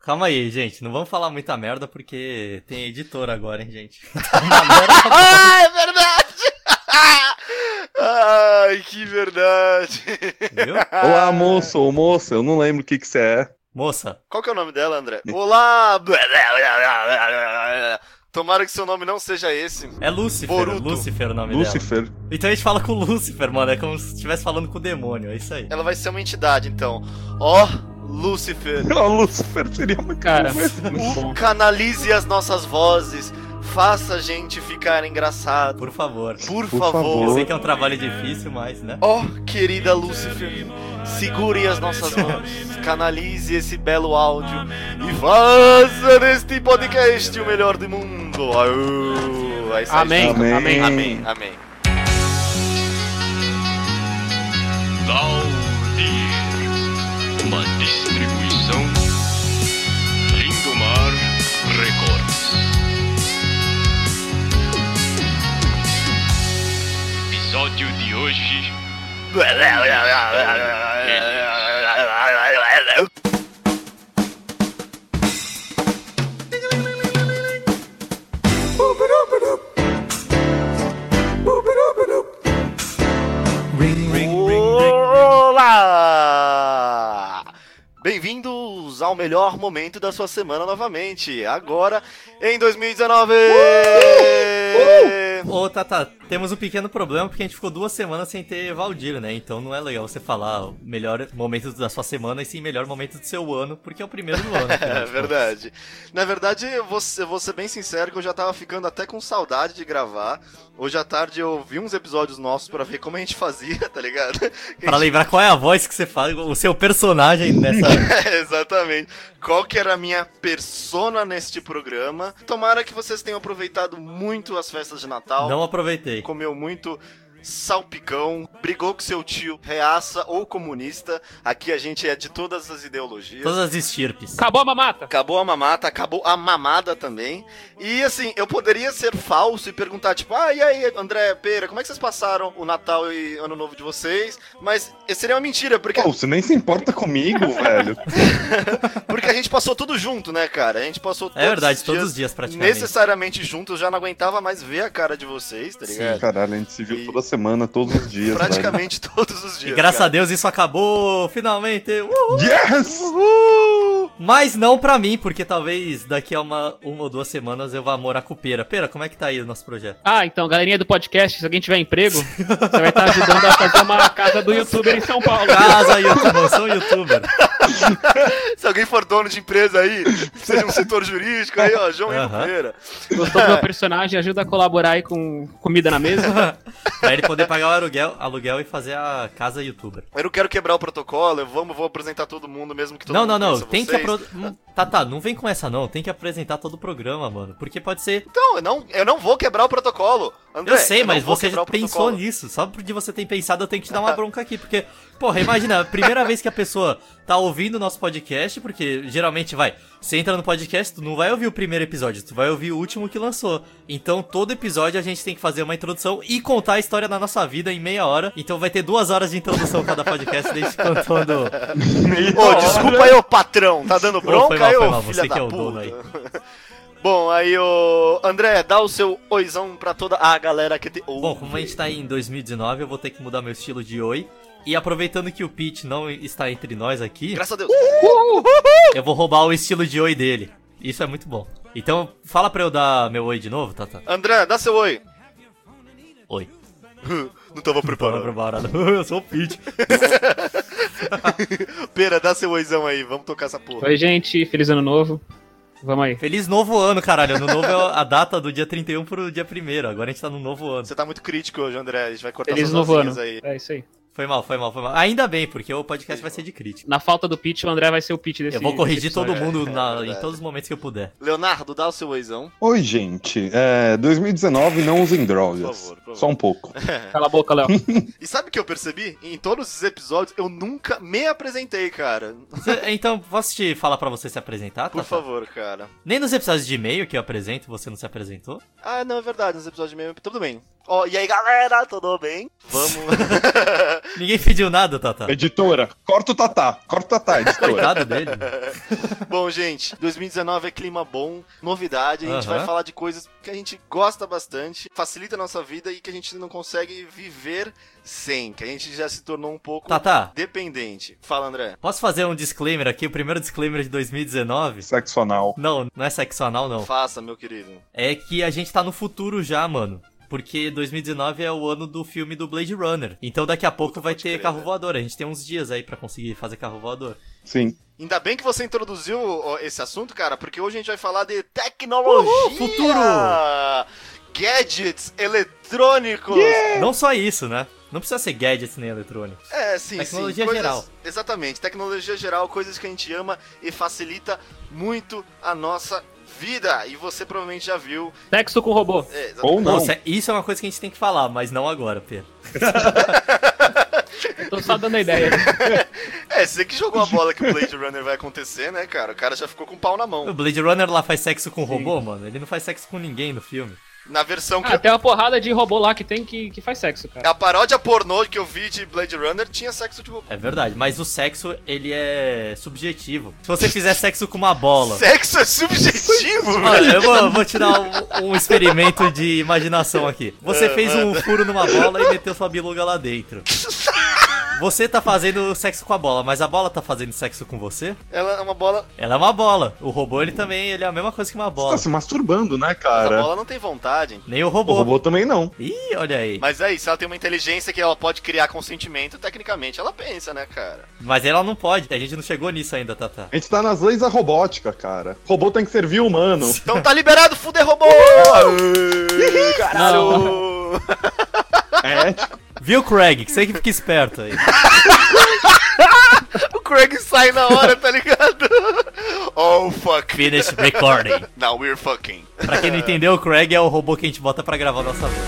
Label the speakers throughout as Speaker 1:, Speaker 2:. Speaker 1: Calma aí, gente. Não vamos falar muita merda porque tem editor agora, hein, gente. Tá uma merda.
Speaker 2: Ah, é verdade! Ai, que verdade! Ah,
Speaker 1: Viu?
Speaker 3: Olá, moço ou moça, eu não lembro o que que você é.
Speaker 1: Moça,
Speaker 2: Qual que é o nome dela, André? Olá! Tomara que seu nome não seja esse.
Speaker 1: é Lúcifer.
Speaker 2: Boruto.
Speaker 1: Lúcifer o
Speaker 2: é,
Speaker 1: nome dela.
Speaker 3: Lúcifer.
Speaker 1: Então a gente fala com o Lúcifer, mano. É como se estivesse falando com o demônio. É isso aí.
Speaker 2: Ela vai ser uma entidade, então. Ó, Lúcifer,
Speaker 3: Ó, Lúcifer seria muito
Speaker 4: Cara,
Speaker 3: bom.
Speaker 4: muito bom.
Speaker 2: canalize as nossas vozes, faça a gente ficar engraçado.
Speaker 1: Por favor.
Speaker 2: Por,
Speaker 3: Por
Speaker 2: favor.
Speaker 1: Eu
Speaker 3: favor.
Speaker 1: sei que é um trabalho difícil, mas, né?
Speaker 2: Ó, querida Lúcifer, segure as nossas mãos, canalize esse belo áudio e faça deste podcast o melhor do mundo. Aô, aí sai
Speaker 4: Amém.
Speaker 2: junto.
Speaker 4: Amém.
Speaker 2: Amém, amém.
Speaker 5: Valdir, uma distribuição Lindomar Records. Episódio de hoje.
Speaker 2: Olá! Bem-vindos ao melhor momento da sua semana novamente, agora em 2019!
Speaker 1: Ô, Tata, temos um pequeno problema porque a gente ficou duas semanas sem ter Valdir, né? Então não é legal você falar o melhor momento da sua semana e sim melhor momento do seu ano, porque é o primeiro do ano. afinal
Speaker 2: É
Speaker 1: de
Speaker 2: verdade. Na verdade, eu vou, ser- eu vou ser bem sincero que eu já tava ficando até com saudade de gravar. Hoje à tarde eu vi uns episódios nossos pra ver como a gente fazia, tá ligado?
Speaker 1: contas. Pra lembrar qual é a voz que você faz, o seu personagem nessa.
Speaker 2: É, exatamente. Qual que era a minha persona neste programa? Tomara que vocês tenham aproveitado muito as festas de Natal.
Speaker 1: Não aproveitei.
Speaker 2: Comeu muito salpicão, brigou com seu tio, reaça ou comunista. Aqui a gente é de todas as ideologias.
Speaker 1: Todas as estirpes.
Speaker 4: Acabou a mamata.
Speaker 2: Acabou a mamata, acabou a mamada também. E assim, eu poderia ser falso e perguntar, tipo, ah, e aí, André, Pera, como é que vocês passaram o Natal e Ano Novo de vocês? Mas seria uma mentira, porque,
Speaker 3: Pô, você nem se importa comigo, velho.
Speaker 2: Tá porque a gente passou tudo junto, né, cara? A gente passou
Speaker 1: É verdade,
Speaker 2: os
Speaker 1: todos
Speaker 2: dias
Speaker 1: os dias praticamente.
Speaker 2: necessariamente junto, eu já não aguentava mais ver a cara de vocês, tá ligado?
Speaker 3: Caralho, a gente se
Speaker 2: E-
Speaker 3: viu toda semana, todos os dias, velho.
Speaker 2: Praticamente todos os dias.
Speaker 1: E graças a
Speaker 2: cara.
Speaker 1: Deus isso acabou, finalmente. Uhul.
Speaker 3: Yes!
Speaker 1: Mas não pra mim, porque talvez daqui a uma, uma ou duas semanas eu vá morar com o Pera. Pera, como é que tá aí o nosso projeto?
Speaker 4: Ah, então, galerinha do podcast, se alguém tiver emprego, você vai estar ajudando a fazer uma casa do youtuber em São Paulo.
Speaker 1: Casa, YouTube, eu sou um youtuber.
Speaker 2: Se alguém for dono de empresa aí, seja um setor jurídico aí, ó, João
Speaker 1: Aham.
Speaker 2: uhum. Pereira.
Speaker 4: Gostou do meu personagem? Ajuda a colaborar aí com comida na mesa.
Speaker 1: pra ele poder pagar o aluguel, aluguel e fazer a casa youtuber.
Speaker 2: Eu não quero quebrar o protocolo, eu vamos, vou apresentar todo mundo mesmo que todo
Speaker 1: não,
Speaker 2: mundo
Speaker 1: não, não,
Speaker 2: conheça
Speaker 1: tem que
Speaker 2: vocês.
Speaker 1: apro... Tá, tá, não vem com essa não, tem que apresentar todo o programa, mano. Porque pode ser.
Speaker 2: Então, eu não, eu não vou quebrar o protocolo. André,
Speaker 1: eu sei,
Speaker 2: É, não
Speaker 1: mas
Speaker 2: vou
Speaker 1: você
Speaker 2: quebrar
Speaker 1: já
Speaker 2: o
Speaker 1: pensou
Speaker 2: protocolo.
Speaker 1: nisso. Só por de você ter pensado, eu tenho que te dar uma bronca aqui. Porque, porra, imagina, a primeira vez que a pessoa tá ouvindo o nosso podcast, porque geralmente vai, você entra no podcast, tu não vai ouvir o primeiro episódio, tu vai ouvir o último que lançou. Então, todo episódio a gente tem que fazer uma introdução e contar a história da nossa vida em meia hora. Então vai ter duas horas de introdução cada podcast desde quando.
Speaker 3: Meia
Speaker 2: Ô,
Speaker 3: hora.
Speaker 2: desculpa aí, ô patrão, tá dando
Speaker 1: Ô, foi
Speaker 2: bronca
Speaker 1: mal,
Speaker 2: aí,
Speaker 1: foi
Speaker 2: ô
Speaker 1: mal,
Speaker 2: filha
Speaker 1: você
Speaker 2: da
Speaker 1: que é o dono aí.
Speaker 2: puta. Bom, aí, ô André, dá o seu oizão pra toda a galera que te ouve.
Speaker 1: Bom, como a gente tá em 2019, eu vou ter que mudar meu estilo de oi. E aproveitando que o Pete não está entre nós aqui,
Speaker 2: Graças a Deus.
Speaker 1: eu vou roubar o estilo de oi dele. Isso é muito bom. Então, fala pra eu dar meu oi de novo, Tata.
Speaker 2: André, dá seu oi.
Speaker 1: Oi.
Speaker 2: Não tava
Speaker 1: Bora
Speaker 2: preparado.
Speaker 1: pro baralho. Eu sou um o Pete.
Speaker 2: Pera, dá seu oizão aí, vamos tocar essa porra.
Speaker 4: Oi, gente, feliz ano novo. Vamos aí.
Speaker 1: Feliz novo ano, caralho. Ano novo é a data do dia 31 pro dia 1 Agora a gente tá no novo ano.
Speaker 2: Você tá muito crítico hoje, André. A gente vai cortar
Speaker 4: Feliz
Speaker 2: suas
Speaker 4: novo
Speaker 2: asinhas
Speaker 4: ano.
Speaker 2: aí.
Speaker 4: É isso aí.
Speaker 1: Foi mal, foi mal, foi mal. Ainda bem, porque o podcast vai ser de crítica.
Speaker 4: Na falta do pitch, o André vai ser o pitch desse
Speaker 1: Eu vou corrigir
Speaker 4: desse episódio.
Speaker 1: todo mundo na- em
Speaker 2: É verdade.
Speaker 1: todos os momentos que eu puder.
Speaker 2: Leonardo, dá o seu oizão.
Speaker 3: Oi, gente. É, 2019, não usem drogas.
Speaker 2: Por favor, por favor.
Speaker 3: Só um pouco.
Speaker 4: Cala a boca, Léo.
Speaker 2: E sabe o que eu percebi? Em todos os episódios, eu nunca me apresentei, cara.
Speaker 1: Cê- então, posso te falar pra você se apresentar,
Speaker 2: Por
Speaker 1: Tata?
Speaker 2: favor, cara.
Speaker 1: Nem nos episódios de e-mail que eu apresento, você não se apresentou?
Speaker 2: Ah, não, é verdade, nos episódios mesmo. Tudo bem. Ó, e aí, galera, tudo bem? Vamos.
Speaker 1: Ninguém pediu nada, Tata.
Speaker 3: Editora, corta o Tatá. Corta o Tatá, editora.
Speaker 1: Coitado dele.
Speaker 2: bom, gente, 2019 é clima bom, novidade, a gente
Speaker 1: Aham.
Speaker 2: vai falar de coisas que a gente gosta bastante, facilita a nossa vida e que a gente não consegue viver sem, que a gente já se tornou um pouco
Speaker 1: Tata,
Speaker 2: dependente. Fala, André.
Speaker 1: posso fazer um disclaimer aqui? O primeiro disclaimer de 2019?
Speaker 3: Sexo anal.
Speaker 1: Não, não é sexo anal, não.
Speaker 2: Faça, meu querido.
Speaker 1: É que a gente tá no futuro já, mano. Porque 2019 é o ano do filme do Blade Runner. Então daqui a pouco vai
Speaker 2: pode
Speaker 1: ter
Speaker 2: crer,
Speaker 1: carro
Speaker 2: né?
Speaker 1: voador. A gente tem uns dias aí pra conseguir fazer carro voador.
Speaker 3: Sim. tá
Speaker 2: Ainda bem que você introduziu ó, esse assunto, cara, porque hoje a gente vai falar de tecnologia,
Speaker 1: Uhul, futuro!
Speaker 2: gadgets eletrônicos.
Speaker 1: Não só isso, né? Não precisa ser gadgets nem eletrônico.
Speaker 2: É, sim,
Speaker 1: Tecnologia
Speaker 2: sim. coisas-
Speaker 1: geral.
Speaker 2: Exatamente, tecnologia geral, coisas que a gente ama e facilita muito a nossa vida. E você provavelmente já viu.
Speaker 4: Sexo com robô.
Speaker 2: É, exa-
Speaker 3: Ou não.
Speaker 1: Nossa, é- isso é uma coisa que a gente tem que falar, mas não agora, Pedro.
Speaker 4: Eu tô só dando a ideia.
Speaker 2: é, você que jogou a bola que o Blade Runner vai acontecer, né, cara? O cara já ficou com o pau na
Speaker 1: O
Speaker 2: mão.
Speaker 1: Blade Runner lá faz sexo com robô, mano. Ele não faz sexo com ninguém no filme.
Speaker 2: Na versão que.
Speaker 4: Ah, tem uma porrada de robô lá que tem que, que faz sexo, cara.
Speaker 2: A paródia pornô que eu vi de Blade Runner tinha sexo tipo, de robô.
Speaker 1: É verdade, mas o sexo, ele é subjetivo. Se você fizer sexo com uma bola.
Speaker 2: Sexo é subjetivo,
Speaker 1: Olha,
Speaker 2: velho.
Speaker 1: eu vou, vou te dar um, um experimento de imaginação aqui. Você fez um furo numa bola e meteu sua biluga lá dentro. Você tá fazendo sexo com a bola, mas a bola tá fazendo sexo com você?
Speaker 2: Ela é uma bola.
Speaker 1: Ela é uma bola. O robô, ele também, ele é a mesma coisa que uma
Speaker 3: Tá
Speaker 1: bola.
Speaker 3: se masturbando, né,
Speaker 2: A
Speaker 3: cara?
Speaker 2: bola é não tem vontade.
Speaker 1: Nem o
Speaker 3: O
Speaker 1: robô.
Speaker 3: robô também não.
Speaker 1: Ih, olha aí.
Speaker 2: Mas é isso, ela tem uma inteligência que ela pode criar consentimento, tecnicamente ela pensa, né, cara?
Speaker 1: Mas ela não pode. A gente não chegou nisso ainda, Tata.
Speaker 3: A gente tá nas leis da robótica, cara. Robô tem que servir humano.
Speaker 2: Então tá liberado, fuder robô! Caralho!
Speaker 3: É ético.
Speaker 1: Viu, Craig? Você que fica esperto aí.
Speaker 2: O Craig sai na hora, tá ligado? Oh, fuck.
Speaker 1: Finish recording.
Speaker 2: Now we're fucking.
Speaker 1: Pra quem não entendeu, o Craig é o robô que a gente bota pra gravar nossa voz.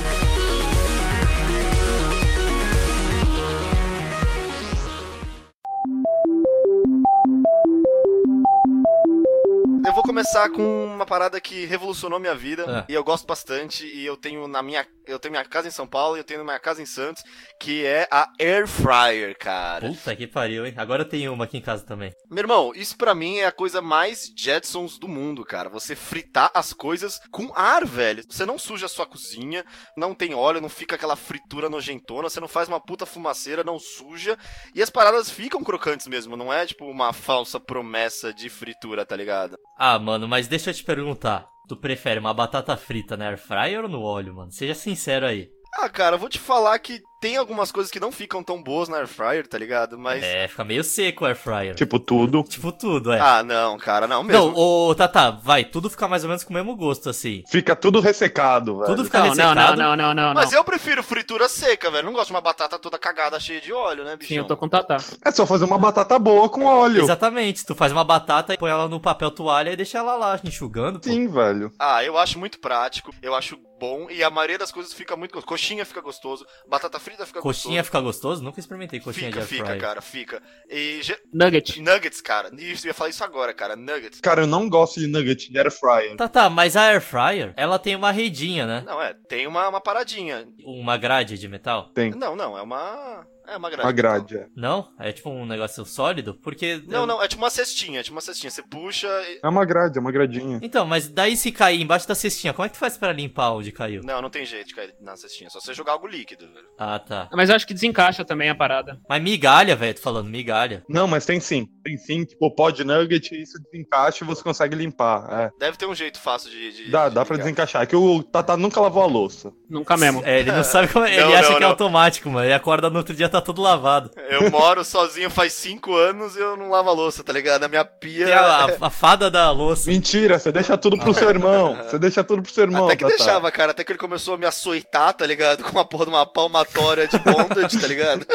Speaker 2: Eu vou começar com uma parada que revolucionou minha vida
Speaker 1: É.
Speaker 2: e eu gosto bastante e eu tenho na minha eu tenho minha casa em São Paulo e eu tenho minha casa em Santos, que é a air fryer, cara.
Speaker 1: Puta que pariu, hein? Agora eu tenho uma aqui em casa também.
Speaker 2: Meu irmão, isso pra mim é a coisa mais Jetsons do mundo, cara. Você fritar as coisas com ar, velho. Você não suja a sua cozinha, não tem óleo, não fica aquela fritura nojentona, você não faz uma puta fumaceira, não suja. E as paradas ficam crocantes mesmo, não é tipo uma falsa promessa de fritura, tá ligado?
Speaker 1: Ah, mano, mas deixa eu te perguntar. Tu prefere uma batata frita na air fryer ou no óleo, mano? Seja sincero aí.
Speaker 2: Ah, cara, eu vou te falar que tem algumas coisas que não ficam tão boas na air fryer, tá ligado? Mas.
Speaker 1: É, fica meio seco o air fryer. Tipo,
Speaker 3: Tipo, tudo.
Speaker 1: tudo, é.
Speaker 2: Ah, não, cara, não mesmo.
Speaker 1: não, ô Tata, vai, tudo fica mais ou menos com o mesmo gosto, assim.
Speaker 3: Fica tudo ressecado, velho.
Speaker 1: Tudo fica
Speaker 4: Não, não,
Speaker 1: ressecado.
Speaker 4: não, não, não, não.
Speaker 2: Mas
Speaker 4: não.
Speaker 2: eu prefiro fritura seca, velho. Não gosto de uma batata toda cagada, cheia de óleo, né, bicho?
Speaker 4: Sim, eu tô com o Tatá.
Speaker 3: É só fazer uma batata boa com óleo.
Speaker 1: Exatamente, tu faz uma batata e põe ela no papel toalha e deixa ela lá enxugando, pô.
Speaker 3: Sim, velho.
Speaker 2: Ah, eu acho muito prático, eu acho bom e a maioria das coisas fica muito gostoso. Coxinha fica gostoso, batata frita fica
Speaker 1: Coxinha
Speaker 2: gostoso.
Speaker 1: fica gostoso? Nunca experimentei coxinha
Speaker 2: fica,
Speaker 1: de air
Speaker 2: fica,
Speaker 1: fryer.
Speaker 2: cara, fica. E ge-
Speaker 4: Nugget.
Speaker 2: nuggets, cara. Isso, eu ia falar isso agora, cara. Nuggets.
Speaker 3: Cara, eu não gosto de nugget de air fryer.
Speaker 1: Tá, tá, mas a air fryer, ela tem uma redinha, né?
Speaker 2: Não, é, tem uma, uma paradinha.
Speaker 1: Uma grade de metal?
Speaker 3: Tem.
Speaker 2: Não, não, é uma. É uma grade.
Speaker 3: Uma grade, é.
Speaker 1: Não? É tipo um negócio sólido? Porque.
Speaker 2: Não, não, é tipo uma cestinha, é tipo uma cestinha. Você puxa e.
Speaker 3: É uma grade, é uma gradinha.
Speaker 1: Então, mas daí se cair embaixo da cestinha, como é que tu faz pra limpar onde caiu?
Speaker 2: Não, não tem jeito de cair na cestinha, só você jogar algo líquido, velho.
Speaker 1: Ah, tá.
Speaker 4: Mas eu acho que desencaixa também a parada.
Speaker 1: Mas migalha, velho, tô falando migalha.
Speaker 3: Não, mas tem sim. Tem sim, tipo, pó de nugget, isso desencaixa e você consegue limpar.
Speaker 2: Deve ter um jeito fácil de. de
Speaker 3: É. Dá,
Speaker 2: de
Speaker 3: dá pra
Speaker 2: ligar.
Speaker 3: desencaixar. É que o Tata nunca lavou a louça.
Speaker 4: Nunca mesmo.
Speaker 1: É, ele não sabe como. Ele
Speaker 2: Não,
Speaker 1: acha que
Speaker 2: não,
Speaker 1: é
Speaker 2: não.
Speaker 1: automático, mano. Ele acorda no outro dia tá todo lavado.
Speaker 2: Eu moro sozinho faz cinco anos e eu não lavo a louça, tá ligado? A minha pia.
Speaker 1: Tem a, a- a fada da louça.
Speaker 3: Mentira, você deixa tudo pro seu irmão. Você deixa tudo pro seu irmão,
Speaker 2: Até que
Speaker 3: Tatá.
Speaker 2: deixava, cara. Até que ele começou a me açoitar, tá ligado? Com uma porra de uma palmatória de bondage, tá ligado?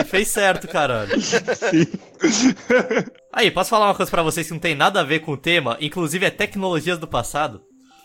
Speaker 1: E fez certo, caralho.
Speaker 3: Sim.
Speaker 1: Aí, posso falar uma coisa pra vocês que não tem nada a ver com o tema? Inclusive é tecnologias do passado.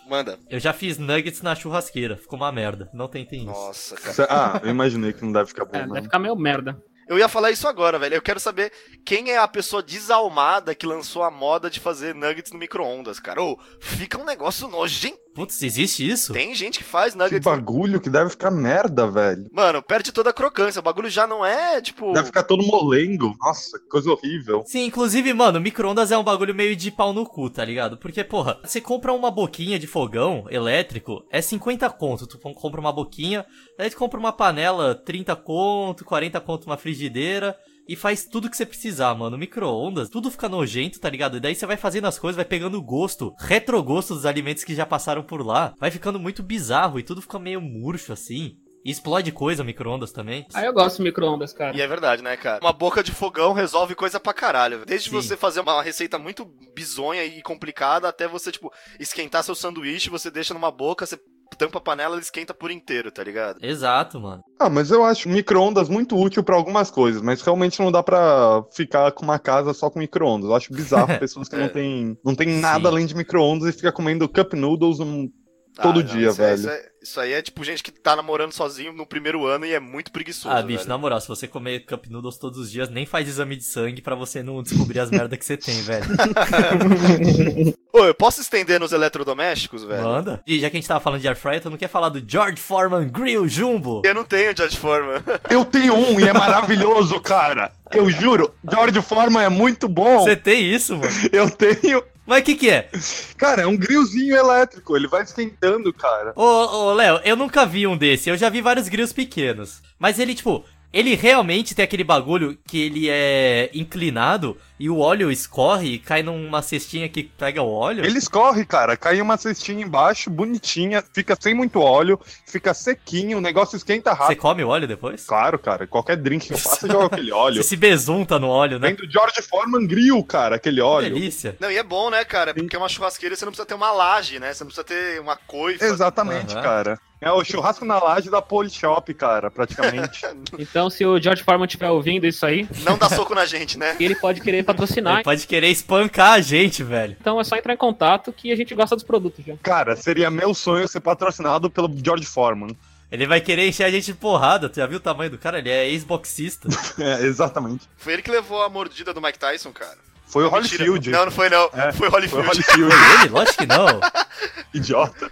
Speaker 2: Manda.
Speaker 1: Eu já fiz nuggets na churrasqueira. Ficou uma merda. Não tentem isso.
Speaker 2: Nossa, cara.
Speaker 3: Cê- Ah, eu imaginei que não deve ficar bom,
Speaker 4: É, deve
Speaker 3: não.
Speaker 4: ficar meio merda.
Speaker 2: Eu ia falar isso agora, velho. Eu quero saber quem é a pessoa desalmada que lançou a moda de fazer nuggets no micro-ondas, cara. Ô, fica um negócio nojento,
Speaker 1: Putz, existe isso?
Speaker 2: Tem gente que faz
Speaker 3: Que
Speaker 2: nuggets.
Speaker 3: bagulho que deve ficar merda, velho.
Speaker 2: Mano, perde toda a crocância. O bagulho já não é, tipo.
Speaker 3: Deve ficar todo molengo. Nossa, que coisa horrível.
Speaker 1: Sim, inclusive, mano, micro-ondas é um bagulho meio de pau no cu, tá ligado? Porque, porra, você compra uma boquinha de fogão elétrico, é 50 conto. Tu com- compra uma boquinha, daí tu compra uma panela, 30 conto, 40 conto, uma frigideira. E faz tudo que você precisar, mano. Micro-ondas, tudo fica nojento, tá ligado? E daí você vai fazendo as coisas, vai pegando o gosto, retrogosto dos alimentos que já passaram por lá. Vai ficando muito bizarro e tudo fica meio murcho assim. E explode coisa, micro-ondas também.
Speaker 4: Ah, eu gosto de micro-ondas, cara.
Speaker 2: E é verdade, né, cara? Uma boca de fogão resolve coisa pra caralho. velho. Desde
Speaker 1: Sim.
Speaker 2: você fazer uma receita muito bizonha e complicada até você, tipo, esquentar seu sanduíche, você deixa numa boca, você tampa a panela, ele esquenta por inteiro, tá ligado?
Speaker 1: Exato, mano.
Speaker 3: Ah, mas eu acho micro-ondas muito útil pra algumas coisas, mas realmente não dá pra ficar com uma casa só com micro-ondas. Eu acho bizarro pessoas que não têm não tem nada
Speaker 1: Sim.
Speaker 3: além de micro-ondas e fica comendo cup noodles um- Todo dia,
Speaker 2: isso é-
Speaker 3: velho.
Speaker 2: isso, é, isso aí é tipo gente que tá namorando sozinho no primeiro ano e é muito preguiçoso.
Speaker 1: Ah, bicho,
Speaker 2: velho.
Speaker 1: na moral, se você comer cup noodles todos os dias, nem faz exame de sangue pra você não descobrir as merda que você tem, velho.
Speaker 2: Ô, eu posso estender nos eletrodomésticos, velho?
Speaker 1: Manda. E já que a gente tava falando de air fryer, tu não quer falar do George Foreman Grill Jumbo?
Speaker 2: Eu não tenho George Foreman.
Speaker 3: Eu tenho um e é maravilhoso, cara. Eu juro, George Forma é muito bom.
Speaker 1: Você tem isso, mano?
Speaker 3: Eu tenho.
Speaker 1: Mas o que que é?
Speaker 3: Cara, é um grillzinho elétrico, ele vai esquentando, cara.
Speaker 1: Ô, ô, Léo, eu nunca vi um desse. Eu já vi vários grills pequenos. Mas ele, tipo, ele realmente tem aquele bagulho que ele é inclinado e o óleo escorre e cai numa cestinha que pega o óleo?
Speaker 3: Ele escorre, cara, cai uma cestinha embaixo, bonitinha, fica sem muito óleo, fica sequinho, o negócio esquenta
Speaker 1: Você
Speaker 3: rápido.
Speaker 1: come o óleo depois?
Speaker 3: Claro, cara, qualquer drink que eu faça, eu jogo aquele óleo.
Speaker 1: Você se besunta no óleo, né?
Speaker 3: Vem do George Foreman Grill, cara, aquele
Speaker 1: Que
Speaker 3: óleo.
Speaker 1: delícia.
Speaker 2: Não, e é bom, né, cara? Porque é uma churrasqueira você não precisa ter uma laje, né? Você não precisa ter uma coifa.
Speaker 3: Exatamente,
Speaker 1: Aham.
Speaker 3: cara. É o churrasco na laje da Polishop, cara, praticamente.
Speaker 4: Então, se o George Foreman estiver ouvindo isso aí,
Speaker 2: Não dá soco na gente, né?
Speaker 4: ele pode querer patrocinar.
Speaker 1: Ele pode querer espancar a gente, velho.
Speaker 4: Então é só entrar em contato que a gente gosta dos produtos já.
Speaker 3: cara, seria meu sonho ser patrocinado pelo George Foreman.
Speaker 1: Ele vai querer encher a gente de porrada. Tu já viu o tamanho do cara? Ele é ex-boxista.
Speaker 3: É, exatamente.
Speaker 2: Foi ele que levou a mordida do Mike Tyson, cara.
Speaker 3: Foi o
Speaker 2: Mentira.
Speaker 3: Holyfield.
Speaker 2: Não, não foi não. Foi
Speaker 3: É,
Speaker 2: o
Speaker 3: Foi o
Speaker 2: Holyfield.
Speaker 3: Holyfield,
Speaker 1: Ele? Lógico que não.
Speaker 3: idiota.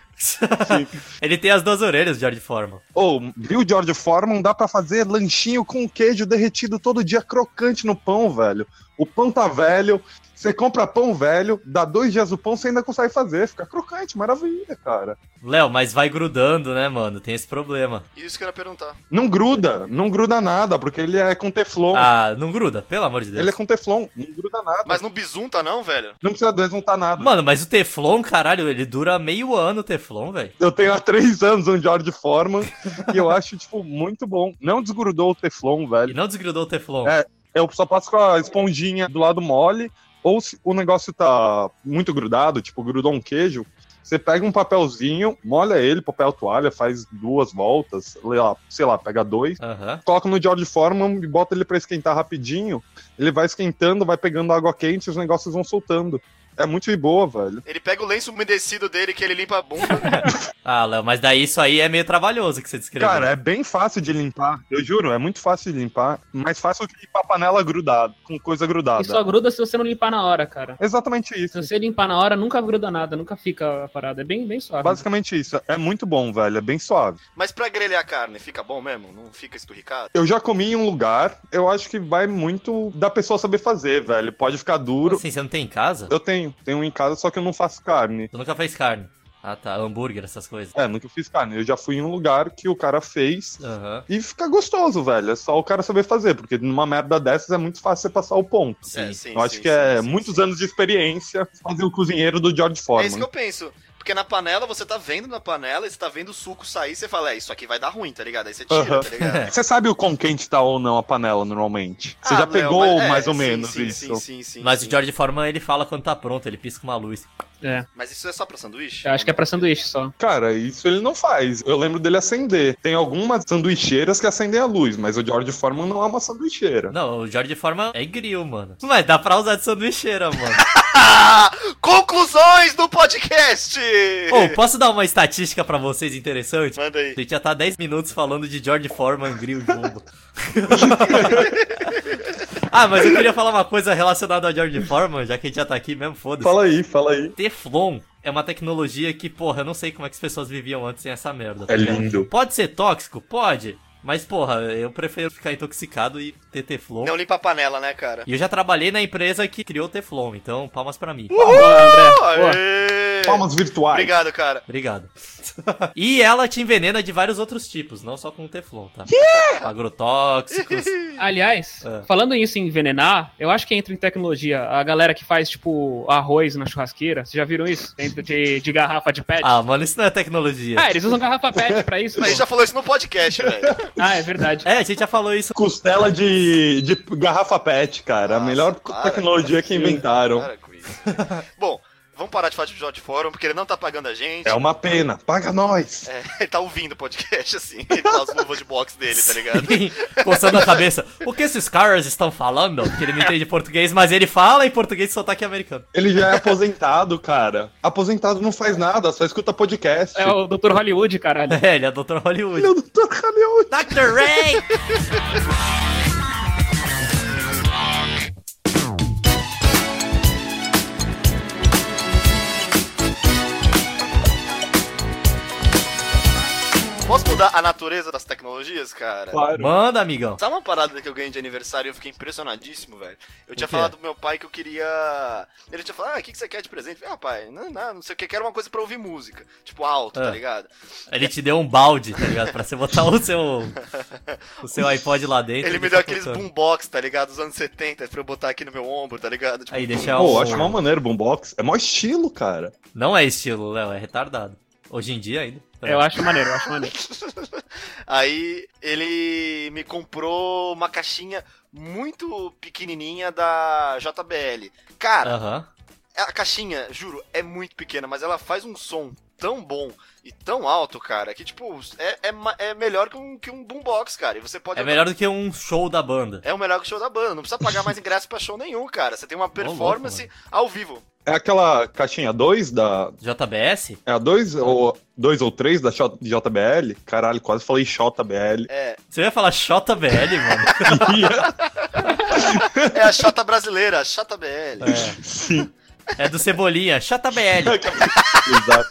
Speaker 1: Ele tem as duas orelhas, George Foreman.
Speaker 3: Ou, viu, George Foreman, dá pra fazer lanchinho com queijo derretido todo dia, crocante no pão, velho. O pão tá velho, você compra pão velho, dá dois dias o pão, você ainda consegue fazer, fica crocante, maravilha, cara.
Speaker 1: Léo, mas vai grudando, né, mano? Tem esse problema.
Speaker 2: Isso que eu ia perguntar.
Speaker 3: Não gruda, não gruda nada, porque ele é com teflon.
Speaker 1: Ah, não gruda, pelo amor de Deus.
Speaker 3: Ele é com teflon, não gruda nada.
Speaker 2: Mas não bisunta não, velho?
Speaker 3: Não precisa desmontar nada.
Speaker 1: Mano, mas o Teflon, caralho, ele dura meio ano o Teflon, velho.
Speaker 3: Eu tenho há três anos um George Foreman e eu acho, tipo, muito bom. Não desgrudou o teflon, velho.
Speaker 1: E não desgrudou o Teflon.
Speaker 3: É. Eu só passo com a esponjinha do lado mole, ou se o negócio tá muito grudado, tipo, grudou um queijo, você pega um papelzinho, molha ele, papel toalha, faz duas voltas, sei lá, sei lá, pega dois,
Speaker 1: Aham.
Speaker 3: coloca no George Foreman e bota ele pra esquentar rapidinho, ele vai esquentando, vai pegando água quente, os negócios vão soltando. É muito de boa, velho.
Speaker 2: Ele pega o lenço umedecido dele que ele limpa a bunda.
Speaker 1: Ah, Léo, mas daí isso aí é meio trabalhoso que você descreveu.
Speaker 3: Cara, é bem fácil de limpar, eu juro, é muito fácil de limpar, mais fácil que limpar panela grudada, com coisa grudada.
Speaker 4: E só gruda se você não limpar na hora, cara.
Speaker 3: Exatamente isso.
Speaker 4: Se você limpar na hora, nunca gruda nada, nunca fica a parada. É bem, bem suave.
Speaker 3: Basicamente isso. É muito bom, velho. É bem suave.
Speaker 2: Mas pra grelhar a carne, fica bom mesmo? Não fica esturricado?
Speaker 3: Eu já comi em um lugar. Eu acho que vai muito da pessoa saber fazer, velho. Pode ficar duro.
Speaker 1: Assim, você não tem em casa?
Speaker 3: Eu tenho. Tenho um em casa, só que eu não faço carne.
Speaker 1: Tu nunca fez carne. Ah, tá. Hambúrguer, essas coisas.
Speaker 3: É, nunca fiz carne. Eu já fui em um lugar que o cara fez.
Speaker 1: Aham.
Speaker 3: E fica gostoso, velho. É só o cara saber fazer, porque numa merda dessas é muito fácil você passar o ponto.
Speaker 1: Sim.
Speaker 2: É, sim,
Speaker 3: eu acho
Speaker 2: sim,
Speaker 3: que
Speaker 2: sim,
Speaker 3: é
Speaker 2: sim,
Speaker 3: muitos
Speaker 2: sim.
Speaker 3: anos né? de experiência fazer o cozinheiro do George
Speaker 2: É isso que
Speaker 3: Foreman.
Speaker 2: eu penso. Porque na panela, você tá vendo na panela, e você tá vendo o suco sair, você fala, é, isso aqui vai dar ruim, tá ligado? Aí você tira,
Speaker 3: Aham.
Speaker 2: tá ligado?
Speaker 3: Você sabe o quão quente tá ou não a panela normalmente? Você
Speaker 2: Ah,
Speaker 3: já
Speaker 2: Léo,
Speaker 3: pegou
Speaker 2: mas- é,
Speaker 3: mais ou
Speaker 2: sim,
Speaker 3: menos
Speaker 2: sim,
Speaker 3: isso.
Speaker 2: Sim, sim, sim.
Speaker 1: Mas
Speaker 2: sim.
Speaker 1: o George Foreman, ele fala quando tá pronto, ele pisca uma luz.
Speaker 4: É.
Speaker 2: Mas isso é só pra sanduíche?
Speaker 4: Eu acho que é pra sanduíche só.
Speaker 3: Cara, isso ele não faz. Eu lembro dele acender. Tem algumas sanduicheiras que acendem a luz, mas o George Foreman não é uma sanduicheira.
Speaker 1: Não, o George Foreman é grill, mano. Mas dá pra usar de sanduicheira, mano.
Speaker 2: Ah, conclusões do podcast!
Speaker 1: Ô, posso dar uma estatística pra vocês interessante?
Speaker 2: Manda aí.
Speaker 1: A gente já tá 10 minutos falando de George Foreman Grill Jumbo. ah, mas eu queria falar uma coisa relacionada ao George Foreman, já que a gente já tá aqui mesmo, foda-se.
Speaker 3: Fala aí, fala aí.
Speaker 1: Teflon é uma tecnologia que, porra, eu não sei como é que as pessoas viviam antes sem essa merda. tá
Speaker 3: É
Speaker 1: ligado?
Speaker 3: lindo.
Speaker 1: Pode ser tóxico? Pode. Mas, porra, eu prefiro ficar intoxicado e ter Teflon.
Speaker 2: Não limpa a panela, né, cara?
Speaker 1: E eu já trabalhei na empresa que criou o Teflon, então palmas pra mim.
Speaker 4: Boa, André. Boa.
Speaker 2: Aê!
Speaker 3: Palmas virtuais.
Speaker 2: Obrigado, cara.
Speaker 1: Obrigado. e ela te envenena de vários outros tipos, não só com o Teflon, tá? Agrotóxicos.
Speaker 4: Aliás,
Speaker 1: É.
Speaker 4: falando isso em envenenar, eu acho que entra em tecnologia. A galera que faz, tipo, arroz na churrasqueira, vocês já viram isso? Dentro de, de garrafa de pet. Ah,
Speaker 1: Ah, mano, isso não é tecnologia.
Speaker 4: eles usam garrafa pet pra isso.
Speaker 2: A gente
Speaker 4: pô.
Speaker 2: já falou isso no podcast, velho.
Speaker 4: Ah, é verdade.
Speaker 1: É, a gente já falou isso.
Speaker 3: Costela de, de garrafa pet, cara. a
Speaker 2: Nossa,
Speaker 3: melhor
Speaker 2: para,
Speaker 3: tecnologia que inventaram.
Speaker 2: Para com isso. Bom, vamos parar de falar de episódio de fórum, porque ele não tá pagando a gente.
Speaker 3: É uma pena. Paga nós.
Speaker 2: É, ele tá ouvindo o podcast, assim. Ele tá as luvas de boxe dele, tá ligado?
Speaker 1: Sim, Coçando a cabeça. O que esses caras estão falando? Porque ele não entende português, mas ele fala em português e sotaque americano.
Speaker 3: Ele já é aposentado, cara. Aposentado não faz nada, só escuta podcast.
Speaker 4: É o Dr. Hollywood, caralho.
Speaker 1: É, ele é Dr. Hollywood.
Speaker 3: Meu Deus, tô calhão.
Speaker 1: Dr. Ray!
Speaker 2: Posso mudar a natureza das tecnologias, cara?
Speaker 3: Claro.
Speaker 1: Manda, amigão.
Speaker 2: Sabe uma parada que eu ganhei de aniversário e eu fiquei impressionadíssimo, velho? Eu tinha
Speaker 1: quê?
Speaker 2: falado pro meu pai que eu queria. Ele tinha falado, ah, o que que você quer de presente? Eu falei, ah, pai, não, não, não sei o que, quero uma coisa pra ouvir música. Tipo, alto, tá
Speaker 1: Ah.
Speaker 2: ligado?
Speaker 1: Ele te deu um balde, tá ligado? Pra você botar o seu. O seu iPod lá dentro.
Speaker 2: Ele
Speaker 1: e
Speaker 2: me deu
Speaker 1: deixar
Speaker 2: aqueles
Speaker 1: tá tocando.
Speaker 2: boombox, tá ligado? Dos anos 70, pra eu botar aqui no meu ombro, tá ligado? Tipo,
Speaker 1: Aí, deixa
Speaker 3: Pô,
Speaker 1: o.
Speaker 3: acho uma maneira, boombox. É mó estilo, cara.
Speaker 1: Não é estilo, Léo, é retardado. Hoje em dia ainda.
Speaker 4: Eu acho maneiro, eu acho maneiro.
Speaker 2: Aí ele me comprou uma caixinha muito pequenininha da JBL. Cara,
Speaker 1: Aham.
Speaker 2: a caixinha, juro, é muito pequena, mas ela faz um som tão bom e tão alto, cara, que tipo, é, é, ma- é melhor que um, que um boombox, cara. E você pode.
Speaker 1: É melhor do que um show da banda.
Speaker 2: É o melhor que o show da banda. Não precisa pagar mais ingresso pra show nenhum, cara. Você tem uma performance ao vivo.
Speaker 3: É aquela caixinha 2 da.
Speaker 1: JBS?
Speaker 3: É a 2
Speaker 2: Tá.
Speaker 3: ou 2 ou 3 da J- JBL? Caralho, quase falei JBL.
Speaker 2: É,
Speaker 1: Você ia falar JBL, mano?
Speaker 2: é a chata brasileira, a chata BL.
Speaker 1: É.
Speaker 3: Sim.
Speaker 1: É do Cebolinha, JBL.
Speaker 3: Exato.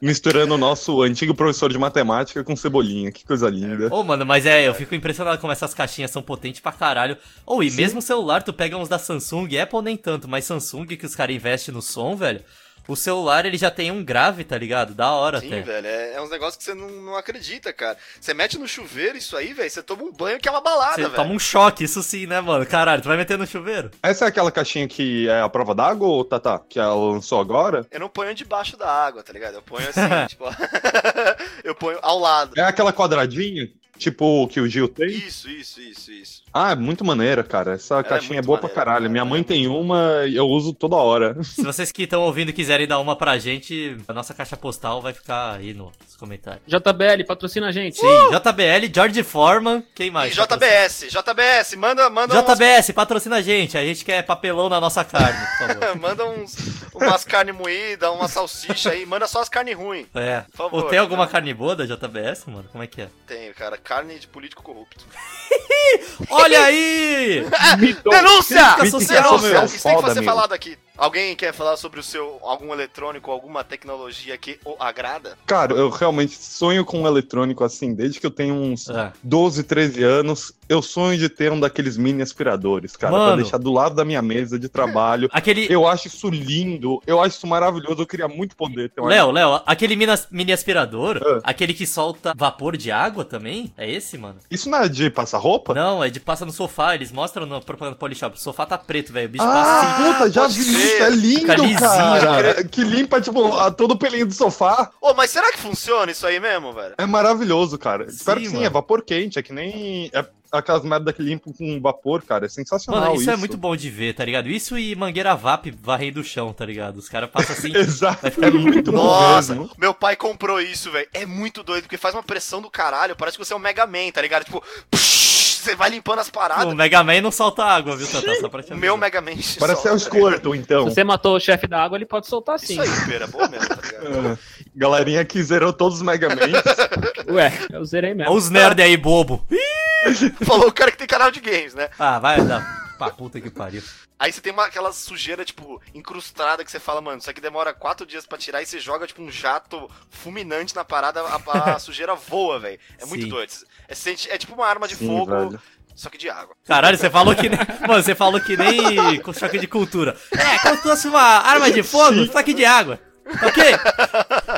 Speaker 3: Misturando o nosso antigo professor de matemática com cebolinha. Que coisa linda.
Speaker 1: Ô, mano, mas é, eu fico impressionado como essas caixinhas são potentes pra caralho. Ou e mesmo celular, tu pega uns da Samsung, Apple nem tanto, mas Samsung que os caras investem no som, velho. O celular ele já tem um grave, tá ligado? Da hora
Speaker 2: Sim,
Speaker 1: até.
Speaker 2: velho. É, é uns negócios que você não, não acredita, cara. Você mete no chuveiro isso aí, velho. Você toma um banho que é uma balada,
Speaker 1: Você
Speaker 2: velho.
Speaker 1: toma um choque, isso sim, né, mano? Caralho, tu vai meter no chuveiro?
Speaker 3: Essa é aquela caixinha que é a prova d'água, ou Tata? Que ela lançou agora?
Speaker 2: Eu não ponho debaixo da água, tá ligado? Eu ponho assim, tipo. eu ponho ao lado.
Speaker 3: É aquela quadradinha, tipo que o Gil tem?
Speaker 2: Isso, isso, isso, isso.
Speaker 3: Ah, é muito maneira, cara. Essa
Speaker 2: é
Speaker 3: caixinha é
Speaker 2: muito
Speaker 3: boa pra
Speaker 2: maneira,
Speaker 3: caralho.
Speaker 2: cara.
Speaker 3: Minha mãe
Speaker 2: É
Speaker 3: tem uma e eu uso toda hora.
Speaker 1: Se vocês que estão ouvindo quiserem dar uma pra gente, a nossa caixa postal vai ficar aí nos comentários.
Speaker 4: JBL, patrocina a gente.
Speaker 1: Sim,
Speaker 3: Uh!
Speaker 1: JBL, George Foreman, quem mais?
Speaker 2: e JBS, JBS, manda, manda umas,
Speaker 1: JBS, patrocina a gente, a gente quer papelão na nossa carne, por favor.
Speaker 2: manda uns, umas carne moída, uma salsicha aí, manda só as carnes ruins.
Speaker 1: É.
Speaker 2: Por favor,
Speaker 1: Ou tem alguma
Speaker 3: né?
Speaker 2: cara.
Speaker 1: carne boa da JBS, mano? Como é que é?
Speaker 2: Tem, cara, carne de político corrupto.
Speaker 1: Olha aí!
Speaker 3: Então,
Speaker 2: Denúncia!
Speaker 1: Crítica social,
Speaker 2: Denúncia!
Speaker 3: é meu.
Speaker 2: Isso tem que
Speaker 3: tá Foda,
Speaker 2: ser
Speaker 3: meu.
Speaker 2: falado aqui. Alguém quer falar sobre o seu algum eletrônico, alguma tecnologia que o agrada?
Speaker 3: Cara, eu realmente sonho com um eletrônico assim, desde que eu tenho uns
Speaker 1: Ah,
Speaker 3: 12, 13 anos. Eu sonho de ter um daqueles mini aspiradores, cara, pra
Speaker 1: Mano.
Speaker 3: deixar do lado da minha mesa de trabalho.
Speaker 1: aquele.
Speaker 3: Eu acho isso lindo, eu acho isso maravilhoso, eu queria muito poder ter um
Speaker 1: Léo, Léo, aquele minas- mini aspirador,
Speaker 3: Ah.
Speaker 1: aquele que solta vapor de água também? É esse, mano?
Speaker 3: Isso não é de passar roupa?
Speaker 1: Não, é de passa no sofá, eles mostram na propaganda do Polishop. O sofá tá preto, velho. O bicho passa assim.
Speaker 3: Ah, puta, já
Speaker 2: pode
Speaker 3: vi
Speaker 2: ser.
Speaker 3: isso, é
Speaker 1: Fica
Speaker 3: lindo,
Speaker 1: lisinho,
Speaker 3: cara. Que limpa, tipo, a- todo o pelinho do sofá.
Speaker 2: Ô, mas será que funciona isso aí mesmo, velho?
Speaker 3: É maravilhoso, cara.
Speaker 1: Sim,
Speaker 3: Espero que sim,
Speaker 1: mano.
Speaker 3: é vapor quente, é que nem é aquelas merda que limpam com vapor, cara. É sensacional
Speaker 1: Mano,
Speaker 3: isso.
Speaker 1: isso, é muito bom de ver, tá ligado? Isso e mangueira VAP varrendo o chão, tá ligado? Os caras passam assim.
Speaker 3: Exato, é muito bom
Speaker 2: Nossa,
Speaker 3: mesmo.
Speaker 2: meu pai comprou isso, velho. É muito doido, porque faz uma pressão do caralho. Parece que você é um Mega Man, tá ligado? Tipo, você vai limpando as
Speaker 1: o
Speaker 2: paradas.
Speaker 1: Mega Man não solta água, viu, Tata? Só pra te
Speaker 2: O meu
Speaker 1: avisar.
Speaker 2: Mega Man. se
Speaker 3: Parece
Speaker 2: solta,
Speaker 3: é o
Speaker 2: tá ligado?
Speaker 3: Squirtle, então.
Speaker 4: Se você matou o chefe da água, ele pode soltar
Speaker 2: Isso
Speaker 4: sim.
Speaker 2: aí, pera, boa mesmo, tá ligado?
Speaker 3: Ah, Galerinha que zerou todos os Mega Man.
Speaker 4: Ué, eu zerei mesmo.
Speaker 2: tá-
Speaker 1: Olha os nerd aí, bobo. Ih!
Speaker 2: Falou o cara que tem canal de games, né?
Speaker 1: Ah, vai, dá. Pra puta que pariu.
Speaker 2: Aí você tem uma, aquela sujeira, tipo, incrustada que você fala, mano, isso aqui demora quatro dias pra tirar e você joga, tipo, um jato fulminante na parada, a, a sujeira voa, velho. É muito
Speaker 1: Sim.
Speaker 2: doido. É, sente- é tipo uma arma de
Speaker 3: Sim,
Speaker 2: fogo,
Speaker 3: velho.
Speaker 2: só que de água.
Speaker 1: Caralho, você falou que nem. Mano, você falou que nem com choque de cultura. É, como se fosse uma arma de fogo,
Speaker 3: Sim.
Speaker 1: choque de água. Ok?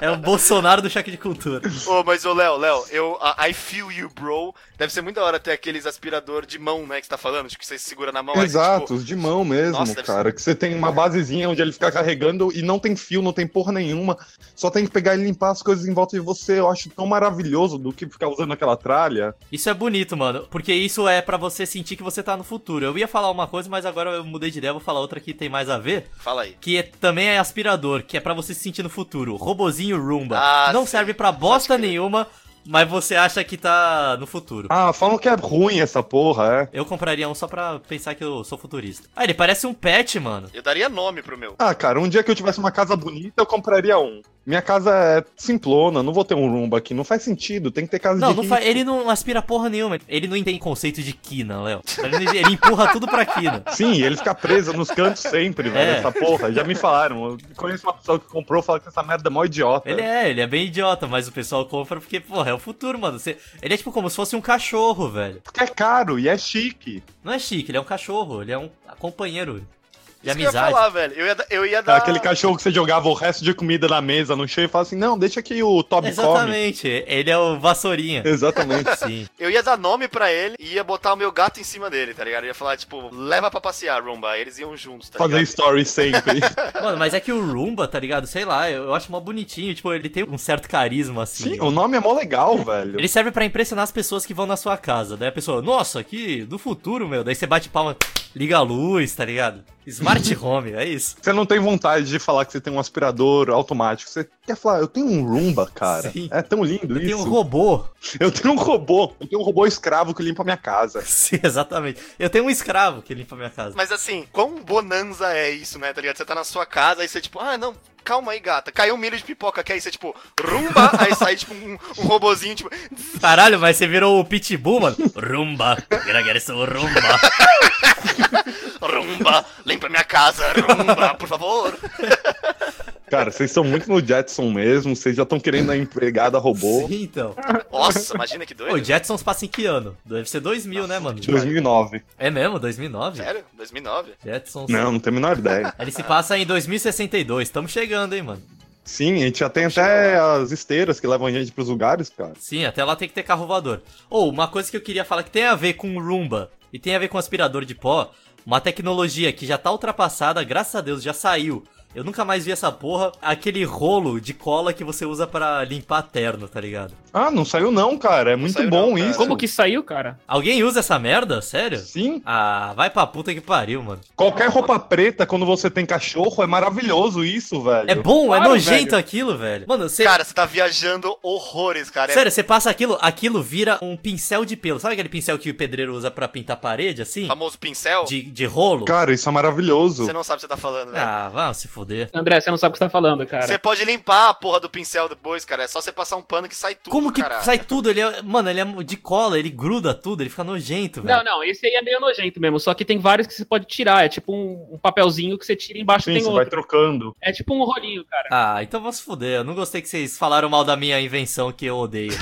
Speaker 1: É o Bolsonaro do choque de cultura.
Speaker 2: Ô, mas ô, Léo, Léo, eu. a- I feel you, bro. Deve ser muito da hora ter aqueles aspirador de mão, né, que você tá falando, tipo, que você segura na mão aí, você,
Speaker 3: Exato,
Speaker 2: tipo,
Speaker 3: os de mão mesmo,
Speaker 2: Nossa, deve
Speaker 3: cara. Que você tem uma basezinha onde ele fica carregando e não tem fio, não tem porra nenhuma. Só tem que pegar e limpar as coisas em volta de você. Eu acho tão maravilhoso do que ficar usando aquela tralha.
Speaker 1: Isso é bonito, mano. Porque isso é pra você sentir que você tá no futuro. Eu ia falar uma coisa, mas agora eu mudei de ideia, vou falar outra que tem mais a ver.
Speaker 2: Fala aí.
Speaker 1: Que é- também é aspirador, que é pra você se sentir no futuro. Robozinho Roomba.
Speaker 2: Ah,
Speaker 1: não
Speaker 2: sim.
Speaker 1: serve pra bosta
Speaker 2: crer.
Speaker 1: nenhuma, mas você acha que tá no futuro.
Speaker 3: Ah, falam que é ruim essa porra, é.
Speaker 1: Eu compraria um só pra pensar que eu sou futurista. Ah, ele parece um pet, mano.
Speaker 2: Eu daria nome pro meu.
Speaker 3: Ah, cara, um dia que eu tivesse uma casa bonita, eu compraria um. Minha casa é simplona, não vou ter um Roomba aqui. Não faz sentido, tem é que ter casa
Speaker 1: Não,
Speaker 3: de
Speaker 1: não
Speaker 3: rico.
Speaker 1: fa- ele não aspira porra nenhuma. Ele não tem conceito de quina, Léo. Ele, não- ele empurra tudo pra quina.
Speaker 3: Sim, e ele fica preso nos cantos sempre, velho.
Speaker 1: É.
Speaker 3: Essa porra. Já me falaram. Eu conheço uma pessoa que comprou, fala que essa merda é mó idiota.
Speaker 1: Ele é, ele é bem idiota, mas o pessoal compra porque, porra, é o futuro, mano. Você- ele é tipo como se fosse um cachorro, velho.
Speaker 3: Porque é caro e é chique.
Speaker 1: Não é chique, ele é um cachorro, ele é um companheiro de
Speaker 2: Isso que eu ia
Speaker 1: amizade.
Speaker 2: falar, velho. Eu ia, da- eu ia
Speaker 3: Tá,
Speaker 2: dar.
Speaker 3: Aquele cachorro que você jogava o resto de comida na mesa no chão e fala assim: não, deixa que o Toby come.
Speaker 1: Exatamente, ele é o vassourinha.
Speaker 3: Exatamente.
Speaker 1: Sim.
Speaker 2: Eu ia dar nome pra ele e ia botar o meu gato em cima dele, tá ligado? Eu ia falar, tipo, leva pra passear, Rumba. Aí Eles iam juntos, tá
Speaker 3: Fazer
Speaker 2: ligado?
Speaker 3: story sempre.
Speaker 1: Mano, mas é que o Roomba, tá ligado? Sei lá, eu, eu acho mó bonitinho. Tipo, ele tem um certo carisma, assim.
Speaker 3: Sim, o nome é mó legal, velho.
Speaker 1: Ele serve pra impressionar as pessoas que vão na sua casa. Daí a pessoa, nossa, que do futuro, meu. Daí você bate palma, liga a luz, tá ligado? Smart home, é isso.
Speaker 3: Você não tem vontade de falar que você tem um aspirador automático. Você quer falar, eu tenho um Roomba, cara.
Speaker 1: Sim.
Speaker 3: É tão lindo
Speaker 1: Tem
Speaker 3: isso.
Speaker 1: um robô.
Speaker 3: Eu tenho um robô. Eu tenho um robô escravo que limpa a minha casa.
Speaker 1: Sim, exatamente. Eu tenho um escravo que limpa a minha casa.
Speaker 2: Mas assim, quão bonanza é isso, né, tá ligado? Você tá na sua casa, aí você, tipo, ah, não, calma aí, gata. Caiu um milho de pipoca aqui, aí você, tipo, rumba, aí sai, tipo, um, um robozinho, tipo,
Speaker 1: Caralho, mas você virou o Pitbull, mano. Rumba. Eu sou o Rumba.
Speaker 2: rumba, limpa minha casa, rumba, por favor.
Speaker 3: Cara, vocês estão muito no Jetson mesmo. Vocês já estão querendo a empregada robô.
Speaker 1: Sim, então.
Speaker 2: Nossa, imagina que doido.
Speaker 1: Ô, Jetsons passa em que ano? Deve ser 2000, né, mano?
Speaker 3: 2009.
Speaker 1: É mesmo? 2009?
Speaker 2: Sério? 2009?
Speaker 1: Jetsons.
Speaker 3: Não, não tenho a menor ideia.
Speaker 1: Ele se passa em 2062. Estamos chegando, hein, mano.
Speaker 3: Sim, a gente já tem até as esteiras que levam a gente pros lugares, cara.
Speaker 1: Sim, até lá tem que ter carro voador. Ou, uma coisa que eu queria falar que tem a ver com o Roomba e tem a ver com aspirador de pó, uma tecnologia que já tá ultrapassada, graças a Deus, já saiu. Eu nunca mais vi essa porra, aquele rolo de cola que você usa pra limpar terno, tá ligado?
Speaker 3: Ah, não saiu não, cara. É muito
Speaker 2: saiu
Speaker 3: bom
Speaker 2: não, cara.
Speaker 3: isso.
Speaker 4: Como que saiu, cara?
Speaker 1: Alguém usa essa merda? Sério?
Speaker 3: Sim,
Speaker 1: Ah, vai pra puta que pariu, mano.
Speaker 3: qualquer roupa preta quando você tem cachorro é maravilhoso isso, velho.
Speaker 1: É bom, é
Speaker 4: Claro,
Speaker 1: nojento
Speaker 4: velho.
Speaker 1: aquilo, velho. Mano, você.
Speaker 2: Cara, você tá viajando horrores, cara. É
Speaker 1: Sério, você passa aquilo, aquilo vira um pincel de pelo. Sabe aquele pincel que o pedreiro usa pra pintar a parede, assim?
Speaker 2: famoso pincel?
Speaker 1: De, de rolo?
Speaker 3: Cara, isso é maravilhoso.
Speaker 2: Você não sabe o que você tá falando, né?
Speaker 1: Ah, vá se foder.
Speaker 4: André, você não sabe o que você tá falando, cara.
Speaker 2: Você pode limpar a porra do pincel depois, cara. É só você passar um pano que sai tudo.
Speaker 1: Como que
Speaker 2: caralho.
Speaker 1: sai tudo? Ele é, mano, ele é de cola, ele gruda tudo, ele fica nojento, velho.
Speaker 4: Não, não, esse aí é meio nojento mesmo. Só que tem vários que você pode tirar. É tipo um, um papelzinho que você tira e embaixo
Speaker 3: Sim,
Speaker 4: tem
Speaker 3: você
Speaker 4: outro.
Speaker 3: vai trocando.
Speaker 4: É tipo um rolinho, cara.
Speaker 1: Ah, então vamos se fuder. Eu não gostei que vocês falaram mal da minha invenção que eu odeio.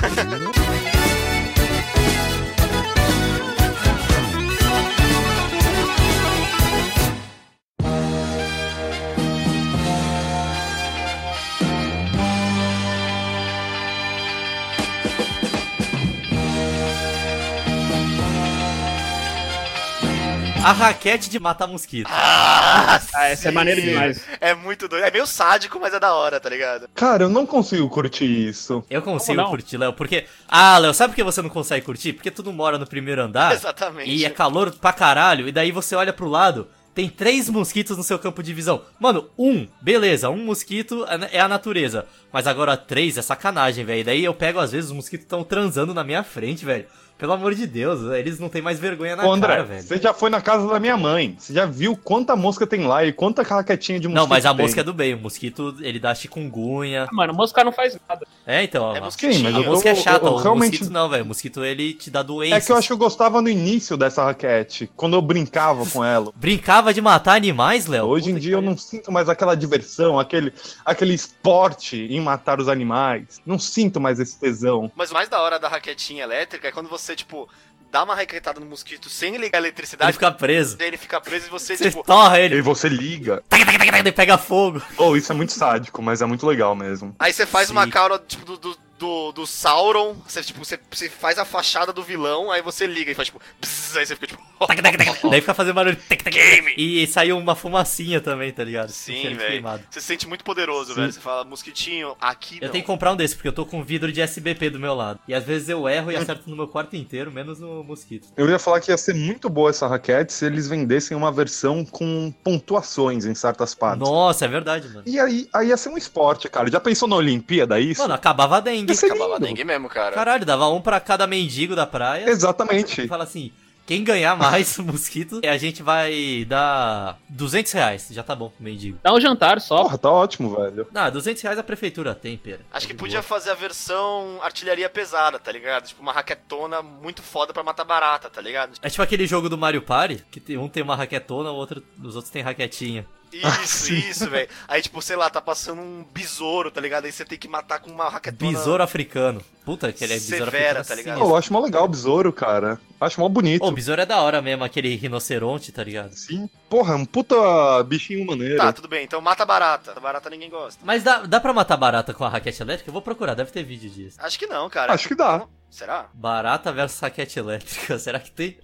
Speaker 1: A raquete de matar mosquito.
Speaker 2: Ah,
Speaker 4: Ah, essa é
Speaker 2: sim.
Speaker 4: maneiro demais.
Speaker 2: É muito doido. É meio sádico, mas é da hora, tá ligado?
Speaker 3: Cara, eu não consigo curtir isso.
Speaker 1: Eu consigo
Speaker 4: Como não?
Speaker 1: curtir, Léo, porque. Ah, Léo, sabe por que você não consegue curtir? Porque tu não mora no primeiro andar
Speaker 2: Exatamente.
Speaker 1: e é calor pra caralho, e daí você olha pro lado, tem três mosquitos no seu campo de visão. Mano, um, beleza, um mosquito é na- é a natureza. Mas agora três é sacanagem, velho. Daí eu pego, às vezes, os mosquitos estão transando na minha frente, velho. Pelo amor de Deus, é, eles não têm mais vergonha É na
Speaker 3: Ô, André,
Speaker 1: cara, velho.
Speaker 3: você já foi na casa da minha mãe. Você já viu quanta mosca tem lá e quanta claquetinha de mosca
Speaker 1: Não, mas a
Speaker 3: tem.
Speaker 1: mosca é do bem. O mosquito, ele dá chikungunya.
Speaker 4: Ah, mano, o mosca não faz nada.
Speaker 1: É, então, ó,
Speaker 2: É
Speaker 1: a mosca,
Speaker 2: mosquitinho.
Speaker 3: Sim, mas eu tô-
Speaker 1: é chata.
Speaker 3: eu
Speaker 1: o
Speaker 3: realmente-
Speaker 1: mosquito não, velho. O mosquito, ele te dá doença.
Speaker 3: É que eu acho que eu gostava no início dessa raquete, quando eu brincava com ela.
Speaker 1: Brincava de matar animais, Léo?
Speaker 3: Hoje em
Speaker 1: Puta que
Speaker 3: dia eu não sinto mais aquela diversão, aquele, aquele esporte em matar os animais. Não sinto mais esse tesão.
Speaker 2: Mas o mais da hora da raquetinha elétrica é quando você, tipo, dá uma raquetada no mosquito sem ligar a
Speaker 1: Ele
Speaker 2: eletricidade,
Speaker 1: fica preso.
Speaker 2: daí ele fica preso e você,
Speaker 1: Você
Speaker 2: tipo,
Speaker 1: torra
Speaker 3: E
Speaker 1: ele.
Speaker 3: você liga.
Speaker 1: tac, tac, tac, tac, Ele pega fogo.
Speaker 3: Oh, isso é muito sádico, mas é muito legal mesmo.
Speaker 2: Aí você faz
Speaker 1: Sim.
Speaker 2: uma cara, tipo, do, do, do, do Sauron, você, tipo, você, você faz a fachada do vilão, aí você liga e faz, tipo, pss, aí você fica, tipo,
Speaker 1: Tac, tac, tac. Daí fica fazendo barulho. tac, tac, tac. E saiu uma fumacinha também, tá ligado?
Speaker 2: Sim,
Speaker 1: Cheiro de
Speaker 2: velho.
Speaker 1: queimado.
Speaker 2: você se sente muito poderoso,
Speaker 3: Sim.
Speaker 2: velho. Você fala, mosquitinho, aqui
Speaker 1: Eu
Speaker 3: Então.
Speaker 2: não.
Speaker 1: tenho que comprar um desse, porque eu tô com vidro de SBP do meu lado. E às vezes eu erro e
Speaker 3: Hum.
Speaker 1: acerto no meu quarto inteiro, menos no mosquito.
Speaker 3: Eu ia falar que ia ser muito boa essa raquete se eles vendessem uma versão com pontuações em certas partes.
Speaker 1: Nossa, é verdade, mano.
Speaker 3: E aí, aí ia ser um esporte, cara. Já pensou na Olimpíada é isso? é
Speaker 1: Mano, acabava a dengue.
Speaker 3: Ia ser
Speaker 2: Acabava a
Speaker 3: lindo.
Speaker 2: dengue mesmo, cara.
Speaker 1: Caralho, dava um pra cada mendigo da praia. E
Speaker 3: Exatamente.
Speaker 1: fala assim, quem ganhar mais mosquito, a gente vai dar 200 reais. Já tá bom pro mendigo.
Speaker 4: Dá um jantar só.
Speaker 3: Porra, tá ótimo, velho.
Speaker 1: Ah, 200 reais a prefeitura tem, pera.
Speaker 2: Acho que
Speaker 1: De
Speaker 2: podia
Speaker 1: boa.
Speaker 2: fazer a versão artilharia pesada, tá ligado? Tipo, uma raquetona muito foda pra matar barata, tá ligado?
Speaker 1: É tipo aquele jogo do Mario Party, que tem- um tem uma raquetona, o outro, os outros tem raquetinha. Ah,
Speaker 2: Isso, isso, velho. Aí, tipo, sei lá, tá passando um besouro, tá ligado? Aí você tem que matar com uma raquetona.
Speaker 1: Besouro africano. Puta, aquele é besouro
Speaker 2: Severa,
Speaker 1: africano.
Speaker 2: tá ligado?
Speaker 1: sinistro.
Speaker 3: Pô, eu acho mó legal o besouro, cara. Acho mó bonito.
Speaker 1: Ô, o besouro é da hora mesmo, aquele rinoceronte, tá ligado?
Speaker 3: Sim. Porra, um puta bichinho maneiro.
Speaker 2: Tá, tudo bem. Então mata barata. Barata ninguém gosta.
Speaker 1: Mas dá, dá pra matar barata com a raquete elétrica? Eu vou procurar, deve ter vídeo disso.
Speaker 2: Acho que não, cara.
Speaker 3: Acho que dá.
Speaker 2: Será?
Speaker 1: Barata versus raquete elétrica, será que tem?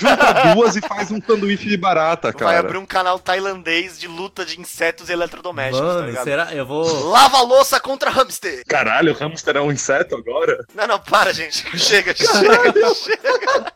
Speaker 3: Junta duas e faz um sanduíche de barata,
Speaker 2: tá. Vai
Speaker 3: cara.
Speaker 2: abrir um canal tailandês de luta de insetos eletrodomésticos, tá
Speaker 1: Mano, é
Speaker 2: ligado?
Speaker 1: será? Eu vou.
Speaker 2: Lava louça contra hamster!
Speaker 3: Caralho, o hamster é um inseto agora?
Speaker 2: Não, não, para, gente. Chega, chega, chega.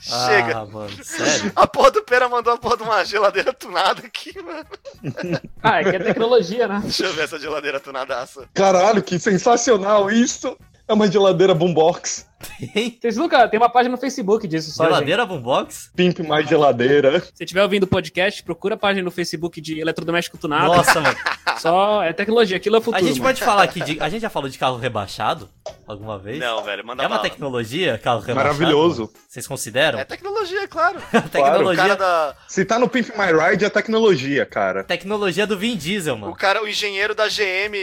Speaker 2: Chega.
Speaker 1: Ah, mano, sério?
Speaker 2: A porra do Pera mandou a porra de uma geladeira tunada aqui, mano.
Speaker 4: Ah, é que é tecnologia, né?
Speaker 2: Deixa eu ver essa geladeira tunadaça.
Speaker 3: Caralho, que sensacional isso! É uma geladeira boombox.
Speaker 1: Tem?
Speaker 4: Vocês nunca. Tem uma página no Facebook disso só. Gente.
Speaker 1: Geladeira boombox?
Speaker 3: Pimp mais geladeira.
Speaker 4: Se tiver ouvindo o podcast, procura a página no Facebook de eletrodoméstico tunado.
Speaker 1: Nossa, mano.
Speaker 4: Só é tecnologia, aquilo é o futuro.
Speaker 1: A gente
Speaker 4: mano.
Speaker 1: pode falar aqui de. A gente já falou de carro rebaixado alguma vez?
Speaker 2: Não, velho, manda
Speaker 1: É uma
Speaker 2: bala.
Speaker 1: tecnologia, carro rebaixado?
Speaker 3: Maravilhoso.
Speaker 1: Vocês consideram?
Speaker 2: É tecnologia, claro.
Speaker 1: A tecnologia,
Speaker 2: O cara da.
Speaker 3: Se tá no Pimp My Ride é tecnologia, cara.
Speaker 1: tecnologia do Vin Diesel, mano.
Speaker 2: O cara, o engenheiro da GM,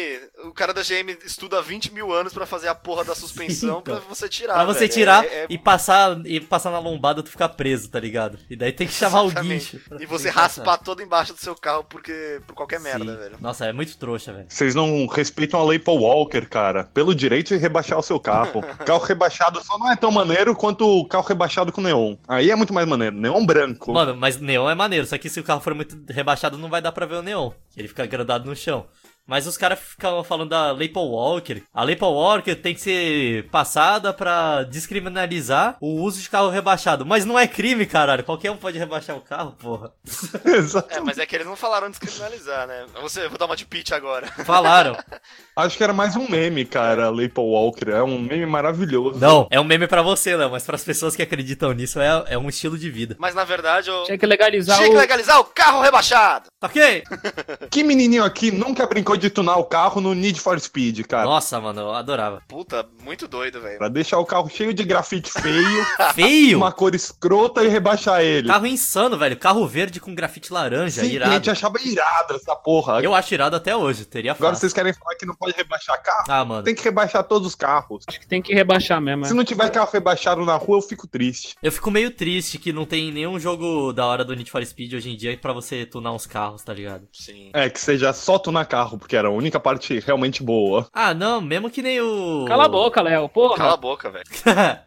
Speaker 2: o cara da GM estuda há 20 mil anos pra fazer a porra da suspensão
Speaker 1: Sim,
Speaker 2: pra
Speaker 1: então.
Speaker 2: você tirar.
Speaker 1: Pra você
Speaker 2: velho.
Speaker 1: tirar
Speaker 2: É- é-
Speaker 1: e passar e passar na lombada tu ficar preso, tá ligado? E daí tem que chamar
Speaker 2: Exatamente.
Speaker 1: o guincho. pra
Speaker 2: E você
Speaker 1: tem que passar.
Speaker 2: raspar todo embaixo do seu carro porque por qualquer merda,
Speaker 1: Sim.
Speaker 2: velho.
Speaker 1: Nossa, é muito trouxa, velho.
Speaker 3: Vocês não respeitam a lei Paul Walker, cara. Pelo direito de rebaixar o seu carro. carro rebaixado só não é tão maneiro quanto o carro rebaixado com neon. Aí é muito mais maneiro. Neon branco.
Speaker 1: Mano, mas neon é maneiro, só que se o carro for muito rebaixado não vai dar pra ver o neon, que ele fica grudado no chão. Mas os caras ficavam falando da Lei Paul Walker. A Lei Paul Walker tem que ser passada pra descriminalizar o uso de carro rebaixado. Mas não é crime, caralho. Qualquer um pode rebaixar o carro, porra.
Speaker 3: Exato.
Speaker 2: É, mas é que eles não falaram de descriminalizar, né? Você, eu vou dar uma de pitch agora.
Speaker 1: Falaram.
Speaker 3: Acho que era mais um meme, cara, a lei Paul Walker. É um meme maravilhoso.
Speaker 1: Não, é um meme pra você, Léo, mas pras pessoas que acreditam nisso é, é um estilo de vida.
Speaker 2: Mas na verdade, eu.
Speaker 4: Tinha que legalizar
Speaker 2: Tinha que
Speaker 4: o.
Speaker 2: legalizar o carro rebaixado!
Speaker 1: Tá ok?
Speaker 3: Que menininho aqui nunca brincou de tunar o carro no Need for Speed, cara?
Speaker 1: Nossa, mano, eu adorava.
Speaker 2: Puta, muito doido, velho.
Speaker 3: Pra deixar o carro cheio de grafite feio,
Speaker 1: Feio!
Speaker 3: uma cor escrota e rebaixar ele.
Speaker 1: Carro insano, velho. Carro verde com grafite laranja,
Speaker 3: Sim, a gente
Speaker 1: Tá, é irado.
Speaker 3: achava irado essa porra.
Speaker 1: Eu acho irado até hoje, teria
Speaker 3: Agora
Speaker 1: fácil.
Speaker 3: vocês querem falar que não pode rebaixar carro?
Speaker 1: Ah, mano.
Speaker 3: Tem que rebaixar todos os carros.
Speaker 4: Acho que tem que rebaixar mesmo.
Speaker 1: né?
Speaker 3: Se
Speaker 4: É.
Speaker 3: não tiver carro rebaixado na rua, eu fico triste.
Speaker 1: Eu fico meio triste que não tem nenhum jogo da hora do Need for Speed hoje em dia pra você tunar uns carros, tá ligado?
Speaker 2: Sim.
Speaker 3: É, que seja só tunar carro, porque era a única parte realmente boa.
Speaker 1: Ah, não, mesmo que nem o.
Speaker 4: Cala a boca, Léo. Porra.
Speaker 2: Cala a boca, velho.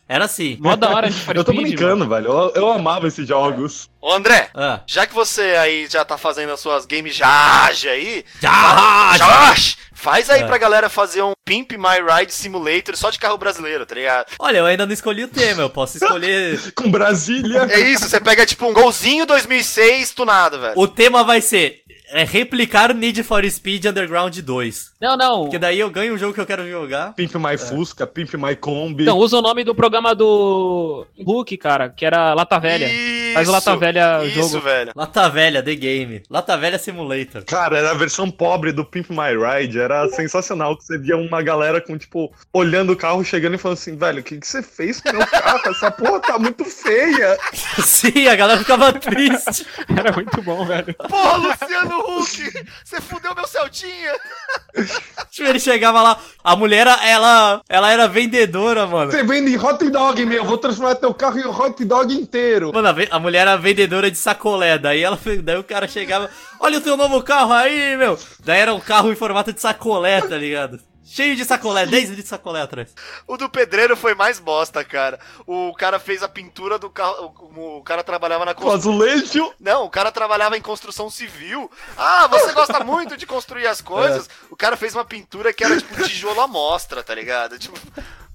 Speaker 1: Era assim.
Speaker 4: Mó da hora de
Speaker 3: Eu tô brincando, velho. Eu, eu amava esses jogos.
Speaker 2: Ô, André!
Speaker 1: Ah.
Speaker 2: Já que você aí já tá fazendo as suas game jage aí,
Speaker 1: Já! já-
Speaker 2: Josh, faz aí
Speaker 1: Ah, É.
Speaker 2: pra galera fazer um Pimp My Ride Simulator só de carro brasileiro, tá ligado?
Speaker 1: Olha, eu ainda não escolhi o tema, eu posso escolher.
Speaker 3: Com Brasília.
Speaker 2: É isso, você pega tipo um golzinho 2006 tunado, velho.
Speaker 1: O tema vai ser é replicar Need for Speed Underground 2.
Speaker 4: Não, não.
Speaker 1: Porque daí eu ganho o jogo que eu quero jogar.
Speaker 3: Pimp My Fusca, Pimp My Kombi.
Speaker 4: Então, usa o nome do programa do Hulk, cara, que era Lata Velha. Faz o Lata Velha
Speaker 2: isso,
Speaker 4: jogo.
Speaker 2: velho.
Speaker 1: Lata Velha, The Game. Lata Velha Simulator.
Speaker 3: Cara, era a versão pobre do Pimp My Ride, era sensacional que você via uma galera com, tipo, olhando o carro, chegando e falando assim, velho, o que, que você fez com o meu carro? Essa porra tá muito feia.
Speaker 1: Sim, a galera ficava triste.
Speaker 4: Era muito bom, velho.
Speaker 2: Porra, Luciano Huck! Você fudeu meu Celtinha!
Speaker 1: Tipo, ele chegava lá, a mulher, ela, ela era vendedora, mano.
Speaker 3: Você vende hot dog, meu, vou transformar teu carro em hot dog inteiro.
Speaker 1: Mano, a, ve- a mulher era vendedora de sacolé, daí ela fe- daí o cara chegava, olha o teu novo carro aí, meu. Daí era um carro em formato de sacolé, tá ligado? Cheio de sacolé, 10 de sacolé atrás.
Speaker 2: O do pedreiro foi mais bosta, cara. O cara fez a pintura do carro. O o cara trabalhava na
Speaker 3: Com
Speaker 2: construção.
Speaker 3: azulejo.
Speaker 2: Não, o cara trabalhava em construção civil. Ah, você gosta muito de construir as coisas? O cara fez uma pintura que era tipo tijolo à mostra, tá ligado? Tipo.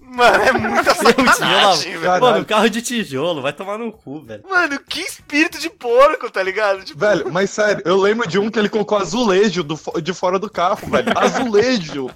Speaker 2: Mano, é muita sacanagem, velho.
Speaker 3: Caralho.
Speaker 1: Mano, carro de tijolo, vai tomar no cu, velho.
Speaker 2: Mano, que espírito de porco, tá ligado? Tipo,
Speaker 3: Velho, mas sério, eu lembro de um que ele colocou azulejo do fo- de fora do carro, velho. Azulejo!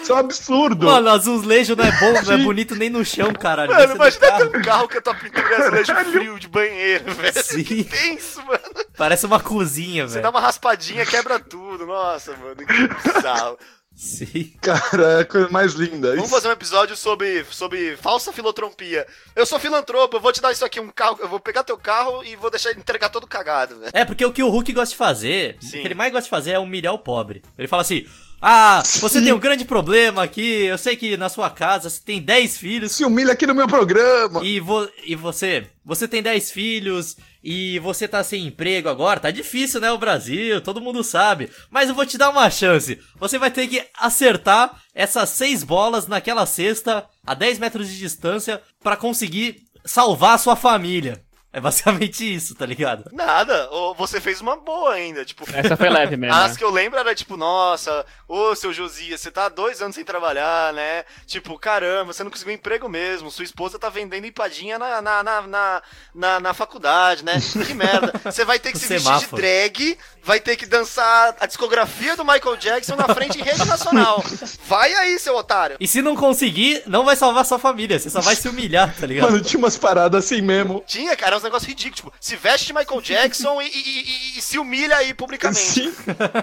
Speaker 3: Isso é um absurdo!
Speaker 1: Mano, azulejo não é bom, não é bonito nem no chão, caralho. é
Speaker 2: mano,
Speaker 1: Você
Speaker 2: imagina
Speaker 1: no
Speaker 2: ter um carro que a tua pintura é azulejo frio de banheiro, velho.
Speaker 1: Sim.
Speaker 2: Que tenso, mano.
Speaker 1: Parece uma cozinha,
Speaker 2: Você
Speaker 1: velho.
Speaker 2: dá uma raspadinha, quebra tudo. Nossa, mano, que bizarro.
Speaker 1: Sim.
Speaker 3: Cara, é a coisa mais linda.
Speaker 2: Vamos fazer um episódio sobre, sobre falsa filotrompia. Eu sou filantropo, eu vou te dar isso aqui, um carro. Eu vou pegar teu carro e vou deixar entregar todo cagado, né? velho.
Speaker 1: É, porque o que o Hulk gosta de fazer,
Speaker 2: Sim.
Speaker 1: o que ele mais gosta de fazer é humilhar o pobre. Ele fala assim: Ah, você tem um grande problema aqui, eu sei que na sua casa você tem 10 filhos.
Speaker 3: Se humilha aqui no meu programa!
Speaker 1: E, vo e você? Você tem 10 filhos e você tá sem emprego agora? Tá difícil, né? O Brasil, todo mundo sabe. Mas eu vou te dar uma chance. Você vai ter que acertar essas seis bolas naquela cesta a 10 metros de distância pra conseguir salvar a sua família. É basicamente isso, tá ligado?
Speaker 2: Nada, ou você fez uma boa ainda, tipo.
Speaker 4: Essa foi leve
Speaker 1: É,
Speaker 4: mesmo.
Speaker 2: As
Speaker 4: né?
Speaker 2: que eu lembro era tipo, nossa, ô seu Josias, você tá há dois anos sem trabalhar, né? Tipo, caramba, você não conseguiu emprego mesmo, sua esposa tá vendendo empadinha na, na, na, na, na- na faculdade, né? Que merda. Você vai ter que
Speaker 1: No
Speaker 2: se vestir de
Speaker 1: semáforo.
Speaker 2: drag, vai ter que dançar a discografia do Michael Jackson na frente em rede nacional. Vai aí, seu otário.
Speaker 1: E se não conseguir, não vai salvar sua família, você só vai se humilhar, tá ligado?
Speaker 3: Mano, tinha umas paradas assim mesmo.
Speaker 2: Tinha, cara, uns negócios ridículos. Tipo, se veste de Michael Jackson e, e- e- e se humilha aí publicamente.
Speaker 3: Sim,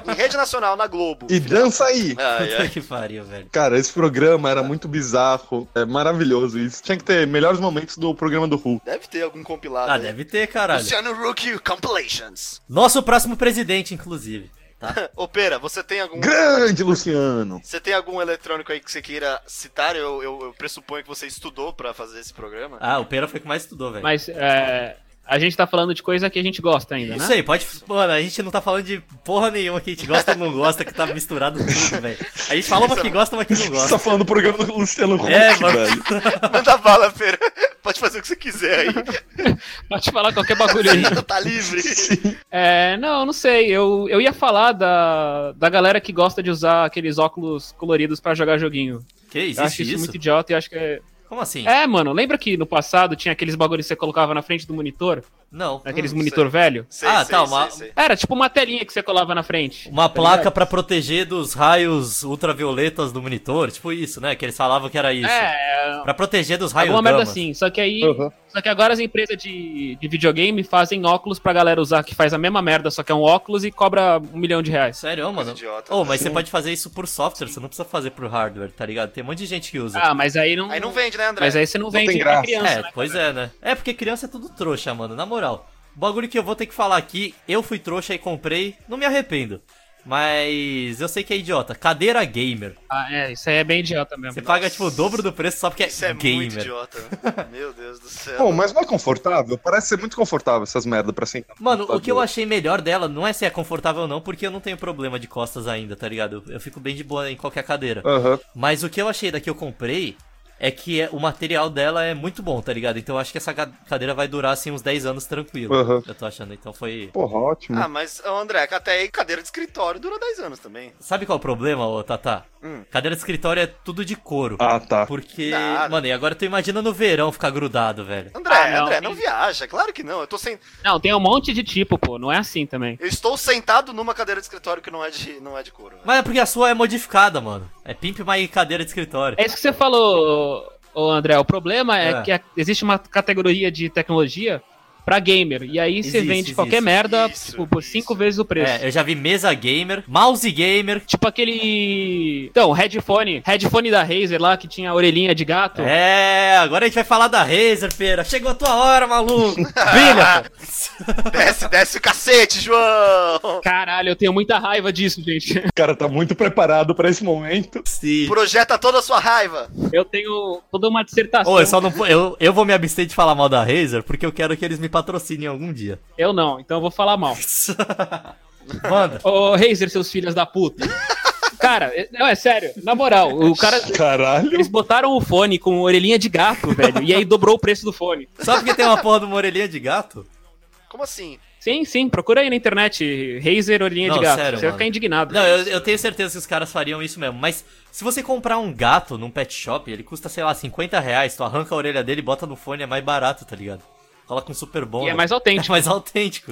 Speaker 2: Em rede nacional, na Globo.
Speaker 3: e dança aí!
Speaker 2: Ai, ai.
Speaker 1: Puta que pariu, velho.
Speaker 3: Cara, esse programa era muito bizarro, é maravilhoso isso. Tinha que ter melhores momentos do programa do Hulk.
Speaker 2: Deve ter algum compilado.
Speaker 1: Ah,
Speaker 2: aí.
Speaker 1: deve ter, caralho.
Speaker 2: Luciano Rookie Compilations.
Speaker 1: Nosso próximo presidente, inclusive.
Speaker 2: Ô, Pera, você tem algum.
Speaker 3: Grande Luciano!
Speaker 2: Você tem algum eletrônico aí que você queira citar? Eu, eu, eu pressuponho que você estudou pra fazer esse programa.
Speaker 1: Ah, o Pera foi o que mais estudou, velho.
Speaker 4: Mas é, a gente tá falando de coisa que a gente gosta ainda, né?
Speaker 1: Isso aí, pode. Mano, a gente não tá falando de porra nenhuma que a gente gosta ou não gosta, que tá misturado tudo, velho. A gente fala uma que gosta, uma que não
Speaker 3: Você tá
Speaker 1: gosta.
Speaker 3: falando do programa do Luciano Huck,
Speaker 1: É, mano.
Speaker 3: velho.
Speaker 2: Manda bala, Pera. Pode fazer o que você quiser aí.
Speaker 4: Pode falar qualquer bagulho aí.
Speaker 2: Você tá livre.
Speaker 4: É, não, não sei. Eu, eu ia falar da, da galera que gosta de usar aqueles óculos coloridos pra jogar joguinho.
Speaker 1: Que
Speaker 4: eu acho
Speaker 1: existe
Speaker 4: isso,
Speaker 1: isso?
Speaker 4: muito idiota e acho que é.
Speaker 1: Como assim?
Speaker 4: É, mano, lembra que no passado tinha aqueles bagulhos que você colocava na frente do monitor?
Speaker 1: Não.
Speaker 4: Aqueles
Speaker 2: Hum,
Speaker 4: monitor velho?
Speaker 2: Sei,
Speaker 1: Ah,
Speaker 2: sei,
Speaker 1: tá,
Speaker 2: sei,
Speaker 1: uma-
Speaker 2: sei.
Speaker 4: Era tipo uma telinha que você colava na frente.
Speaker 1: Uma
Speaker 4: tá
Speaker 1: placa
Speaker 4: ligado?
Speaker 1: pra proteger dos raios ultravioletas do monitor, tipo isso, né? Que eles falavam que era isso.
Speaker 4: É,
Speaker 1: Pra proteger dos raios
Speaker 4: alguma merda
Speaker 1: gama.
Speaker 4: assim. Só que aí.
Speaker 3: Uhum.
Speaker 4: Só que agora as empresas de, de videogame fazem óculos pra galera usar que faz a mesma merda, só que é um óculos e cobra um milhão de reais.
Speaker 1: Sério, mano?
Speaker 2: idiota,
Speaker 1: Oh,
Speaker 2: né?
Speaker 1: mas você pode fazer isso por software, você não precisa fazer por hardware, tá ligado? Tem um monte de gente que usa.
Speaker 4: Ah, mas aí não.
Speaker 2: Aí não vende, né, André?
Speaker 4: Mas aí você não vende
Speaker 3: tem
Speaker 4: pra
Speaker 3: graça.
Speaker 4: criança.
Speaker 1: É, pois é, né? É porque criança é tudo trouxa, mano, na moral. O bagulho que eu vou ter que falar aqui, eu fui trouxa e comprei, não me arrependo. Mas eu sei que é idiota. Cadeira gamer.
Speaker 4: Ah, é, isso aí é bem idiota mesmo.
Speaker 1: Você paga tipo o dobro do preço só porque é,
Speaker 2: Isso é muito
Speaker 1: gamer.
Speaker 2: idiota. né? Meu Deus do céu.
Speaker 3: Pô, mas não é confortável? Parece ser muito confortável essas merdas pra sentar. no
Speaker 1: Mano, o que eu
Speaker 3: computador.
Speaker 1: achei melhor dela não é se é confortável ou não, porque eu não tenho problema de costas ainda, tá ligado? Eu, eu fico bem de boa em qualquer cadeira.
Speaker 3: Aham.
Speaker 1: Mas o que eu achei da que eu comprei é que é- o material dela é muito bom, tá ligado? Então eu acho que essa ca- cadeira vai durar assim uns 10 anos tranquilo.
Speaker 3: Aham.
Speaker 1: Eu tô achando, então foi.
Speaker 3: Porra, ótimo.
Speaker 2: Ah, mas, ô, André, até aí cadeira de escritório dura 10 anos também.
Speaker 1: Sabe qual é o problema, ô Tata?
Speaker 2: Hum.
Speaker 1: Cadeira de escritório é tudo de couro.
Speaker 3: Ah, tá.
Speaker 1: Porque,
Speaker 2: Nada.
Speaker 1: mano, e agora tu imagina no verão ficar grudado, velho.
Speaker 2: André,
Speaker 4: Ah, não.
Speaker 2: André, não viaja, claro que não. Eu tô sem.
Speaker 4: Não, tem um monte de tipo, pô. Não é assim também.
Speaker 2: Eu estou sentado numa cadeira de escritório que não é de, não é de couro. velho.
Speaker 1: Mas é porque a sua é modificada, mano. É pimp mais cadeira de escritório.
Speaker 4: É isso que você falou, ô André. O problema é,
Speaker 1: É.
Speaker 4: que a- existe uma categoria de tecnologia pra gamer. E aí você
Speaker 1: Existe,
Speaker 4: vende
Speaker 1: existe.
Speaker 4: qualquer merda
Speaker 2: Isso,
Speaker 4: tipo, por cinco
Speaker 2: isso.
Speaker 4: vezes o preço.
Speaker 1: É, eu já vi mesa gamer, mouse gamer.
Speaker 4: Tipo aquele. Então, headphone. Headphone da Razer lá que tinha a orelhinha de gato.
Speaker 1: É, agora a gente vai falar da Razer, pera. Chegou a tua hora, maluco. Brilha, pô.
Speaker 2: Desce, desce o cacete, João!
Speaker 4: Caralho, eu tenho muita raiva disso, gente.
Speaker 3: O cara tá muito preparado pra esse momento.
Speaker 1: Sim.
Speaker 2: Projeta toda a sua raiva!
Speaker 4: Eu tenho toda uma dissertação.
Speaker 1: Ô, eu só não vou- eu, eu vou me abster de falar mal da Razer porque eu quero que eles me patrocinem algum dia.
Speaker 4: Eu não, então eu vou falar mal.
Speaker 1: Manda.
Speaker 4: Ô, Razer, seus filhos da puta. Cara, é- não, é sério, na moral, o cara.
Speaker 3: Caralho.
Speaker 4: Eles botaram o fone com orelhinha de gato, velho, e aí dobrou o preço do fone.
Speaker 1: Só porque tem uma porra de uma orelhinha de gato?
Speaker 2: Como assim?
Speaker 4: Sim, sim, procura aí na internet, Razer orelhinha
Speaker 1: Não,
Speaker 4: de gato.
Speaker 1: sério,
Speaker 4: Você vai
Speaker 1: mano.
Speaker 4: ficar indignado.
Speaker 1: Não, eu, eu tenho certeza que os caras fariam isso mesmo. Mas se você comprar um gato num pet shop, ele custa, sei lá, 50 reais. Tu arranca a orelha dele, bota no fone, é mais barato, tá ligado? Coloca um super bom.
Speaker 4: E é mais autêntico.
Speaker 1: É mais autêntico.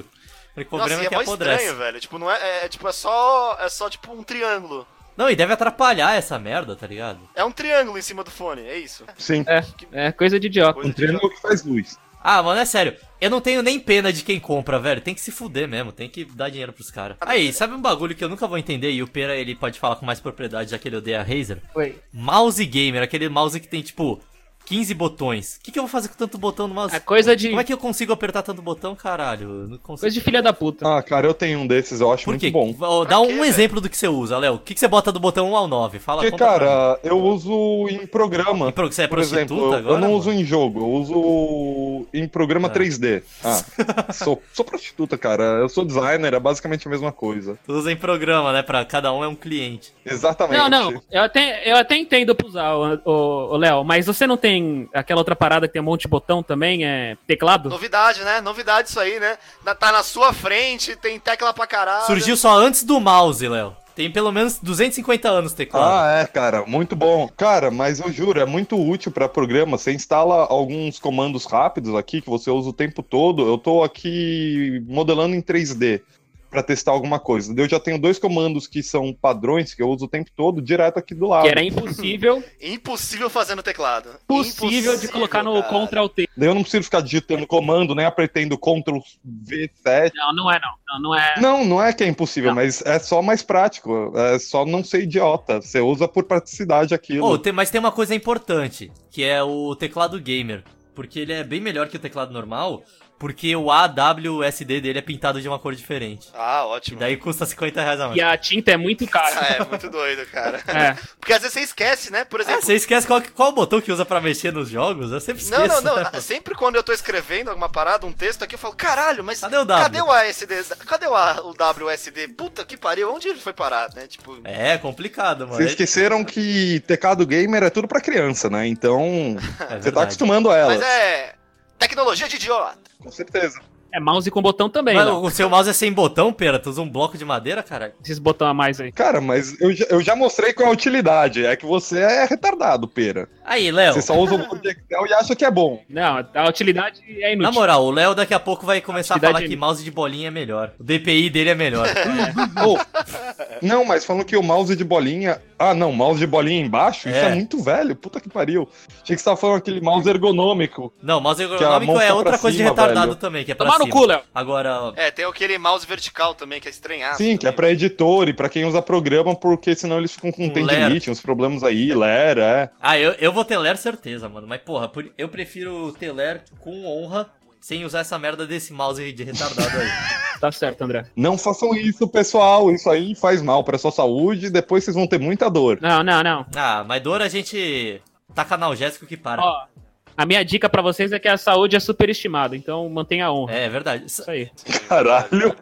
Speaker 1: O problema
Speaker 2: Nossa, e
Speaker 1: é que
Speaker 2: mó
Speaker 1: apodrece.
Speaker 2: estranho, velho. Tipo, não é, é- é tipo, é só. É só tipo um triângulo.
Speaker 1: Não, e deve atrapalhar essa merda, tá ligado?
Speaker 2: É um triângulo em cima do fone, é isso.
Speaker 3: Sim.
Speaker 4: É coisa de idiota.
Speaker 2: Coisa
Speaker 3: Um
Speaker 2: de
Speaker 3: triângulo que faz luz.
Speaker 1: Ah, mano, é sério. Eu não tenho nem pena de quem compra, velho. Tem que se fuder mesmo. Tem que dar dinheiro pros caras.
Speaker 2: Ah,
Speaker 1: Aí,
Speaker 2: é-
Speaker 1: sabe um bagulho que eu nunca vou entender? E o Pera, ele pode falar com mais propriedade, já que ele odeia a Razer.
Speaker 4: Oi.
Speaker 1: Mouse gamer, aquele mouse que tem, tipo, 15 botões. O que, que eu vou fazer com tanto botão no mouse?
Speaker 4: É coisa de.
Speaker 1: Como é que é? eu consigo apertar tanto botão, caralho? Eu não consigo.
Speaker 4: Coisa de filha da puta.
Speaker 3: Ah, cara, eu tenho um desses, eu acho
Speaker 1: Por quê?
Speaker 3: muito bom.
Speaker 1: Ó, Dá
Speaker 2: Pra
Speaker 1: um
Speaker 2: quê, velho?
Speaker 1: exemplo do que você usa, Léo. O que, que você bota do botão 1 ao 9? Fala
Speaker 3: Porque,
Speaker 1: conta pra mim.
Speaker 3: cara, eu uso em programa.
Speaker 1: Pro- Você é
Speaker 3: Por
Speaker 1: prostituta
Speaker 3: exemplo, eu,
Speaker 1: agora?
Speaker 3: eu não
Speaker 1: mano?
Speaker 3: uso em jogo, eu uso em programa
Speaker 1: Ah.
Speaker 3: 3D. Ah, sou, sou prostituta, cara. Eu sou designer, é basicamente a mesma coisa.
Speaker 1: Tu usa em programa, né? Pra cada um é um cliente.
Speaker 3: Exatamente.
Speaker 4: Não, não, eu até, eu até entendo pra usar, ô- ô ô, Léo, mas você não tem aquela outra parada que tem um monte de botão também, é teclado?
Speaker 2: Novidade, né? Novidade isso aí, né? Na- Tá na sua frente, tem tecla pra caralho.
Speaker 1: Surgiu só antes do mouse, Léo. Tem pelo menos 250 anos o teclado.
Speaker 3: Ah, é, cara, muito bom. Cara, mas eu juro, é muito útil pra programa. Você instala alguns comandos rápidos aqui que você usa o tempo todo. Eu tô aqui modelando em 3D pra testar alguma coisa. Eu já tenho dois comandos que são padrões que eu uso o tempo todo direto aqui do lado.
Speaker 4: Que era impossível,
Speaker 2: Impossível fazer no teclado.
Speaker 4: possível de colocar no
Speaker 2: cara.
Speaker 4: Ctrl T.
Speaker 3: Daí eu não preciso ficar digitando comando, nem apertando Ctrl V7.
Speaker 4: Não, não é não. Não, não é.
Speaker 3: Não, não é que é impossível,
Speaker 4: Não.
Speaker 3: mas é só mais prático. É só não ser idiota. Você usa por praticidade aquilo.
Speaker 1: Ô, tem- mas tem uma coisa importante, que é o teclado gamer. Porque ele é bem melhor que o teclado normal, porque o AWSD dele é pintado de uma cor diferente.
Speaker 2: Ah,
Speaker 1: E
Speaker 2: ótimo.
Speaker 1: daí custa 50 reais a mais.
Speaker 4: E a tinta é muito cara.
Speaker 2: Ah, é muito doido, cara.
Speaker 4: É.
Speaker 2: Porque às vezes você esquece, né? Por
Speaker 1: É,
Speaker 2: exemplo.
Speaker 1: você esquece qual, qual botão que usa pra mexer nos jogos? Eu sempre esqueço.
Speaker 2: Não, não,
Speaker 1: né,
Speaker 2: não.
Speaker 1: mano?
Speaker 2: Sempre quando eu tô escrevendo alguma parada, um texto aqui, eu falo, caralho, mas
Speaker 1: Cadê o W?
Speaker 2: Cadê o ASD? Cadê o, A, o WSD? Puta que pariu, onde ele foi parar, né? Tipo,
Speaker 1: É complicado, mano.
Speaker 3: Vocês esqueceram que teclado gamer é tudo pra criança, né? Então,
Speaker 1: É
Speaker 3: você tá
Speaker 1: verdade.
Speaker 3: acostumando a ela.
Speaker 2: mas é tecnologia de idiota.
Speaker 3: Com certeza.
Speaker 4: É mouse com botão também,
Speaker 1: Mas
Speaker 4: Léo.
Speaker 1: o seu mouse é sem botão, pera? Tu usa um bloco de madeira, caralho?
Speaker 4: Esses botão a mais aí.
Speaker 3: Cara, mas eu já, eu já mostrei qual é a utilidade. É que você é retardado, pera.
Speaker 1: Aí, Léo.
Speaker 3: Você só usa um monte de Excel e acha que é bom.
Speaker 4: Não, a utilidade é
Speaker 1: Na
Speaker 4: inútil.
Speaker 1: moral, o Léo daqui a pouco vai começar a
Speaker 4: Atividade
Speaker 1: falar que
Speaker 4: inútil.
Speaker 1: mouse de bolinha é melhor. O DPI dele é melhor.
Speaker 3: Ou- não, mas falando que o mouse de bolinha. Ah, não, mouse de bolinha embaixo? Isso
Speaker 1: É.
Speaker 3: é muito velho. Puta que pariu. Achei que você tava falando aquele mouse ergonômico.
Speaker 1: Não, mouse
Speaker 3: Que a
Speaker 1: ergonômico
Speaker 3: mão
Speaker 1: é
Speaker 3: tá
Speaker 1: outra
Speaker 3: pra
Speaker 1: coisa de
Speaker 3: cima,
Speaker 1: retardado
Speaker 3: velho.
Speaker 1: também, que é pra
Speaker 4: Tomar no
Speaker 1: cima.
Speaker 4: cu, Léo.
Speaker 1: Agora,
Speaker 2: É, tem aquele mouse vertical também, que
Speaker 1: Ah,
Speaker 2: é estranhaço.
Speaker 3: Sim, que é pra editor e pra quem usa programa, porque senão eles ficam com
Speaker 1: Um
Speaker 3: tendinite, uns problemas aí, lera, é.
Speaker 1: ah, eu, eu vou teler certeza, mano. Mas porra, por- eu prefiro teler com honra sem usar essa merda desse mouse de retardado aí.
Speaker 4: Tá certo, André.
Speaker 3: é. Não façam isso, pessoal. Isso aí faz mal pra sua saúde e depois vocês vão ter muita dor.
Speaker 4: Não, não, não.
Speaker 1: ah, mas dor a gente taca analgésico que para.
Speaker 4: Ó, a minha dica pra vocês é que a saúde é superestimada, então mantenha a honra.
Speaker 1: É, é verdade. S-
Speaker 4: Isso aí.
Speaker 3: Caralho.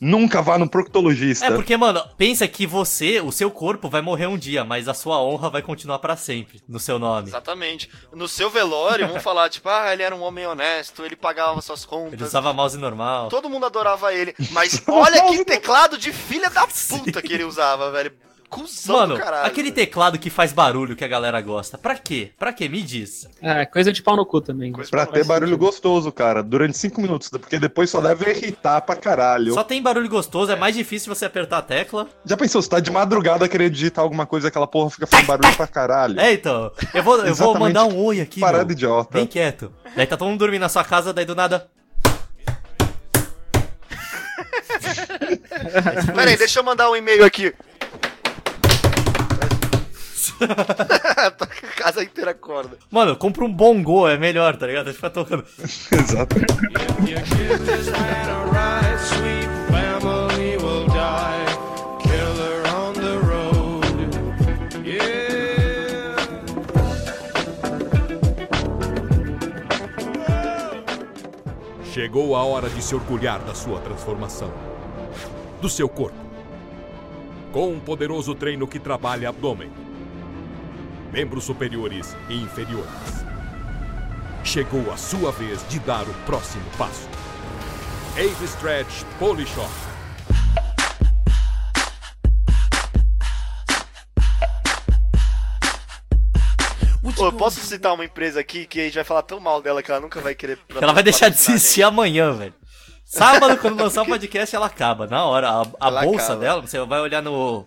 Speaker 3: Nunca vá no proctologista.
Speaker 1: É porque, mano, pensa que você, o seu corpo vai morrer um dia, mas a sua honra vai continuar pra sempre no seu nome.
Speaker 2: Exatamente. No seu velório, vão falar, tipo, ah, ele era um homem honesto, ele pagava suas contas.
Speaker 1: Ele usava mouse normal.
Speaker 2: Todo mundo adorava ele. Mas olha que teclado de filha da puta que ele usava, velho. Cusão
Speaker 1: Mano,
Speaker 2: do caralho.
Speaker 1: aquele
Speaker 2: velho.
Speaker 1: teclado que faz barulho que a galera gosta. Pra quê? Pra quê? Me diz.
Speaker 4: É, coisa de pau no cu também.
Speaker 2: Coisa
Speaker 3: Pra
Speaker 2: pra
Speaker 3: ter barulho gostoso, cara, durante cinco minutos, porque depois só deve irritar pra caralho.
Speaker 1: Só tem barulho gostoso, é mais difícil você apertar a tecla.
Speaker 3: Já pensou, você tá de madrugada querendo digitar alguma coisa, aquela porra fica fazendo barulho pra caralho.
Speaker 1: É, então. Eu vou, eu vou
Speaker 3: Exatamente.
Speaker 1: mandar um oi aqui.
Speaker 3: Parada
Speaker 1: meu.
Speaker 3: idiota.
Speaker 1: Bem quieto. Daí tá todo mundo dormindo na sua casa, daí do nada.
Speaker 2: Pera aí, deixa eu mandar um e-mail aqui. Tá com a casa inteira acorda.
Speaker 1: Mano, compra um bongo, é melhor, tá ligado? Fica tocando.
Speaker 3: Exato.
Speaker 6: Chegou a hora de se orgulhar da sua transformação, do seu corpo. Com um poderoso treino que trabalha abdômen, membros superiores e inferiores. Chegou a sua vez de dar o próximo passo. Ace Stretch Polishop.
Speaker 2: Pô, eu posso citar uma empresa aqui que a gente vai falar tão mal dela que ela nunca vai querer.
Speaker 1: Ela vai deixar de
Speaker 2: patrocinar a gente.
Speaker 1: assistir amanhã, velho. Sábado, quando lançar o podcast, ela acaba. Na hora, a, a
Speaker 2: Ela
Speaker 1: bolsa
Speaker 2: acaba.
Speaker 1: dela, você vai olhar no.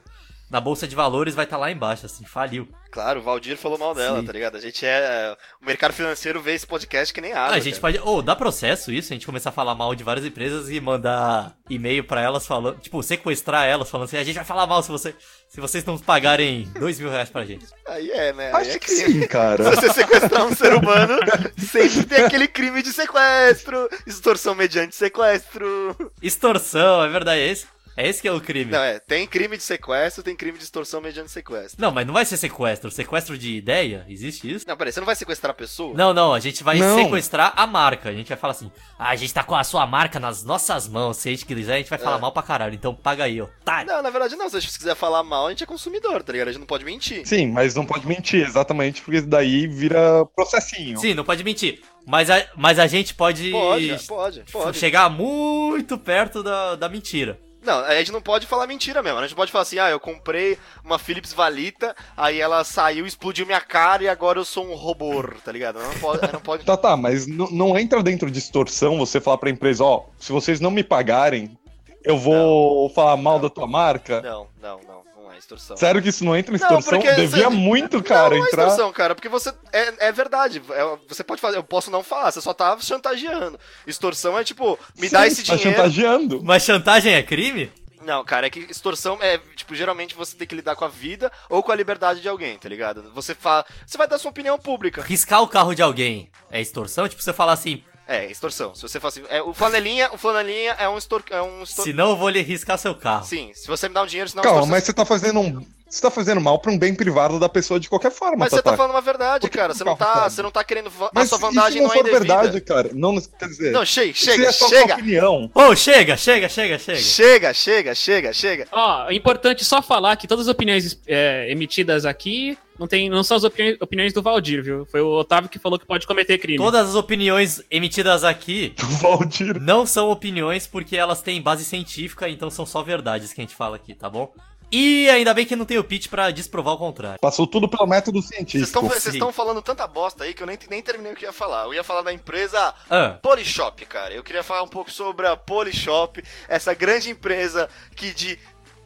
Speaker 1: Na bolsa de valores vai estar lá embaixo, assim, faliu.
Speaker 2: Claro, o Valdir falou mal dela,
Speaker 1: Sim.
Speaker 2: tá ligado? A gente é. O mercado financeiro vê esse podcast que nem
Speaker 1: Ah,
Speaker 2: água.
Speaker 1: a gente
Speaker 2: cara.
Speaker 1: pode. Ô, dá processo isso? A gente começar a falar mal de várias empresas e mandar e-mail pra elas falando. Tipo, sequestrar elas falando assim: a gente vai falar mal se, você, se vocês não pagarem dois mil reais pra gente.
Speaker 2: Aí é, né? Aí é
Speaker 3: Acho que
Speaker 2: crime.
Speaker 3: sim, cara.
Speaker 2: Se você sequestrar um ser humano, sempre tem aquele crime de sequestro, extorsão mediante sequestro.
Speaker 1: Extorsão, é verdade, é esse? É esse que é o crime.
Speaker 2: Não,
Speaker 1: Não,
Speaker 2: é, tem crime de sequestro, tem crime de extorsão mediante sequestro.
Speaker 1: mas não vai ser sequestro. Sequestro de ideia? Existe isso?
Speaker 2: Não, peraí, você não vai sequestrar a pessoa?
Speaker 1: Não, não, a gente vai
Speaker 3: Não.
Speaker 1: sequestrar a marca. A gente vai falar assim: ah, a gente tá com a sua marca nas nossas mãos. Se a gente quiser, a gente vai falar
Speaker 2: É.
Speaker 1: mal pra caralho. Então paga aí, otário.
Speaker 2: Não, na verdade não, se a gente quiser falar mal, a gente é consumidor, tá ligado? A gente não pode mentir.
Speaker 3: Sim, mas não pode mentir, exatamente, porque daí vira processinho.
Speaker 1: Sim, não pode mentir. Mas a, mas a gente pode,
Speaker 2: Pode, pode, pode.
Speaker 1: chegar muito perto da, da mentira.
Speaker 2: Não, a gente não pode falar mentira mesmo. A gente pode falar assim, ah, eu comprei uma Philips Valita, aí ela saiu, explodiu minha cara e agora eu sou um robô, tá ligado? Não pode, não pode
Speaker 3: Tá, tá, mas n- não entra dentro de extorsão você falar pra empresa, ó, se vocês não me pagarem, eu vou falar mal da tua marca.
Speaker 2: Não, não, não, não é extorsão.
Speaker 3: Sério que isso não entra em
Speaker 2: Não,
Speaker 3: extorsão?
Speaker 2: porque- assim,
Speaker 3: Devia muito, cara,
Speaker 2: não, não é
Speaker 3: entrar.
Speaker 2: extorsão, cara, porque você. É, é verdade. é- você pode fazer. Eu posso não falar, você só tá chantageando. Extorsão é tipo, me dá
Speaker 3: Sim,
Speaker 2: esse
Speaker 3: tá
Speaker 2: dinheiro.
Speaker 3: chantageando.
Speaker 1: Mas chantagem é crime?
Speaker 2: Não, cara, é que extorsão é, tipo, geralmente você tem que lidar com a vida ou com a liberdade de alguém, tá ligado? Você fala. Você vai dar sua opinião pública.
Speaker 1: Riscar o carro de alguém é extorsão? Tipo, você falar assim:
Speaker 2: É, extorsão. Se você fala assim. é, o flanelinha, o flanelinha é um extor. É um extor...
Speaker 1: senão eu vou lhe riscar seu carro.
Speaker 2: Sim, se você me dá um dinheiro, senão
Speaker 3: Calma, mas você tá fazendo um. Você tá fazendo mal pra um bem privado da pessoa de qualquer forma,
Speaker 2: Mas você tá
Speaker 3: Tatá.
Speaker 2: falando uma verdade,
Speaker 3: Por que
Speaker 2: cara.
Speaker 3: que
Speaker 2: Você não
Speaker 3: o carro
Speaker 2: tá,
Speaker 3: tá?
Speaker 2: você não tá querendo. va- A
Speaker 3: Mas
Speaker 2: sua
Speaker 3: e se
Speaker 2: vantagem não é
Speaker 3: for
Speaker 2: indevida.
Speaker 3: verdade, cara. Não, quer dizer.
Speaker 2: Não, chega,
Speaker 3: se
Speaker 2: chega,
Speaker 3: é só sua
Speaker 2: chega.
Speaker 3: opinião.
Speaker 1: Ô, chega, chega, chega, chega.
Speaker 2: Chega, chega, chega, chega.
Speaker 4: Ó, é importante só falar que todas as opiniões é, emitidas aqui não, tem, não são as opini- opiniões do Valdir, viu? Foi o Otávio que falou que pode cometer crime.
Speaker 1: Todas as opiniões emitidas aqui
Speaker 3: Valdir.
Speaker 1: não são opiniões porque elas têm base científica, então são só verdades que a gente fala aqui, tá bom? E ainda bem que não tem o pitch pra desprovar o contrário.
Speaker 3: Passou tudo pelo método
Speaker 2: Vocês
Speaker 3: científico.
Speaker 2: estão- Vocês
Speaker 1: sim.
Speaker 2: estão falando tanta bosta aí que eu nem, nem terminei o que eu ia falar. Eu ia falar da empresa
Speaker 1: Ah.
Speaker 2: Polishop, cara. Eu queria falar um pouco sobre a Polishop, essa grande empresa que de,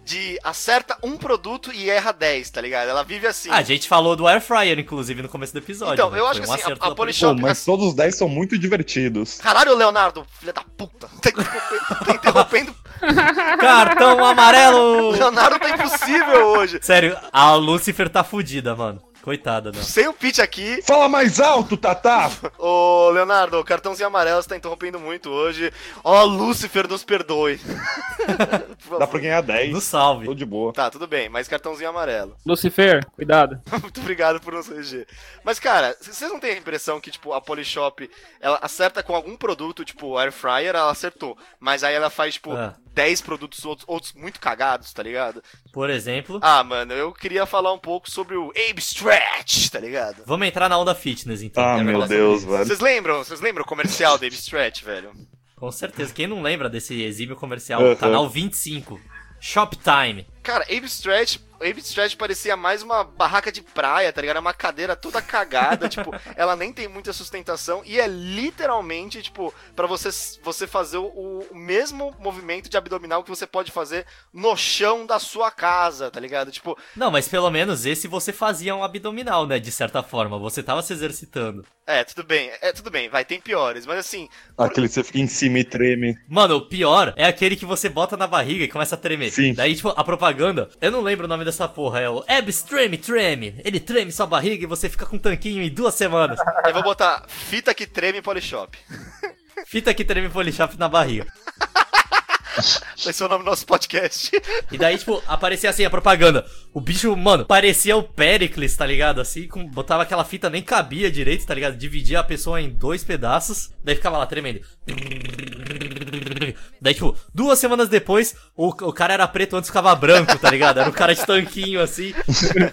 Speaker 2: de acerta um produto e erra 10, tá ligado? Ela vive assim.
Speaker 3: Ah,
Speaker 1: A gente falou do Air Fryer, inclusive, no começo do episódio.
Speaker 2: Então,
Speaker 1: né?
Speaker 2: eu acho
Speaker 1: Foi
Speaker 2: que
Speaker 1: um
Speaker 2: assim, a-
Speaker 1: acerto
Speaker 2: a
Speaker 1: da
Speaker 2: Polishop-
Speaker 3: Pô, mas todos os 10 são muito divertidos.
Speaker 2: Caralho, Leonardo, filha da puta. Tá interrompendo. tá interrompendo.
Speaker 1: Cartão
Speaker 2: O
Speaker 1: amarelo!
Speaker 2: Leonardo tá impossível hoje.
Speaker 1: Sério, a Lucifer tá fudida, mano. Coitada, não.
Speaker 2: Sem o pitch aqui,
Speaker 3: Fala mais alto, Tatá!
Speaker 2: ô Leonardo, o cartãozinho amarelo você tá interrompendo muito hoje. Ó, Lúcifer, nos perdoe. Por
Speaker 3: Dá
Speaker 2: favor.
Speaker 3: pra ganhar 10.
Speaker 1: No salve.
Speaker 3: Tô de boa.
Speaker 2: Tá, tudo bem, mas cartãozinho amarelo.
Speaker 4: Lucifer, cuidado.
Speaker 2: Muito obrigado por nos reger. Mas, cara, c- vocês não têm a impressão que, tipo, a Polishop, ela acerta com algum produto, tipo, air fryer, ela acertou. Mas aí ela faz, tipo,
Speaker 1: Ah.
Speaker 2: 10 produtos outros, outros muito cagados, tá ligado?
Speaker 1: Por exemplo,
Speaker 2: Ah, mano, eu queria falar um pouco sobre o Abe Stretch, tá ligado?
Speaker 1: vamos entrar na onda fitness então.
Speaker 3: Ah, meu
Speaker 2: verdade.
Speaker 3: Deus, velho.
Speaker 2: Vocês lembram? Vocês lembram o comercial do Abe Stretch, velho?
Speaker 1: Com certeza. Quem não lembra desse exímio comercial?
Speaker 3: Uhum.
Speaker 1: Canal 25. Shoptime.
Speaker 2: Cara, Abe Stretch, Abe Stretch parecia mais uma barraca de praia, tá ligado? É uma cadeira toda cagada, tipo, ela nem tem muita sustentação e é literalmente, tipo, pra você, você fazer o, o mesmo movimento de abdominal que você pode fazer no chão da sua casa, tá ligado? Tipo,
Speaker 1: Não, mas pelo menos esse você fazia um abdominal, né? De certa forma. Você tava se exercitando.
Speaker 2: é, tudo bem, é, tudo bem, vai, tem piores, mas assim,
Speaker 3: Aquele que você fica em cima e treme.
Speaker 1: Mano, o pior é aquele que você bota na barriga e começa a tremer.
Speaker 3: Sim.
Speaker 1: Daí, tipo, a propaganda. Eu não lembro o nome dessa porra. É o Abs Treme Treme. Ele treme sua barriga e você fica com um tanquinho em duas semanas.
Speaker 2: eu vou botar fita que treme Polishop.
Speaker 1: Fita que treme polishop na barriga.
Speaker 2: Esse é o nome do nosso podcast.
Speaker 1: E daí, tipo, aparecia assim a propaganda. O bicho, mano, parecia o Pericles, tá ligado? Assim, com, botava aquela fita, nem cabia direito, tá ligado? Dividia a pessoa em dois pedaços, daí ficava lá tremendo. Daí, tipo, duas semanas depois, o, o cara era preto, antes ficava branco, tá ligado? Era um cara de tanquinho, assim,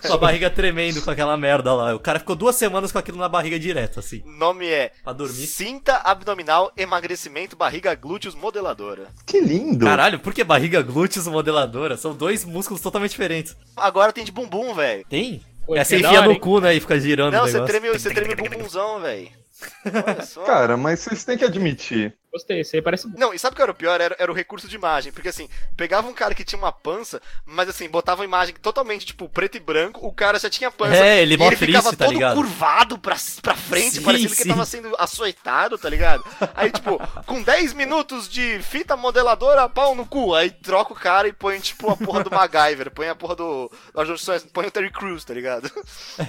Speaker 1: com a barriga tremendo com aquela merda lá. O cara ficou duas semanas com aquilo na barriga direto, assim,
Speaker 2: nome é
Speaker 1: pra dormir.
Speaker 2: Cinta Abdominal Emagrecimento Barriga Glúteos Modeladora.
Speaker 3: Que lindo.
Speaker 1: Caralho, por que barriga glúteos modeladora? São dois músculos totalmente diferentes.
Speaker 2: Agora tem de bumbum, velho.
Speaker 1: Tem?
Speaker 4: Pô,
Speaker 1: é,
Speaker 4: isso é
Speaker 1: você
Speaker 4: da
Speaker 1: enfia
Speaker 4: hora,
Speaker 1: no
Speaker 4: hein?
Speaker 1: cu, né, e fica girando
Speaker 2: Não,
Speaker 1: o
Speaker 2: você
Speaker 1: negócio.
Speaker 2: treme, você treme bumbumzão, velho. Olha só.
Speaker 3: Cara, mas vocês têm que admitir.
Speaker 4: Gostei, esse aí parece bom.
Speaker 2: Não, e sabe o que era o pior? Era, era o recurso de imagem. Porque assim, pegava um cara que tinha uma pança, mas assim, botava uma imagem totalmente, tipo, preto e branco, o cara já tinha pança.
Speaker 1: É, ele
Speaker 2: e
Speaker 1: mó
Speaker 2: ele ficava
Speaker 1: triste, tá
Speaker 2: todo
Speaker 1: ligado?
Speaker 2: curvado pra, pra frente,
Speaker 1: Sim,
Speaker 2: parecendo que
Speaker 1: sim.
Speaker 2: tava sendo açoitado, tá ligado? Aí, tipo, com 10 minutos de fita modeladora, pau no cu. Aí troca o cara e põe, tipo, a porra do MacGyver, põe a porra do. do Arnold Schwarzenegger, Põe o Terry Crews, tá ligado?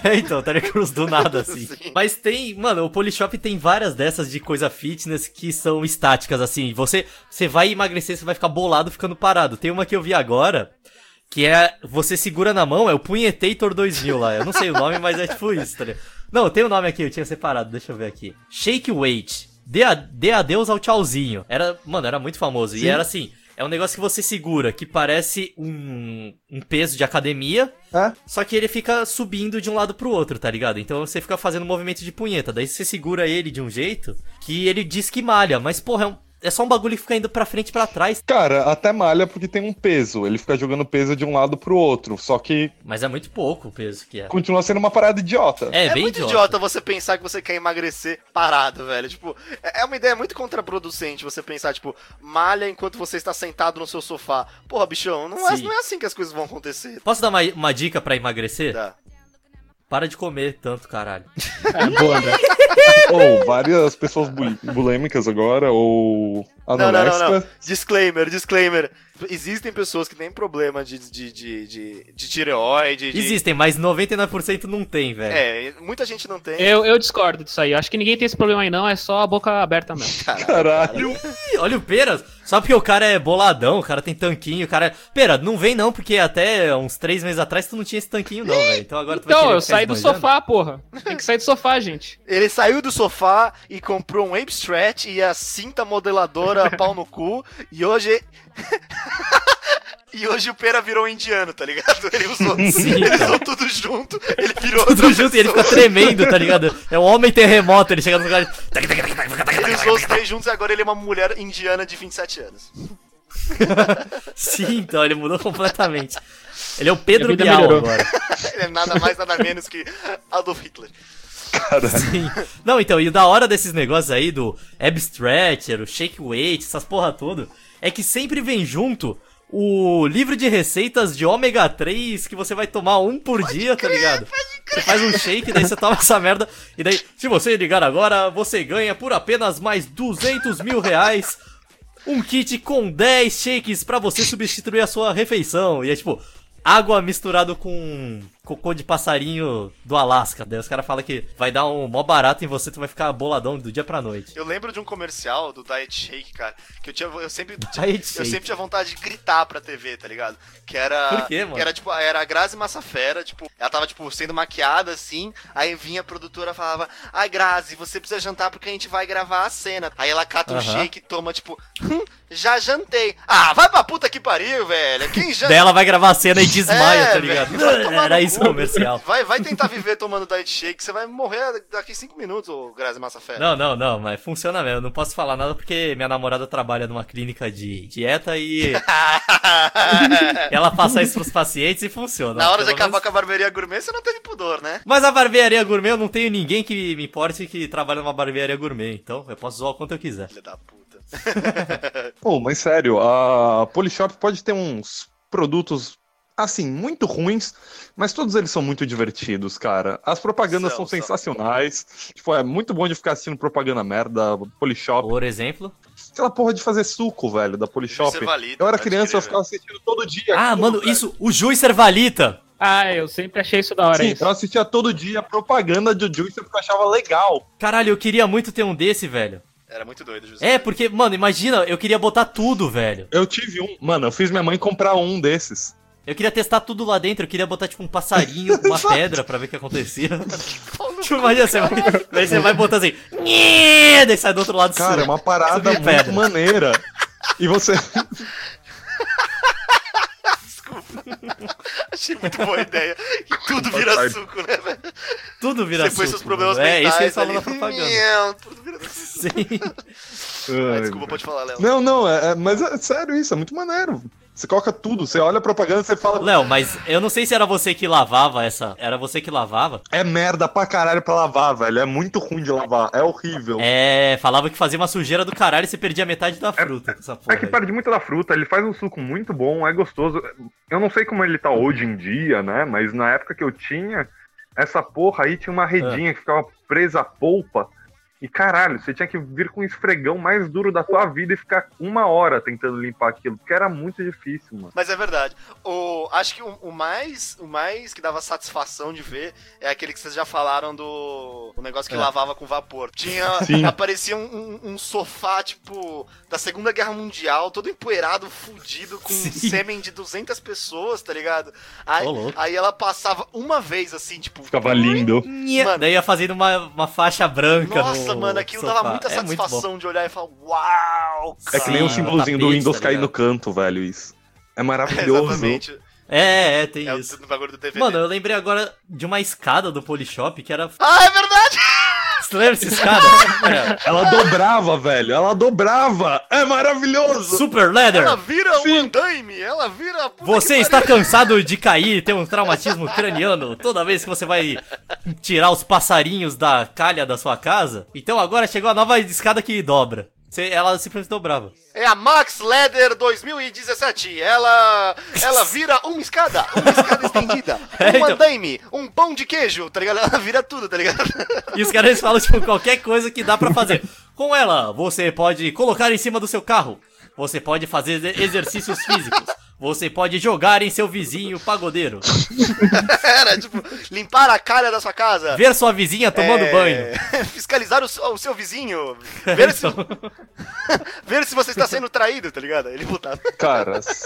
Speaker 1: É, então, Terry Crews do nada, assim.
Speaker 2: Sim.
Speaker 1: Mas tem, mano, o Polishop tem várias dessas de coisa fitness que são estáticas, assim. Você, você vai emagrecer, você vai ficar bolado ficando parado. Tem uma que eu vi agora, que é, você segura na mão, é o Punhetator 2000 lá. Eu não sei o nome, mas é tipo isso, tá ligado? Não, tem o nome aqui, eu tinha separado, deixa eu ver aqui. Shake Weight. Dê, a, dê adeus ao tchauzinho. Era, mano, era muito famoso. E era assim, é um negócio que você segura, que parece um, um peso de academia,
Speaker 3: É?
Speaker 1: só que ele fica subindo de um lado pro outro, tá ligado? Então você fica fazendo movimento de punheta. Daí você segura ele de um jeito que ele diz que malha. Mas, porra, é, um- é só um bagulho que fica indo pra frente e pra trás.
Speaker 3: Cara, até malha porque tem um peso. Ele fica jogando peso de um lado pro outro. Só que
Speaker 1: Mas é muito pouco o peso que é.
Speaker 3: continua sendo uma parada idiota.
Speaker 1: É,
Speaker 2: É,
Speaker 1: bem
Speaker 2: muito idiota. você pensar que você quer emagrecer parado, velho. Tipo, é é uma ideia muito contraproducente você pensar, tipo, malha enquanto você está sentado no seu sofá. Porra, bichão, não, é,
Speaker 1: Sim.
Speaker 2: não é assim que as coisas vão acontecer.
Speaker 1: Posso dar uma, uma dica pra emagrecer?
Speaker 2: Tá.
Speaker 1: Para de comer tanto, caralho.
Speaker 4: Cara, boa, André.
Speaker 3: Ou várias pessoas bu- bulêmicas agora, ou
Speaker 2: Não, não,
Speaker 3: anorexia.
Speaker 2: não, não. Disclaimer, disclaimer. Existem pessoas que têm problema de, de, de, de, de tireoide. de-
Speaker 1: Existem, mas 99% não tem, velho.
Speaker 2: É, muita gente não tem.
Speaker 4: Eu, eu discordo disso aí. Acho que ninguém tem esse problema aí, não. É só a boca aberta mesmo.
Speaker 3: Caralho.
Speaker 1: Ih, Olha o Peras, só porque o cara é boladão, o cara tem tanquinho, o cara. é- Pera, não vem não, porque até uns três meses atrás tu não tinha esse tanquinho, não, velho. Então agora tu vai
Speaker 4: Então,
Speaker 1: querer
Speaker 4: eu
Speaker 1: ficar
Speaker 4: saí do
Speaker 1: esbanjando?
Speaker 4: sofá, porra. Tem que sair do sofá, gente.
Speaker 2: Ele saiu do sofá e comprou um Ape Stretch e a cinta modeladora pau no cu. E hoje. e hoje o Pera virou um indiano, tá ligado? Ele usou,
Speaker 1: Sim,
Speaker 2: ele
Speaker 1: cara.
Speaker 2: usou tudo junto, ele virou.
Speaker 1: Tudo
Speaker 2: outra
Speaker 1: junto e ele fica
Speaker 2: pessoa.
Speaker 1: tremendo, tá ligado? É um homem terremoto, ele chega no lugar.
Speaker 2: Ele usou os três juntos e agora ele é uma mulher indiana de 27 anos.
Speaker 1: Sim, então, ele mudou completamente. Ele é o Pedro
Speaker 4: Minha vida
Speaker 1: Bial
Speaker 4: melhorou.
Speaker 1: agora.
Speaker 2: Ele é nada mais, nada menos que Adolf Hitler.
Speaker 1: Sim. Não, então, e o da hora desses negócios aí do Abstractor, o Shake Weight, essas porra toda, é que sempre vem junto o livro de receitas de ômega 3 que você vai tomar um por dia, tá ligado? Você faz um shake, daí você toma essa merda, e daí, se você ligar agora, você ganha por apenas mais 200 mil reais um kit com 10 shakes pra você substituir a sua refeição. E é tipo, água misturado com cocô de passarinho do Alasca. Daí os caras falam que vai dar um mó barato em você, tu vai ficar boladão do dia pra noite.
Speaker 2: Eu lembro de um comercial do Diet Shake, cara, que eu tinha. Eu sempre,
Speaker 1: Diet
Speaker 2: eu
Speaker 1: Shake.
Speaker 2: sempre tinha vontade de gritar pra TV, tá ligado? Que era.
Speaker 1: Por quê, mano?
Speaker 2: que era tipo, era a Grazi Massafera, tipo, ela tava, tipo, sendo maquiada assim, aí vinha a produtora e falava, ai Grazi, você precisa jantar porque a gente vai gravar a cena. Aí ela cata um
Speaker 1: Aham.
Speaker 2: shake e toma, tipo, hum, já jantei. Ah, vai pra puta que pariu, velho. Quem janta?
Speaker 1: Daí ela vai gravar a cena e desmaia,
Speaker 2: É,
Speaker 1: tá ligado?
Speaker 2: velho, vai tomar
Speaker 1: Era
Speaker 2: no
Speaker 1: isso o
Speaker 2: cu.
Speaker 1: comercial.
Speaker 2: Vai, vai tentar viver tomando Diet Shake, você vai morrer daqui cinco minutos, ô Grazi Massafera.
Speaker 1: Não, não, não, mas funciona mesmo. Eu não posso falar nada porque minha namorada trabalha numa clínica de dieta e ela passa isso pros pacientes e funciona.
Speaker 2: Na hora de
Speaker 1: Pelo
Speaker 2: acabar
Speaker 1: menos-
Speaker 2: com a barbearia gourmet, você não teve pudor, né?
Speaker 1: Mas a barbearia gourmet, eu não tenho ninguém que me importe que trabalha numa barbearia gourmet, então eu posso zoar o quanto eu quiser.
Speaker 2: Filha da puta.
Speaker 3: Pô, mas sério, a Polishop pode ter uns produtos, assim, muito ruins, mas todos eles são muito divertidos, cara. As propagandas
Speaker 2: São,
Speaker 3: são,
Speaker 2: são.
Speaker 3: sensacionais. Tipo, é muito bom de ficar assistindo propaganda merda, Polishop.
Speaker 1: Por exemplo.
Speaker 3: Aquela porra de fazer suco, velho, da Polishop.
Speaker 2: Você é valida,
Speaker 3: Eu era
Speaker 2: pode
Speaker 3: criança,
Speaker 2: crer,
Speaker 3: eu ficava assistindo todo dia.
Speaker 1: Ah,
Speaker 3: aquilo,
Speaker 1: mano,
Speaker 3: velho.
Speaker 1: isso, é o juiz servalita.
Speaker 4: Ah, eu sempre achei isso da hora.
Speaker 3: Sim,
Speaker 4: isso.
Speaker 3: eu assistia todo dia a propaganda de Juice porque eu achava legal.
Speaker 1: Caralho, eu queria muito ter um desse, velho.
Speaker 2: velho. Era muito doido, José.
Speaker 1: É, porque, mano, imagina, eu queria botar tudo, velho.
Speaker 3: Eu tive um. Mano, eu fiz minha mãe comprar um desses.
Speaker 1: Eu queria testar tudo lá dentro, eu queria botar, tipo, um passarinho, uma pedra pra ver o que acontecia. tipo, imagina, você vai, daí você vai botar assim, "Nhê", daí sai do outro lado
Speaker 3: Cara, é
Speaker 1: sua.
Speaker 3: uma parada
Speaker 1: Subir
Speaker 3: muito
Speaker 1: pedra.
Speaker 3: maneira. E você.
Speaker 2: Achei muito boa a ideia. E tudo vira
Speaker 3: Passagem.
Speaker 2: suco, né, velho?
Speaker 1: tudo vira
Speaker 2: Você põe
Speaker 1: suco,
Speaker 2: seus problemas
Speaker 1: mano. É,
Speaker 2: mentais
Speaker 1: isso que eles falam
Speaker 2: ali.
Speaker 1: na propaganda.
Speaker 2: Nhão, tudo vira suco.
Speaker 1: Sim.
Speaker 2: Ah, Desculpa, pode falar, Léo.
Speaker 3: Não, não, é, é- mas é sério isso, é muito maneiro. Você coloca tudo, você olha a propaganda e você fala,
Speaker 1: Léo, mas eu não sei se era você que lavava essa. Era você que lavava?
Speaker 3: é merda pra caralho pra lavar, velho. É muito ruim de lavar, é horrível.
Speaker 1: É, falava que fazia uma sujeira do caralho e você perdia metade da fruta com essa porra.
Speaker 3: É que
Speaker 1: aí.
Speaker 3: perde muito da fruta, ele faz um suco muito bom, é gostoso. Eu não sei como ele tá hoje em dia, né? Mas na época que eu tinha, essa porra aí tinha uma redinha que ficava presa à polpa. E caralho, você tinha que vir com o esfregão mais duro da tua vida e ficar uma hora tentando limpar aquilo, porque era muito difícil, mano.
Speaker 2: Mas é verdade. O, acho que o, o mais o mais que dava satisfação de ver é aquele que vocês já falaram do o negócio que
Speaker 1: É.
Speaker 2: lavava com vapor. Tinha
Speaker 3: Sim.
Speaker 2: aparecia um, um- um sofá tipo da Segunda Guerra Mundial, todo empoeirado, fudido com
Speaker 1: Sim.
Speaker 2: sêmen de 200 pessoas, tá ligado? Aí,
Speaker 1: Ô, louco.
Speaker 2: aí ela passava uma vez assim, tipo,
Speaker 3: lindo.
Speaker 1: Nhê.
Speaker 2: Mano.
Speaker 1: Daí ia fazendo uma, uma faixa branca.
Speaker 2: Nossa,
Speaker 1: no
Speaker 2: mano, aquilo
Speaker 1: sofá.
Speaker 2: dava muita
Speaker 1: É muito bom.
Speaker 2: satisfação de olhar e falar, uau,
Speaker 3: É que nem o
Speaker 1: Sim,
Speaker 3: símbolozinho do
Speaker 1: tapete,
Speaker 3: Windows
Speaker 1: tá
Speaker 3: cair no
Speaker 1: ligado?
Speaker 3: canto, velho, isso. É maravilhoso.
Speaker 2: Exatamente.
Speaker 1: É, é, tem
Speaker 2: É o
Speaker 1: isso.
Speaker 2: do bagulho do DVD.
Speaker 1: Mano, eu lembrei agora de uma escada do Polishop que era.
Speaker 2: Ah, é verdade!
Speaker 1: Você lembra essa escada? É, Era
Speaker 3: Ela dobrava, velho. Ela dobrava. É maravilhoso.
Speaker 1: Super Leather!
Speaker 2: Ela vira um
Speaker 3: Sim.
Speaker 2: andaime, ela vira... a puta
Speaker 1: Você
Speaker 2: que
Speaker 1: está cansado de cair e ter um traumatismo craniano toda vez que você vai tirar os passarinhos da calha da sua casa? Então agora chegou a nova escada que dobra. Você- ela simplesmente dobrava.
Speaker 2: É a Max Leather 2017. Ela ela vira uma escada, uma escada estendida,
Speaker 1: É,
Speaker 2: um
Speaker 1: então.
Speaker 2: andaime, um pão de queijo, tá ligado? Ela vira tudo, tá ligado?
Speaker 1: E os caras falam, tipo, qualquer coisa que dá pra fazer. Com ela, você pode colocar em cima do seu carro. Você pode fazer ex- exercícios físicos. Você pode jogar em seu vizinho pagodeiro.
Speaker 2: Era tipo limpar a calha da sua casa.
Speaker 1: Ver sua vizinha tomando
Speaker 2: É,
Speaker 1: banho. É, então.
Speaker 2: Fiscalizar o, seu- o seu vizinho. Ver se, ver se você está sendo traído, tá ligado? Ele botava.
Speaker 3: Caras,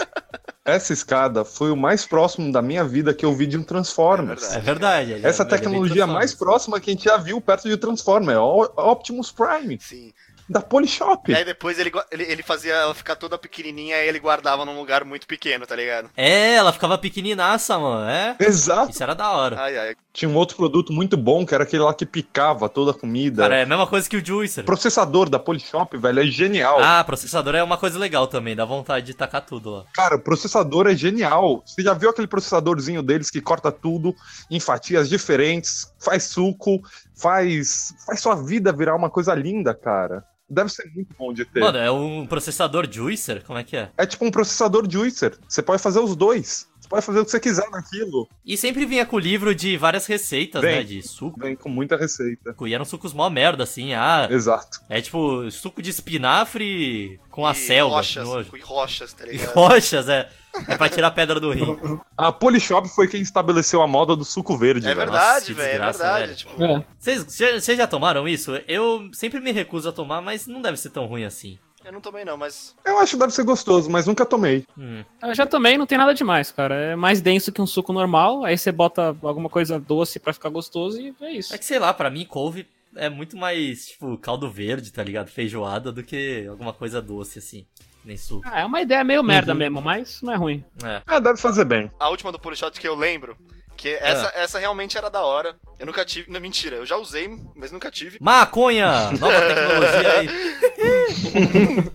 Speaker 3: essa escada foi o mais próximo da minha vida que eu vi de um Transformers.
Speaker 1: É verdade. ele
Speaker 3: essa
Speaker 1: era- ele era
Speaker 3: tecnologia
Speaker 1: bem
Speaker 3: mais próxima que a gente já viu perto de Transformers. O Optimus Prime,
Speaker 2: Sim.
Speaker 3: da Polishop.
Speaker 2: E
Speaker 1: É.
Speaker 2: aí depois ele, gua- ele, ele fazia ela ficar toda pequenininha e ele guardava num lugar muito pequeno, tá ligado?
Speaker 1: É, ela ficava pequeninaça, mano. É.
Speaker 3: Exato.
Speaker 1: Isso era da hora.
Speaker 2: Ai, ai.
Speaker 3: Tinha um outro produto muito bom, que era aquele lá que picava toda a comida.
Speaker 1: Cara, é a mesma coisa que o Juicer.
Speaker 3: O processador da Polishop, velho, é genial.
Speaker 1: Ah, processador é uma coisa legal também, dá vontade de tacar tudo lá.
Speaker 3: Cara, o processador é genial. Você já viu aquele processadorzinho deles que corta tudo em fatias diferentes, faz suco, faz faz sua vida virar uma coisa linda, cara. Deve ser muito bom de ter.
Speaker 1: Mano, é um processador Juicer? Como é que é?
Speaker 3: É tipo um processador juicer. Você pode fazer os dois. Você pode fazer o que você quiser naquilo.
Speaker 1: E sempre vinha com o livro de várias receitas,
Speaker 3: Vem.
Speaker 1: né? De suco.
Speaker 3: Vem com muita receita.
Speaker 1: E eram sucos mó merda, assim. Ah,
Speaker 3: Exato.
Speaker 1: é tipo suco de espinafre com a
Speaker 2: E
Speaker 1: selva.
Speaker 2: Rochas,
Speaker 1: nojo.
Speaker 2: e rochas, tá
Speaker 1: E
Speaker 2: ligado?
Speaker 1: rochas, é. É pra tirar a pedra do rio.
Speaker 3: A Polishop foi quem estabeleceu a moda do suco verde.
Speaker 2: É
Speaker 3: velho.
Speaker 1: que
Speaker 2: verdade, velho, é
Speaker 1: desgraça,
Speaker 2: verdade.
Speaker 1: velho.
Speaker 2: Tipo,
Speaker 4: É.
Speaker 1: Vocês vocês já tomaram isso? Eu sempre me recuso a tomar, mas não deve ser tão ruim assim.
Speaker 2: eu não tomei não, mas...
Speaker 3: Eu acho que deve ser gostoso, mas nunca tomei.
Speaker 1: Hum.
Speaker 4: Eu já tomei, não tem nada demais, cara. É mais denso que um suco normal, aí você bota alguma coisa doce pra ficar gostoso e é isso.
Speaker 1: É que sei lá, pra mim couve é muito mais, tipo, caldo verde, tá ligado? Feijoada do que alguma coisa doce assim. Nem suco.
Speaker 4: Ah, é uma ideia meio merda mesmo, mas não é ruim.
Speaker 1: É.
Speaker 3: Ah, deve fazer bem.
Speaker 2: A última do Polishot que eu lembro, que
Speaker 1: Ah.
Speaker 2: essa, essa realmente era da hora. Eu nunca tive... Não, mentira, eu já usei, mas nunca tive.
Speaker 1: Maconha! Nova tecnologia aí.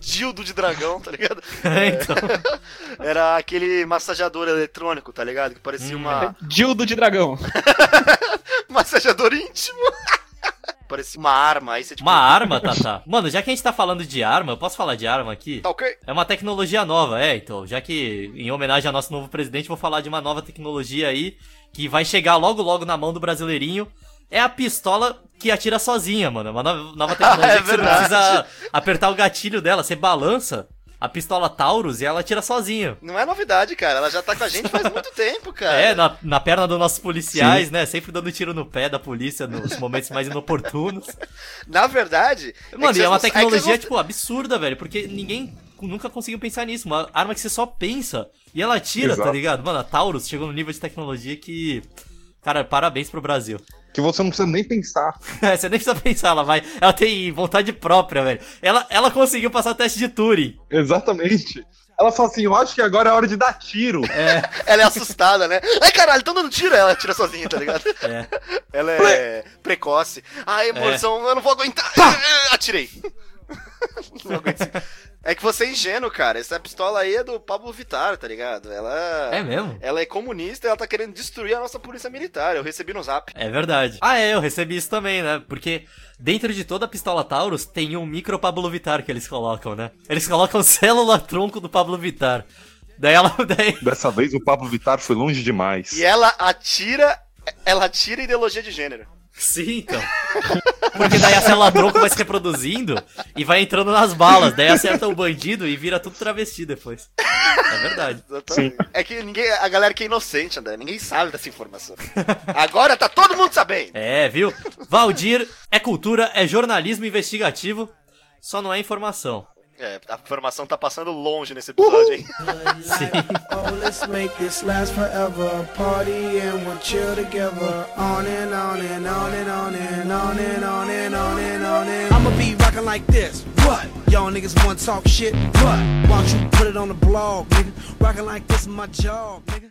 Speaker 2: Dildo de dragão, tá ligado?
Speaker 1: então,
Speaker 2: Era aquele massageador eletrônico, tá ligado? Que parecia
Speaker 1: Hum.
Speaker 2: uma...
Speaker 4: Dildo de dragão.
Speaker 2: Massageador íntimo. parecia uma arma, aí você tipo...
Speaker 1: uma arma, Tata. Mano, já que a gente tá falando de arma, eu posso falar de arma aqui?
Speaker 2: Tá ok?
Speaker 1: É uma tecnologia nova, é, então. Já que, em homenagem ao nosso novo presidente, vou falar de uma nova tecnologia aí, que vai chegar logo logo na mão do brasileirinho. É a pistola que atira sozinha, mano. É uma nova, nova tecnologia
Speaker 2: É
Speaker 1: que você não
Speaker 2: verdade.
Speaker 1: precisa apertar o gatilho dela. Você balança a pistola Taurus e ela atira sozinha.
Speaker 2: Não é novidade, cara. Ela já tá com a gente faz muito tempo, cara.
Speaker 1: É, na, na perna dos nossos policiais, né? Sempre dando tiro no pé da polícia nos momentos mais inoportunos.
Speaker 2: Na verdade.
Speaker 1: Mano,
Speaker 2: que
Speaker 1: e é
Speaker 2: vocês
Speaker 1: uma
Speaker 2: não- que vocês
Speaker 1: tecnologia,
Speaker 2: não-
Speaker 1: tipo, absurda, velho, porque ninguém nunca conseguiu pensar nisso. Uma arma que você só pensa e ela atira, tá
Speaker 3: Exato.
Speaker 1: ligado? Mano, a Taurus chegou num nível de tecnologia que. Cara, parabéns pro Brasil.
Speaker 3: Que você não precisa nem pensar.
Speaker 1: você nem precisa pensar, ela vai. Ela tem vontade própria, velho. Ela, ela conseguiu passar o teste de Turing.
Speaker 3: Exatamente. Ela fala assim: eu acho que agora é hora de dar tiro.
Speaker 2: Ela é assustada, né? Ai, caralho, tão dando tiro. Ela tira sozinha, tá ligado?
Speaker 1: É.
Speaker 2: Ela é precoce. Ai, emoção, eu não vou aguentar. Atirei. não aguento. É que você é ingênuo, cara. Essa pistola aí é do Pablo Vittar, tá ligado? Ela.
Speaker 1: É mesmo?
Speaker 2: Ela é comunista e ela tá querendo destruir a nossa polícia militar. Eu recebi no zap.
Speaker 1: É verdade. Ah, é, eu recebi isso também, né? Porque dentro de toda a pistola Taurus tem um micro Pablo Vittar que eles colocam, né? Eles colocam célula tronco do Pablo Vittar. Daí ela. Daí
Speaker 3: Dessa vez o Pablo Vittar foi longe demais.
Speaker 2: E ela atira. Ela atira ideologia de gênero.
Speaker 1: Sim, então. Porque daí a célula tronco vai se reproduzindo e vai entrando nas balas. Daí acerta o bandido e vira tudo travesti depois. É verdade.
Speaker 2: Exatamente. É que ninguém, a galera que é inocente, André, ninguém sabe dessa informação. Agora tá todo mundo sabendo.
Speaker 1: É, viu? Valdir é cultura, é jornalismo investigativo, só não é informação.
Speaker 2: É, a informação tá passando longe nesse episódio, hein?
Speaker 7: Oh, let's make this last forever. Party and we'll chill together. On and on and on and on and on and on and on and on and I'ma be rocking like this. What? Y'all niggas want to talk shit? What? Why don't you put it on the blog, nigga? Rocking like this is my job, nigga.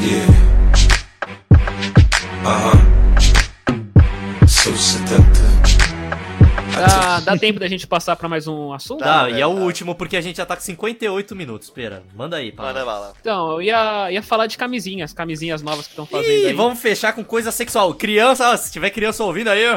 Speaker 8: Yeah. Uh-huh. So seductive.
Speaker 4: Dá, dá tempo da gente passar pra mais um assunto?
Speaker 1: Tá,
Speaker 2: Tá,
Speaker 1: e é o
Speaker 2: tá.
Speaker 1: último porque a gente já tá com 58 minutos. Pera, manda aí,
Speaker 2: Manda
Speaker 1: Paulo.
Speaker 2: é bala.
Speaker 4: Então, eu ia, ia falar de camisinhas, camisinhas novas que estão fazendo
Speaker 1: Ih,
Speaker 4: aí.
Speaker 1: vamos fechar com coisa sexual. Criança, ó, se tiver criança ouvindo aí,
Speaker 2: é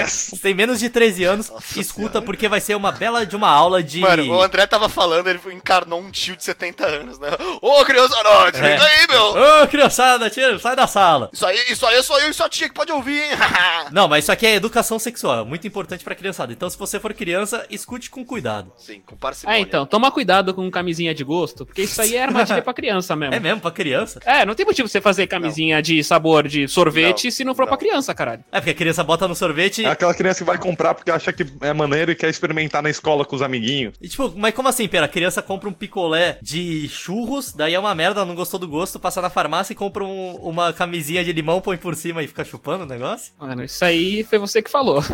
Speaker 3: Yes!
Speaker 1: se tem menos de 13 anos,
Speaker 2: Nossa
Speaker 1: escuta
Speaker 2: Senhora.
Speaker 1: porque vai ser uma bela de uma aula de
Speaker 2: Mano, o André tava falando, ele encarnou um tio de 70 anos, né? Ô, criança, não, desliga
Speaker 1: É.
Speaker 2: aí, meu!
Speaker 1: Ô, criançada, tira, sai da sala.
Speaker 2: Isso aí, isso aí é só eu e sua tia que pode ouvir, hein?
Speaker 1: Não, mas isso aqui é educação sexual, é muito importante pra criançada. Então, se você for criança, escute com cuidado.
Speaker 2: Sim, com parcimônia.
Speaker 4: É, então, toma cuidado com camisinha de gosto, porque isso aí é armadilha pra criança mesmo.
Speaker 1: É mesmo pra criança?
Speaker 4: É, não tem motivo você fazer camisinha de sabor de sorvete
Speaker 2: Não,
Speaker 4: se não for
Speaker 2: não.
Speaker 4: pra criança, caralho.
Speaker 1: É porque a criança bota no sorvete
Speaker 3: É aquela criança que vai comprar porque acha que é maneiro e quer experimentar na escola com os amiguinhos.
Speaker 1: e tipo, mas como assim, pera? A criança compra um picolé de churros, daí é uma merda, não gostou do gosto, passa na farmácia e compra um- uma camisinha de limão, põe por cima e fica chupando o negócio?
Speaker 4: Mano, isso aí foi você que falou.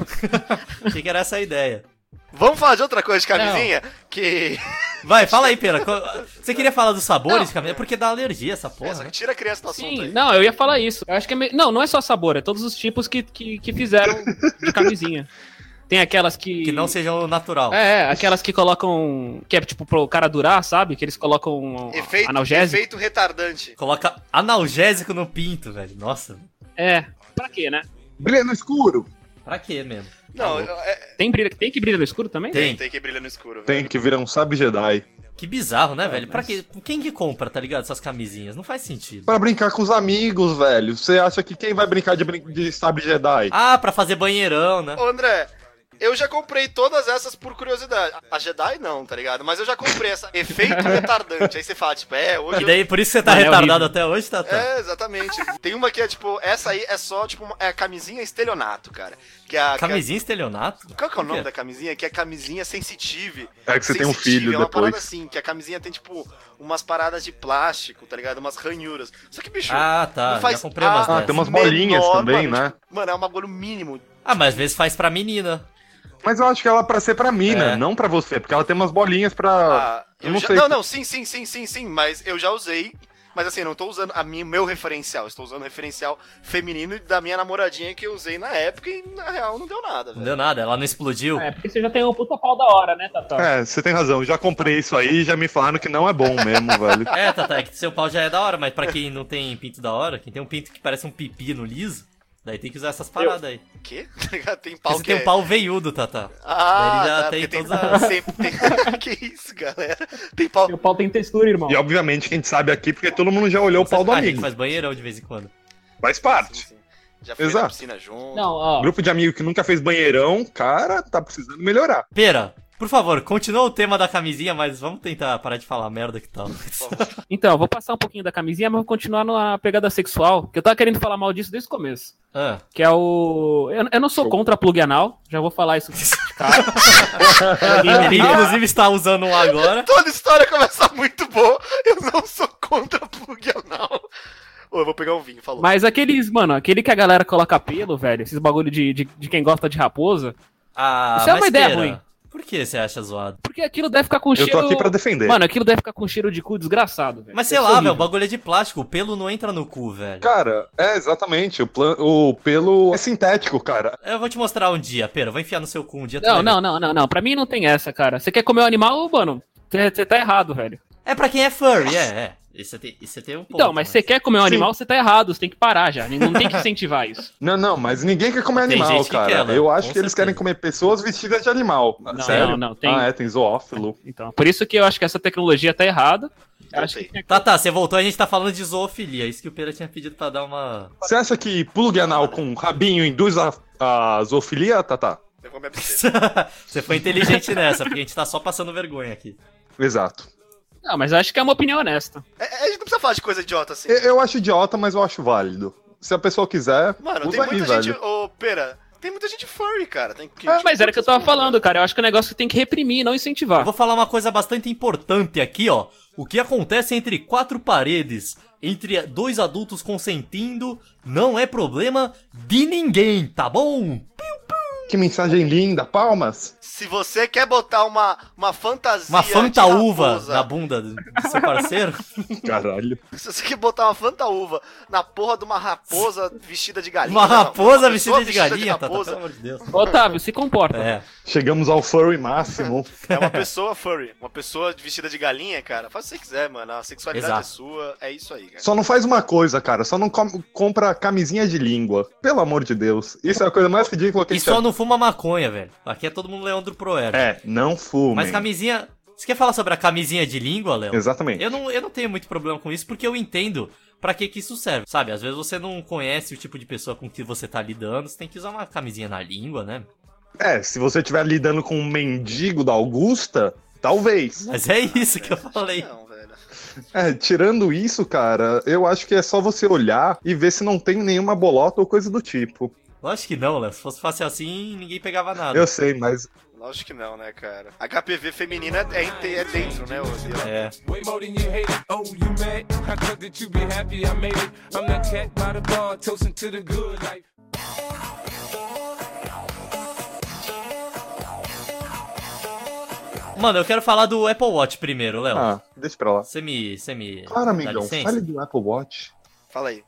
Speaker 1: Achei que era essa a ideia.
Speaker 2: Vamos falar de outra coisa de camisinha? Que.
Speaker 1: Vai, fala aí, pera. qual- Você queria falar dos sabores, de camisinha? Porque dá alergia essa porra.
Speaker 2: Essa,
Speaker 1: né?
Speaker 2: tira a criança do assunto
Speaker 4: Sim,
Speaker 2: aí.
Speaker 4: não, eu ia falar isso. Eu acho que é me- Não, não é só sabor, é todos os tipos que, que, que fizeram de camisinha. Tem aquelas que.
Speaker 1: Que não seja o natural.
Speaker 4: É, é, aquelas que colocam. Que é tipo pro cara durar, sabe? Que eles colocam um
Speaker 2: Efeito,
Speaker 4: analgésico.
Speaker 2: efeito retardante.
Speaker 1: Coloca analgésico no pinto, velho. Nossa,
Speaker 4: É. Pra quê, né?
Speaker 3: Brilha no escuro!
Speaker 1: pra quê mesmo?
Speaker 2: Não, é-
Speaker 4: Tem, brilha, tem que brilha no escuro também?
Speaker 1: Tem.
Speaker 2: tem. tem que brilhar no escuro.
Speaker 3: Tem que virar um sábio Jedi.
Speaker 1: Que bizarro,
Speaker 2: É,
Speaker 1: né, velho? Pra que, quem que compra, tá ligado? Essas camisinhas? Não faz sentido.
Speaker 3: Pra brincar com os amigos, velho. Você acha que quem vai brincar de, brin- de sábio Jedi?
Speaker 1: Ah, pra fazer banheirão, né?
Speaker 2: Ô, André, eu já comprei todas essas por curiosidade. A Jedi não, tá ligado? Mas eu já comprei essa. Efeito retardante. Aí você fala, tipo, é, hoje.
Speaker 1: E
Speaker 2: eu-
Speaker 1: daí, por isso você tá
Speaker 4: Mano, é
Speaker 1: retardado
Speaker 4: horrível.
Speaker 1: até hoje, Tata?
Speaker 2: É, exatamente. Tem uma que é tipo, essa aí é só, tipo, uma- é a camisinha estelionato, cara. Que é a, que é-
Speaker 1: Camisinha estelionato?
Speaker 2: Qual que é o nome
Speaker 1: Por
Speaker 2: da camisinha? Que é camisinha sensitive.
Speaker 3: É que você tem um
Speaker 2: Sensitive,
Speaker 3: filho
Speaker 2: É uma parada
Speaker 3: depois.
Speaker 2: assim, que a camisinha tem, tipo, umas paradas de plástico, tá ligado? Umas ranhuras. Só que, bicho,
Speaker 1: Ah, tá.
Speaker 2: não faz
Speaker 1: Já comprei umas
Speaker 2: a-
Speaker 3: Ah,
Speaker 1: dessas.
Speaker 3: tem umas bolinhas
Speaker 2: menor,
Speaker 3: também,
Speaker 2: mano,
Speaker 3: né?
Speaker 2: mano, é um bagulho mínimo.
Speaker 1: Ah, mas às vezes faz pra menina.
Speaker 2: assim.
Speaker 3: Mas eu acho que ela é pra ser pra mim, né?
Speaker 1: É.
Speaker 3: não pra você, porque ela tem umas bolinhas
Speaker 2: Ah,
Speaker 3: pra. eu
Speaker 2: eu
Speaker 3: não
Speaker 2: já-
Speaker 3: sei
Speaker 2: não,
Speaker 3: que-
Speaker 2: não, sim, sim, sim, sim, sim, mas eu já usei. Mas assim, eu não tô usando a minha, meu referencial, estou usando o referencial feminino da minha namoradinha que eu usei na época e na real não deu nada,
Speaker 1: Não
Speaker 2: velho.
Speaker 1: deu nada, ela não explodiu.
Speaker 4: É, porque você já tem um puta pau da hora, né, Tatá?
Speaker 3: É, você tem razão. eu Já comprei isso aí e já me falaram que não é bom mesmo, velho.
Speaker 1: É, Tata, é que seu pau já é da hora, mas pra quem não tem pinto da hora, quem tem um pinto que parece um pepino liso, daí tem que usar essas paradas aí.
Speaker 2: O quê? tem
Speaker 1: Porque
Speaker 2: pau
Speaker 1: você
Speaker 2: que
Speaker 1: tem
Speaker 2: é-
Speaker 1: um pau veiudo, Tata.
Speaker 2: Ah,
Speaker 1: Daí ele já
Speaker 2: tá,
Speaker 1: tem
Speaker 2: porque
Speaker 1: todas
Speaker 2: tem,
Speaker 1: as-
Speaker 2: sempre tem- que isso, galera? Tem pau.
Speaker 3: um
Speaker 4: Meu pau tem textura, irmão.
Speaker 3: E obviamente quem sabe aqui, porque todo mundo já olhou o pau do
Speaker 1: Ah, a gente
Speaker 3: amigo.
Speaker 1: faz banheirão de vez em quando.
Speaker 3: Faz
Speaker 2: Sim,
Speaker 3: parte.
Speaker 2: sim. Já foi na
Speaker 3: Exato.
Speaker 2: piscina junto.
Speaker 4: Não, ó.
Speaker 3: Grupo de amigo que nunca fez banheirão, cara, tá precisando melhorar.
Speaker 1: Pera, por favor, continua o tema da camisinha, mas vamos tentar parar de falar merda que tal.
Speaker 4: Então, eu vou passar um pouquinho da camisinha, mas vou continuar na pegada sexual, que eu tava querendo falar mal disso desde o começo.
Speaker 1: ah,
Speaker 4: Que é o. Eu, eu não sou contra plug anal, já vou falar isso. Ah.
Speaker 1: ele inclusive está usando um agora.
Speaker 2: Toda história começa muito boa. Eu não sou contra plug anal. Ô, eu vou pegar um vinho, falou.
Speaker 4: Mas aqueles, mano, aquele que a galera coloca pelo, velho, esses bagulho de, de, de quem gosta de raposa,
Speaker 1: Ah,
Speaker 4: Isso é uma
Speaker 1: mas
Speaker 4: ideia
Speaker 1: pera,
Speaker 4: ruim.
Speaker 1: Por que você acha zoado?
Speaker 4: porque aquilo deve ficar com
Speaker 3: Eu
Speaker 4: cheiro.
Speaker 3: tô aqui pra defender.
Speaker 4: Mano, aquilo deve ficar com cheiro de cu desgraçado, velho.
Speaker 1: Mas sei
Speaker 4: Deve ser
Speaker 1: lá, velho,
Speaker 4: horrível.
Speaker 1: o bagulho é de plástico, o pelo não entra no cu, velho.
Speaker 3: Cara, é exatamente. O, plan... o pelo é sintético, cara.
Speaker 1: Eu vou te mostrar um dia, pera, eu vou enfiar no seu cu um dia. tu
Speaker 4: Não,
Speaker 1: vai ver.
Speaker 4: não, não, não, não. Pra mim não tem essa, cara. Você quer comer o animal, mano? Você tá errado, velho.
Speaker 1: É pra quem é furry, é, é. Isso você tem, isso você tem um ponto.
Speaker 4: Então, mas você quer comer o animal, você tá errado. Você tem que parar já. Não tem que incentivar isso.
Speaker 3: Não, não, mas ninguém quer comer
Speaker 1: Tem
Speaker 3: animal,
Speaker 1: gente que
Speaker 3: cara.
Speaker 1: quer, né?
Speaker 3: Eu acho
Speaker 1: Com
Speaker 3: que eles
Speaker 1: certeza.
Speaker 3: querem comer pessoas vestidas de animal. Sério?
Speaker 4: não, não, tem-
Speaker 3: Ah, é, tem zoófilo.
Speaker 4: Então, por isso que eu acho que essa tecnologia tá errada. Eu
Speaker 2: Eu
Speaker 4: acho
Speaker 2: sei.
Speaker 4: que
Speaker 1: Tá, tá, você voltou, a gente tá falando de zoofilia. é Isso que o Pera tinha pedido pra dar uma.
Speaker 3: Você acha que plug anal com rabinho induz a, a zoofilia, Tata?
Speaker 2: Eu vou me abster.
Speaker 1: você foi inteligente nessa, porque a gente tá só passando vergonha aqui.
Speaker 3: Exato.
Speaker 4: Não, mas eu acho que é uma opinião honesta.
Speaker 2: É, é, a gente não precisa falar de coisa idiota assim.
Speaker 3: Eu, eu acho idiota, mas eu acho válido. Se a pessoa quiser,
Speaker 2: Mano, tem
Speaker 3: usa aí,
Speaker 2: muita gente.
Speaker 3: velho.
Speaker 2: Ô, pera, tem muita gente furry, cara. Tem que,
Speaker 4: Ah,
Speaker 2: tipo,
Speaker 4: Mas era o que eu tava falando, cara. Eu acho que o negócio tem que reprimir, não
Speaker 1: Eu
Speaker 4: incentivar.
Speaker 1: vou falar uma coisa bastante importante aqui, ó. O que acontece entre quatro paredes, entre dois adultos consentindo, não é problema de ninguém, tá bom?
Speaker 3: Que mensagem linda, palmas.
Speaker 2: Se você quer botar uma, uma fantasia.
Speaker 1: Uma
Speaker 2: de
Speaker 1: fantaúva
Speaker 2: raposa,
Speaker 1: na bunda do do seu parceiro.
Speaker 3: Caralho.
Speaker 2: Se você quer botar uma fantaúva na porra de uma raposa vestida de galinha.
Speaker 1: Uma
Speaker 2: não,
Speaker 1: raposa
Speaker 2: pessoa
Speaker 1: vestida de galinha, tá?
Speaker 2: raposa,
Speaker 1: Pelo amor de Deus.
Speaker 4: Otávio, se comporta.
Speaker 1: É.
Speaker 3: Chegamos ao furry máximo.
Speaker 2: É uma pessoa furry. Uma pessoa vestida de galinha, cara. Faz o que você quiser, mano. A sexualidade
Speaker 1: Exato.
Speaker 2: é sua. É isso aí, cara.
Speaker 3: Só não faz uma coisa, cara. Só não com- compra camisinha de língua. Pelo amor de Deus. Isso é a coisa mais ridícula que a
Speaker 1: E
Speaker 3: gente
Speaker 1: só não fuma maconha, velho. Aqui é todo mundo Leandro Proer.
Speaker 3: É, não fume.
Speaker 1: Mas camisinha. Você quer falar sobre a camisinha de língua, Léo?
Speaker 3: Exatamente.
Speaker 1: Eu não, eu não tenho muito problema com isso, porque eu entendo pra que que isso serve, sabe? Às vezes você não conhece o tipo de pessoa com que você tá lidando, você tem que usar uma camisinha na língua, né?
Speaker 3: É, se você estiver lidando com um mendigo da Augusta, talvez.
Speaker 1: Mas é isso que eu falei.
Speaker 2: Não, velho.
Speaker 3: É, tirando isso, cara, eu acho que é só você olhar e ver se não tem nenhuma bolota ou coisa do tipo.
Speaker 1: Lógico que não, Léo. Se fosse fácil assim, ninguém pegava nada.
Speaker 3: Eu sei, mas
Speaker 2: Lógico que não, né, cara? HPV feminina é, é, é dentro, né, ô Deus?
Speaker 1: É.
Speaker 9: Way more than you hate it. Oh, you mad? I thought that you'd be happy. I made it. I'm that cat by the bar, toasting to the good life.
Speaker 1: Mano, eu quero falar do Apple Watch primeiro, Léo.
Speaker 3: Ah, deixa pra lá.
Speaker 1: Você me. Você me.
Speaker 3: Claro,
Speaker 1: Então. É, dá
Speaker 3: amigão,
Speaker 1: licença?
Speaker 3: fale do Apple Watch.
Speaker 2: Fala aí.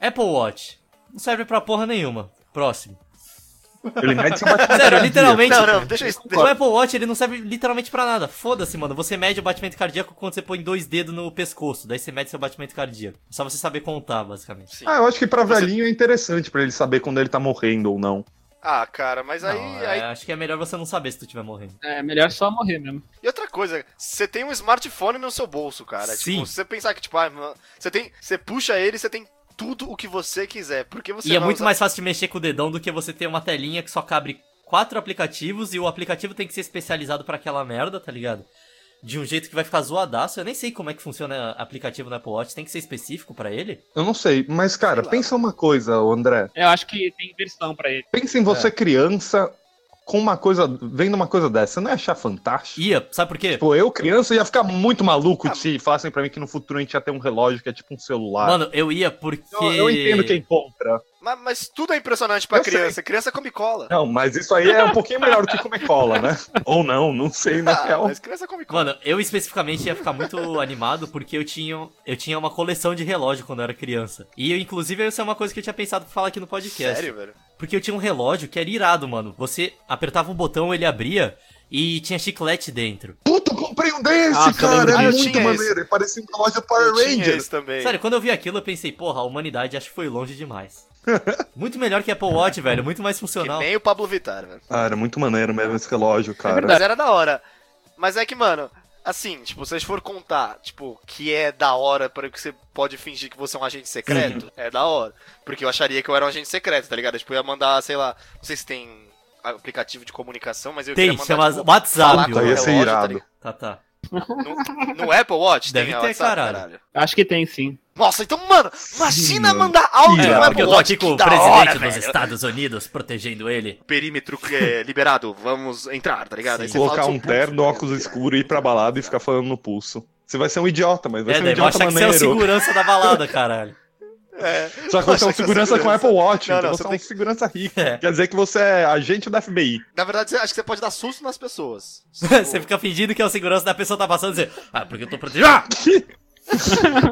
Speaker 1: Apple Watch. Não serve pra porra nenhuma. Próximo.
Speaker 3: Ele mede seu batimento
Speaker 1: Sério,
Speaker 3: cardíaco.
Speaker 1: literalmente.
Speaker 2: Não, não, deixa isso.
Speaker 1: O Apple Watch ele não serve literalmente pra nada. Foda-se, mano. Você mede o batimento cardíaco quando você põe dois dedos no pescoço. Daí você mede seu batimento cardíaco. É só você saber contar, basicamente.
Speaker 2: Sim.
Speaker 3: Ah, eu acho que pra velhinho é interessante pra ele saber quando ele tá morrendo ou não.
Speaker 2: Ah, cara, mas aí,
Speaker 1: Não, é,
Speaker 2: aí
Speaker 1: Acho que é melhor você não saber se tu tiver morrendo.
Speaker 4: É melhor só morrer mesmo.
Speaker 2: E outra coisa, você tem um smartphone no seu bolso, cara.
Speaker 1: Sim.
Speaker 2: Tipo, você pensar que, tipo, ah, mano, você tem. Você puxa ele, você tem tudo o que você quiser. Porque você
Speaker 1: E é
Speaker 2: vai
Speaker 1: muito
Speaker 2: usar-
Speaker 1: mais fácil de mexer com o dedão do que você ter uma telinha que só cabe quatro aplicativos e o aplicativo tem que ser especializado pra aquela merda, tá ligado? De um jeito que vai ficar zoadaço. Eu nem sei como é que funciona aplicativo no Apple Watch. Tem que ser específico pra ele?
Speaker 3: Eu não sei, mas cara,
Speaker 2: Sei lá.
Speaker 3: pensa uma coisa, ô André.
Speaker 4: Eu acho que tem versão pra ele.
Speaker 3: Pensa em você criança com uma coisa, vendo uma coisa dessa, você não ia achar fantástico?
Speaker 1: Ia, sabe por quê?
Speaker 3: Tipo, eu criança ia ficar muito maluco se falassem pra mim que no futuro a gente ia ter um relógio que é tipo um celular.
Speaker 1: Mano, eu ia porque.
Speaker 3: eu, eu entendo quem compra.
Speaker 2: Mas, mas tudo é impressionante pra
Speaker 3: Eu
Speaker 2: criança. Criança come cola.
Speaker 3: Não, mas isso aí é um pouquinho melhor do que comer cola, né? Ou não, não sei, na
Speaker 2: Ah,
Speaker 3: real.
Speaker 2: mas criança come cola.
Speaker 1: Mano, eu especificamente ia ficar muito animado porque eu tinha, eu tinha uma coleção de relógio quando eu era criança. E eu, inclusive, isso é uma coisa que eu tinha pensado pra falar aqui no podcast.
Speaker 2: Sério, velho?
Speaker 1: Porque eu tinha um relógio que era irado, mano. Você apertava um botão, ele abria e tinha chiclete dentro.
Speaker 3: Puta, eu comprei um desse,
Speaker 4: Ah, eu
Speaker 3: cara.
Speaker 4: lembro
Speaker 3: É
Speaker 2: disso. Eu
Speaker 3: muito
Speaker 2: tinha
Speaker 3: maneiro. Ele Parecia um relógio Power
Speaker 2: Eu tinha
Speaker 3: Ranger.
Speaker 2: esse também.
Speaker 1: Sério, quando eu vi aquilo, eu pensei, porra, a humanidade acho que foi longe demais. Muito melhor que Apple Watch, velho. Muito mais
Speaker 2: que
Speaker 1: funcional.
Speaker 2: nem o Pablo Vittar, velho.
Speaker 3: Ah, era muito maneiro mesmo esse relógio, cara.
Speaker 2: Mas era da hora. Mas é que, mano, assim, tipo, se vocês for contar, tipo, que é da hora para que você pode fingir que você é um agente secreto, é da hora. Porque eu acharia que eu era um agente secreto, tá ligado? Tipo, eu ia mandar, sei lá, não sei se tem aplicativo de comunicação, mas eu
Speaker 1: Tem,
Speaker 2: queria mandar,
Speaker 1: chama
Speaker 2: tipo,
Speaker 1: WhatsApp,
Speaker 2: falar com
Speaker 1: Puta,
Speaker 2: o
Speaker 3: ia ser
Speaker 2: relógio,
Speaker 3: irado.
Speaker 2: tá ligado?
Speaker 1: Tá, tá.
Speaker 2: tipo, no Apple Watch
Speaker 1: Deve
Speaker 2: tem a
Speaker 1: ter,
Speaker 2: WhatsApp,
Speaker 1: caralho.
Speaker 4: Acho que tem sim.
Speaker 2: Nossa, então, mano, imagina
Speaker 3: mano.
Speaker 2: mandar áudio
Speaker 3: É,
Speaker 2: no
Speaker 1: É,
Speaker 2: Apple
Speaker 1: porque eu tô
Speaker 2: Watch,
Speaker 1: aqui com
Speaker 2: que
Speaker 1: o
Speaker 2: da
Speaker 1: presidente
Speaker 2: hora,
Speaker 1: dos
Speaker 2: velho.
Speaker 1: Estados Unidos protegendo ele.
Speaker 2: Perímetro é, liberado, vamos entrar, tá ligado?
Speaker 1: Sim.
Speaker 2: Aí você
Speaker 3: Colocar
Speaker 2: fala do
Speaker 3: um
Speaker 2: seu pulso,
Speaker 3: terno,
Speaker 2: tá
Speaker 3: óculos
Speaker 2: ligado?
Speaker 3: escuros, ir pra balada e ficar falando no pulso. Você vai ser um idiota, mas vai
Speaker 1: É,
Speaker 3: ser um
Speaker 1: daí vai
Speaker 3: idiota
Speaker 1: achar que você é o
Speaker 3: maneiro.
Speaker 1: segurança da balada, caralho.
Speaker 2: É.
Speaker 3: Só que você é
Speaker 2: Acha
Speaker 3: um
Speaker 2: que
Speaker 3: segurança com Apple Watch,
Speaker 2: Não,
Speaker 3: então
Speaker 2: não,
Speaker 3: você
Speaker 2: você
Speaker 3: é um
Speaker 2: tem
Speaker 3: segurança rico.
Speaker 1: É.
Speaker 3: Quer dizer que você é agente da FBI.
Speaker 2: Na verdade, você- acho que você pode dar susto nas pessoas. Tipo,
Speaker 1: Você fica fingindo que é o segurança da pessoa tá passando e dizer, ah, porque eu tô protegendo. Ah!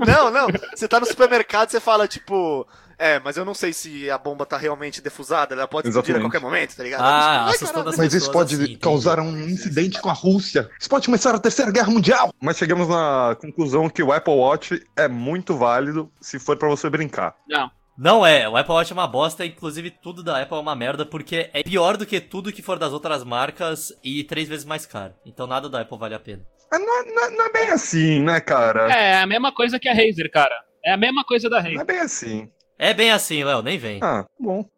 Speaker 2: Não, não. Você tá no supermercado, você fala, tipo. É, mas eu não sei se a bomba tá realmente defusada, ela pode explodir a
Speaker 3: Exatamente.
Speaker 2: qualquer momento, tá ligado?
Speaker 1: Ah,
Speaker 2: Ai,
Speaker 1: assustando
Speaker 2: caralho.
Speaker 1: as pessoas.
Speaker 3: Mas isso pode
Speaker 1: assim,
Speaker 3: causar um incidente com a Rússia. Isso pode começar a Terceira Guerra Mundial. Mas chegamos na conclusão que o Apple Watch é muito válido se for pra você brincar.
Speaker 4: Não.
Speaker 1: Não é, o Apple Watch é uma bosta, inclusive tudo da Apple é uma merda, porque é pior do que tudo que for das outras marcas e três vezes mais caro. Então nada da Apple vale a pena.
Speaker 3: Mas Não é, não é- não é bem assim, né, cara?
Speaker 4: É a mesma coisa que a Razer, cara. É a mesma coisa da
Speaker 3: Não
Speaker 4: Razer.
Speaker 3: é bem assim.
Speaker 1: É bem assim, Léo, nem vem.
Speaker 3: Ah, bom.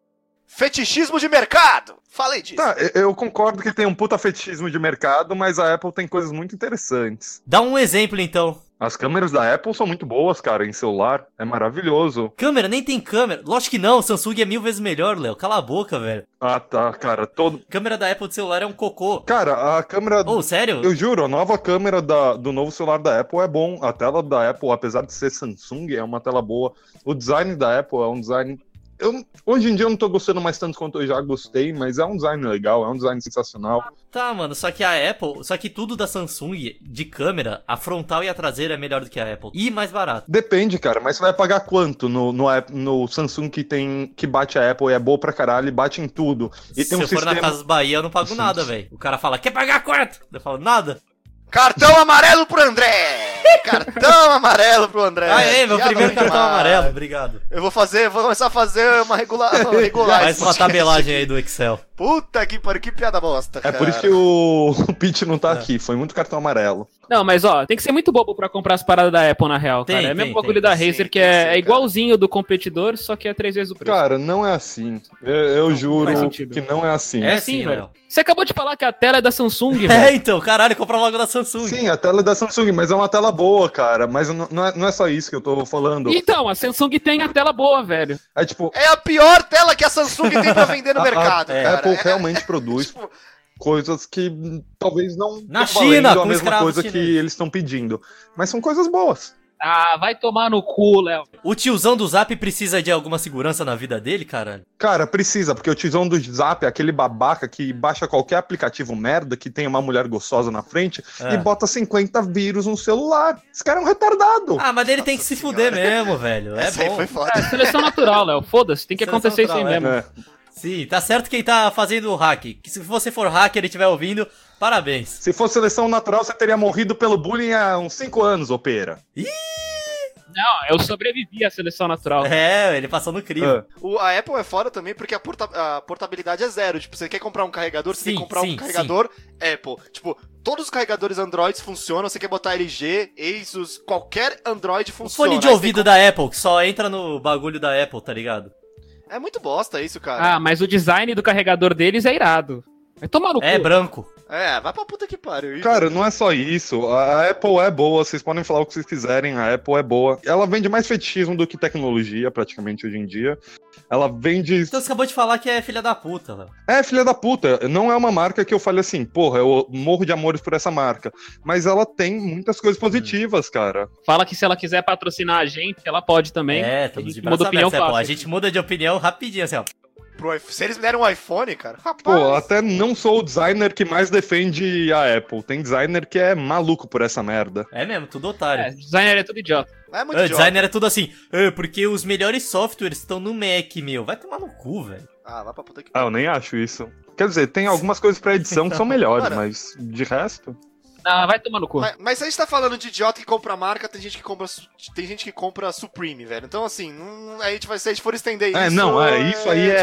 Speaker 2: Fetichismo de mercado! Falei disso.
Speaker 3: Tá, eu- eu concordo que tem um puta fetichismo de mercado, mas a Apple tem coisas muito interessantes.
Speaker 1: Dá um exemplo então.
Speaker 3: As câmeras da Apple são muito boas, cara, em celular. É maravilhoso.
Speaker 1: Câmera, nem tem câmera. Lógico que não, Samsung é mil vezes melhor, Léo. Cala a boca, velho.
Speaker 3: Ah, tá, cara. Todo...
Speaker 1: Câmera da Apple de celular é um cocô.
Speaker 3: Cara, a câmera
Speaker 1: Ô, sério?
Speaker 3: Eu juro, a nova câmera da- do novo celular da Apple é bom. A tela da Apple, apesar de ser Samsung, é uma tela boa. O design da Apple é um design. eu- hoje em dia eu não tô gostando mais tanto quanto eu já gostei, mas é um design legal, é um design sensacional.
Speaker 1: Tá, mano, só que a Apple, só que tudo da Samsung de câmera, a frontal e a traseira é melhor do que a Apple. E mais barato.
Speaker 3: Depende, cara, mas você vai pagar quanto no, no, App- no Samsung que tem que bate a Apple e é boa pra caralho, e bate em tudo. E
Speaker 1: Se
Speaker 3: tem um
Speaker 1: eu for
Speaker 3: sistema.
Speaker 1: na Casas Bahia, eu não pago nada, velho. O cara fala, quer pagar quanto? Eu falo, nada.
Speaker 2: Cartão amarelo pro André! Cartão amarelo pro
Speaker 1: Aê,
Speaker 2: André!
Speaker 1: Ah, é, meu
Speaker 2: É, Piada
Speaker 1: primeiro
Speaker 2: nunca
Speaker 1: cartão
Speaker 2: mais.
Speaker 1: amarelo, obrigado.
Speaker 2: Eu vou fazer, vou começar a fazer uma regular. Uma regular
Speaker 1: Faz uma tabelagem aí do Excel.
Speaker 2: Puta que pariu, que piada bosta.
Speaker 3: É por
Speaker 2: cara.
Speaker 3: isso que o, o Pete não tá aqui, foi muito cartão amarelo.
Speaker 4: Não, mas ó, tem que ser muito bobo pra comprar as paradas da Apple, na real,
Speaker 1: Tem,
Speaker 4: cara. É o
Speaker 1: tem,
Speaker 4: mesmo bagulho
Speaker 1: tem.
Speaker 4: da
Speaker 2: Sim,
Speaker 4: Razer, que
Speaker 2: tem sim,
Speaker 4: é,
Speaker 2: cara.
Speaker 4: é igualzinho do competidor, só que é três vezes o preço.
Speaker 3: Cara, não é assim. Eu, eu
Speaker 4: faz
Speaker 3: juro
Speaker 4: sentido.
Speaker 3: que não é assim.
Speaker 1: É
Speaker 4: sim,
Speaker 1: sim, velho.
Speaker 4: Você acabou de falar que a tela é da Samsung,
Speaker 1: É,
Speaker 4: velho.
Speaker 1: então, caralho, compra logo da Samsung.
Speaker 3: Sim, a tela é da Samsung, mas é uma tela boa, cara. Mas não não é, não é só isso que eu tô falando.
Speaker 4: Então, a Samsung tem a tela boa, velho.
Speaker 3: É tipo,
Speaker 2: É a pior tela que a Samsung tem pra vender no
Speaker 3: A- a-
Speaker 2: mercado,
Speaker 1: é,
Speaker 3: a
Speaker 2: cara.
Speaker 3: Apple
Speaker 2: É-
Speaker 3: realmente produz
Speaker 2: tipo,
Speaker 3: coisas que hum, talvez não
Speaker 1: Na
Speaker 3: tão
Speaker 1: China,
Speaker 3: valendo
Speaker 1: com
Speaker 3: a mesma
Speaker 1: escravos
Speaker 3: coisa que
Speaker 1: chineses.
Speaker 3: eles estão pedindo. Mas são coisas boas.
Speaker 4: Ah, vai tomar no cu, Léo.
Speaker 1: O tiozão do Zap precisa de alguma segurança na vida dele, caralho?
Speaker 3: Cara, precisa, porque o tizão do Zap é aquele babaca que baixa qualquer aplicativo merda que tem uma mulher gostosa na frente
Speaker 1: É.
Speaker 3: e bota 50 vírus no celular. Esse cara é um retardado.
Speaker 1: Ah, mas ele tem que se fuder mesmo, velho. É
Speaker 2: Essa aí
Speaker 1: bom.
Speaker 2: foi foda.
Speaker 4: É seleção natural, Léo. Foda-se, tem que
Speaker 1: Seleção
Speaker 4: acontecer isso aí
Speaker 1: natural, é.
Speaker 4: mesmo.
Speaker 3: É.
Speaker 1: Sim, tá certo quem tá fazendo o hack. Que se você for hacker e estiver ouvindo, parabéns.
Speaker 3: Se fosse seleção natural, você teria morrido pelo bullying há uns 5 anos, Opera.
Speaker 4: Não, eu sobrevivi à seleção natural.
Speaker 1: né? É, ele passou no crivo.
Speaker 3: Ah.
Speaker 2: O- a Apple é fora também porque a, porta- a portabilidade é zero. Tipo, você quer comprar um carregador, você tem que
Speaker 1: Sim,
Speaker 2: comprar
Speaker 1: sim,
Speaker 2: um carregador Apple. Tipo, todos os carregadores Android funcionam. Você quer botar LG, Asus, qualquer Android
Speaker 1: O
Speaker 2: funciona.
Speaker 1: fone de
Speaker 2: Aí
Speaker 1: ouvido da Apple, que só entra no bagulho da Apple, tá ligado?
Speaker 2: tem- É muito bosta isso, cara.
Speaker 4: Ah, mas o design do carregador deles é irado. Vai tomar no
Speaker 1: É
Speaker 4: cu.
Speaker 1: branco.
Speaker 2: É, vai pra puta que pariu.
Speaker 3: Cara, não é só isso. A Apple é boa, vocês podem falar o que vocês quiserem, a Apple é boa. Ela vende mais fetichismo do que tecnologia, praticamente, hoje em dia. Ela vende.
Speaker 1: Então você acabou de falar que é filha da puta, velho.
Speaker 3: É, filha da puta, não é uma marca que eu falei assim, porra, eu morro de amores por essa marca. Mas ela tem muitas coisas positivas, cara.
Speaker 4: Fala que se ela quiser patrocinar a gente, ela pode também.
Speaker 1: É,
Speaker 4: a
Speaker 1: estamos de
Speaker 4: gente muda
Speaker 1: braço
Speaker 4: opinião
Speaker 1: aberto, Apple.
Speaker 4: fácil.
Speaker 1: A gente muda de opinião rapidinho, assim, ó.
Speaker 2: Pro iPhone- Se eles me deram um iPhone, cara, rapaz.
Speaker 3: Pô, até não sou o designer que mais defende a Apple. Tem designer que é maluco por essa merda.
Speaker 1: É mesmo, tudo
Speaker 4: É,
Speaker 1: otário.
Speaker 4: designer é tudo idiota.
Speaker 2: É muito
Speaker 1: Ah,
Speaker 2: idiota.
Speaker 1: designer é tudo assim, "Ah, porque os melhores softwares estão no Mac, meu. Vai tomar no cu, velho.
Speaker 2: Ah, vai pra puta que
Speaker 3: Ah, eu nem acho isso. Quer dizer, tem algumas coisas pra edição que são melhores,
Speaker 2: Cara.
Speaker 3: mas de resto.
Speaker 4: Ah, vai tomar no cu.
Speaker 2: Mas, mas se a gente tá falando de idiota que compra marca, tem gente que compra, su- tem gente que compra Supreme, velho. Então, assim, não, aí a gente vai, se a gente for estender
Speaker 3: É,
Speaker 2: isso.
Speaker 3: não, é, isso aí é,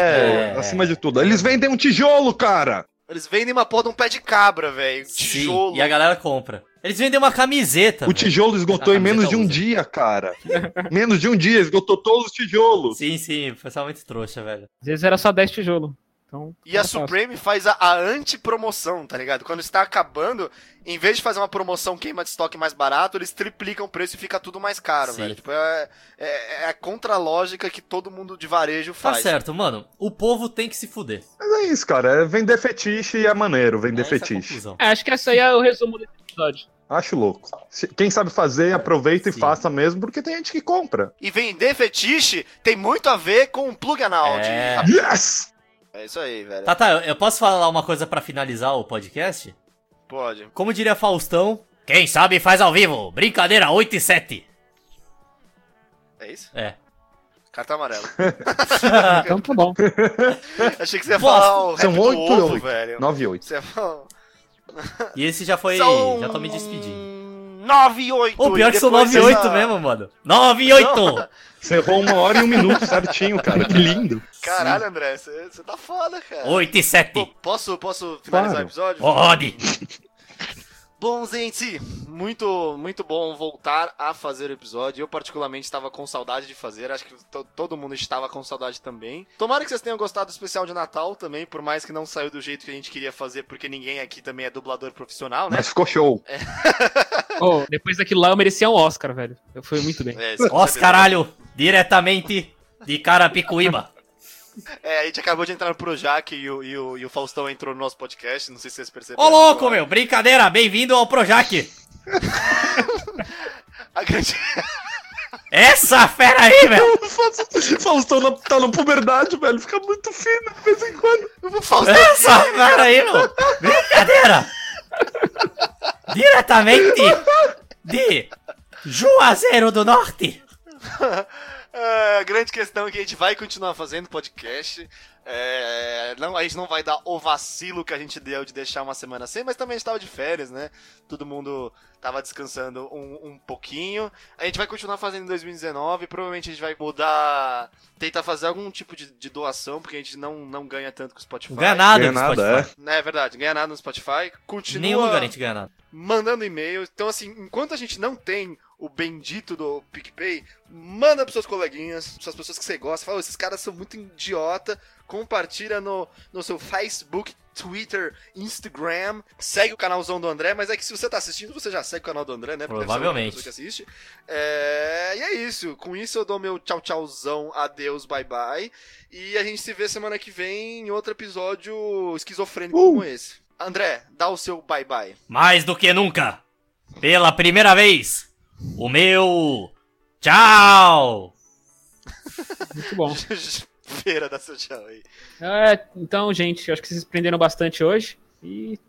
Speaker 1: tipo, é.
Speaker 3: acima de tudo. Eles vendem um tijolo, cara!
Speaker 2: Eles vendem uma porra de um pé de cabra, velho. um Tijolo.
Speaker 1: E a galera compra. Eles vendem uma camiseta.
Speaker 3: O
Speaker 1: velho.
Speaker 3: tijolo esgotou
Speaker 1: A
Speaker 3: em menos de um
Speaker 1: camiseta
Speaker 3: dia, cara. menos de um dia, esgotou todos os tijolos.
Speaker 1: Sim, sim, o pessoal é muito trouxa, velho.
Speaker 4: Às vezes era só 10 tijolo. Então,
Speaker 2: E a
Speaker 4: tá fácil.
Speaker 2: Supreme faz a, a anti-promoção, tá ligado? Quando está acabando, em vez de fazer uma promoção queima de estoque mais barato, eles triplicam o preço e fica tudo mais caro,
Speaker 1: Sim.
Speaker 2: velho. Tipo, é, é, é a contra-lógica que todo mundo de varejo
Speaker 1: Tá
Speaker 2: faz.
Speaker 1: certo, mano. O povo tem que se fuder.
Speaker 3: Mas é isso, cara. É vender fetiche e é maneiro vender
Speaker 1: Essa é a
Speaker 3: fetiche.
Speaker 1: conclusão.
Speaker 4: É, acho que esse aí é o resumo desse episódio.
Speaker 3: Acho louco. Se- Quem sabe fazer, aproveita
Speaker 1: Sim.
Speaker 3: e faça mesmo, porque tem gente que compra.
Speaker 2: E vender fetiche tem muito a ver com o plug anal. de-
Speaker 1: É.
Speaker 3: Yes!
Speaker 2: é isso aí, velho.
Speaker 1: Tá, tá, eu- eu posso falar uma coisa pra finalizar o podcast?
Speaker 2: Pode.
Speaker 1: Como diria Faustão, quem sabe faz ao vivo. Brincadeira 8 e 7.
Speaker 2: É isso?
Speaker 1: É.
Speaker 2: Carta amarela.
Speaker 4: Então tá bom.
Speaker 2: Achei que você ia
Speaker 1: Bosta.
Speaker 2: falar o rap
Speaker 3: São
Speaker 2: do
Speaker 3: oito
Speaker 2: ovo,
Speaker 3: e oito.
Speaker 2: velho.
Speaker 3: 9 e 8.
Speaker 2: Você ia falar...
Speaker 1: E esse já foi.
Speaker 2: São
Speaker 1: Já tô me despedindo.
Speaker 2: 9 e tá- 8.
Speaker 1: Ou pior que são 9 e 8 mesmo, mano. 9 e 8!
Speaker 3: Você errou uma hora e um minuto certinho, cara. Que lindo.
Speaker 2: Caralho, André, você você tá foda, cara.
Speaker 1: 8 e 7.
Speaker 2: Pô, posso, posso finalizar
Speaker 3: Claro.
Speaker 2: o episódio?
Speaker 1: Pode!
Speaker 2: Bom, gente, muito, muito bom voltar a fazer o episódio. Eu, particularmente, estava com saudade de fazer. Acho que to- todo mundo estava com saudade também. Tomara que vocês tenham gostado do especial de Natal também, por mais que não saiu do jeito que a gente queria fazer, porque ninguém aqui também é dublador profissional, né?
Speaker 3: Mas ficou show.
Speaker 4: Ô, depois daquilo lá eu merecia um Oscar, velho. Eu fui muito bem.
Speaker 2: É, isso com
Speaker 1: Os
Speaker 2: certeza.
Speaker 1: caralho! Diretamente de Carapicuíba.
Speaker 2: É, a gente acabou de entrar no Projac e o, e o, e o Faustão entrou no nosso podcast, não sei se vocês perceberam.
Speaker 1: Ô louco, meu! Brincadeira! Bem-vindo ao Projac!
Speaker 2: A grande...
Speaker 1: Essa fera aí, meu!
Speaker 3: Faustão na- tá na puberdade, velho. Fica muito fino de vez em quando.
Speaker 2: O Faustão...
Speaker 1: Essa fera aí, meu! Brincadeira! Diretamente de Juazeiro do Norte!
Speaker 2: É, a grande questão é que a gente vai continuar fazendo podcast. É, não, a gente não vai dar o vacilo que a gente deu de deixar uma semana sem, mas também a gente tava de férias, né? Todo mundo tava descansando um, um pouquinho. A gente vai continuar fazendo em 2019. Provavelmente a gente vai mudar. Tentar fazer algum tipo de, de doação, porque a gente não, não ganha tanto com o Spotify.
Speaker 1: Não ganha nada
Speaker 3: Ganha
Speaker 1: no
Speaker 3: nada,
Speaker 1: Spotify.
Speaker 2: É verdade, ganha nada no Spotify.
Speaker 1: Em
Speaker 2: Continua
Speaker 1: Nenhum lugar a gente ganha nada.
Speaker 2: mandando e-mail. Então, assim, enquanto a gente não tem o bendito do PicPay, manda pros seus coleguinhas, pras pessoas que você gosta. Fala, "Ô, esses caras são muito idiota. Compartilha no, no seu Facebook, Twitter, Instagram. Segue o canalzão do André, mas é que se você tá assistindo, você já segue o canal do André, né? Porque deve ser a única
Speaker 1: Provavelmente.
Speaker 2: pessoa que assiste. É, E é isso. Com isso eu dou meu tchau, tchauzão, adeus, bye, bye. E a gente se vê semana que vem em outro episódio esquizofrênico
Speaker 3: Uh.
Speaker 2: como esse. André, dá o seu bye bye.
Speaker 1: Mais do que nunca, pela primeira vez, o meu. Tchau!
Speaker 4: Muito bom.
Speaker 2: Feira da seu tchau aí.
Speaker 4: É, então, gente, acho que vocês prenderam bastante hoje. E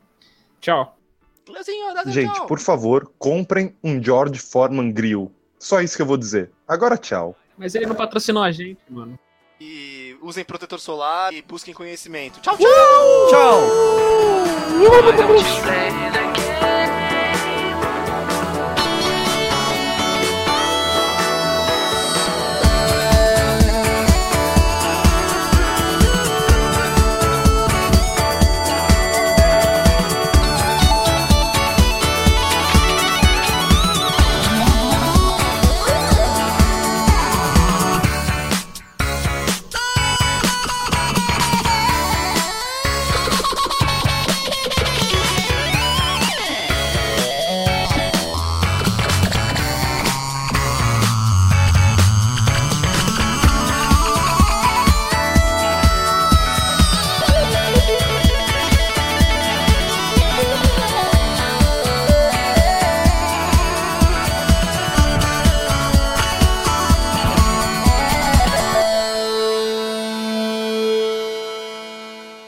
Speaker 4: tchau.
Speaker 2: Leozinho, dá seu
Speaker 3: Gente,
Speaker 2: tchau.
Speaker 3: por favor, comprem um George Foreman Grill. Só isso que eu vou dizer. Agora tchau.
Speaker 4: Mas ele não patrocinou a gente, mano.
Speaker 2: E usem protetor solar e busquem conhecimento. Tchau, tchau!
Speaker 1: Tchau!
Speaker 7: Thank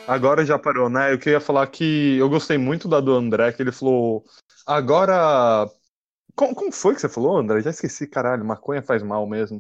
Speaker 3: Agora já parou, né? Eu queria falar que eu gostei muito da do André, que ele falou. Agora. Como, como foi que você falou, André? Já esqueci, caralho, maconha faz mal mesmo.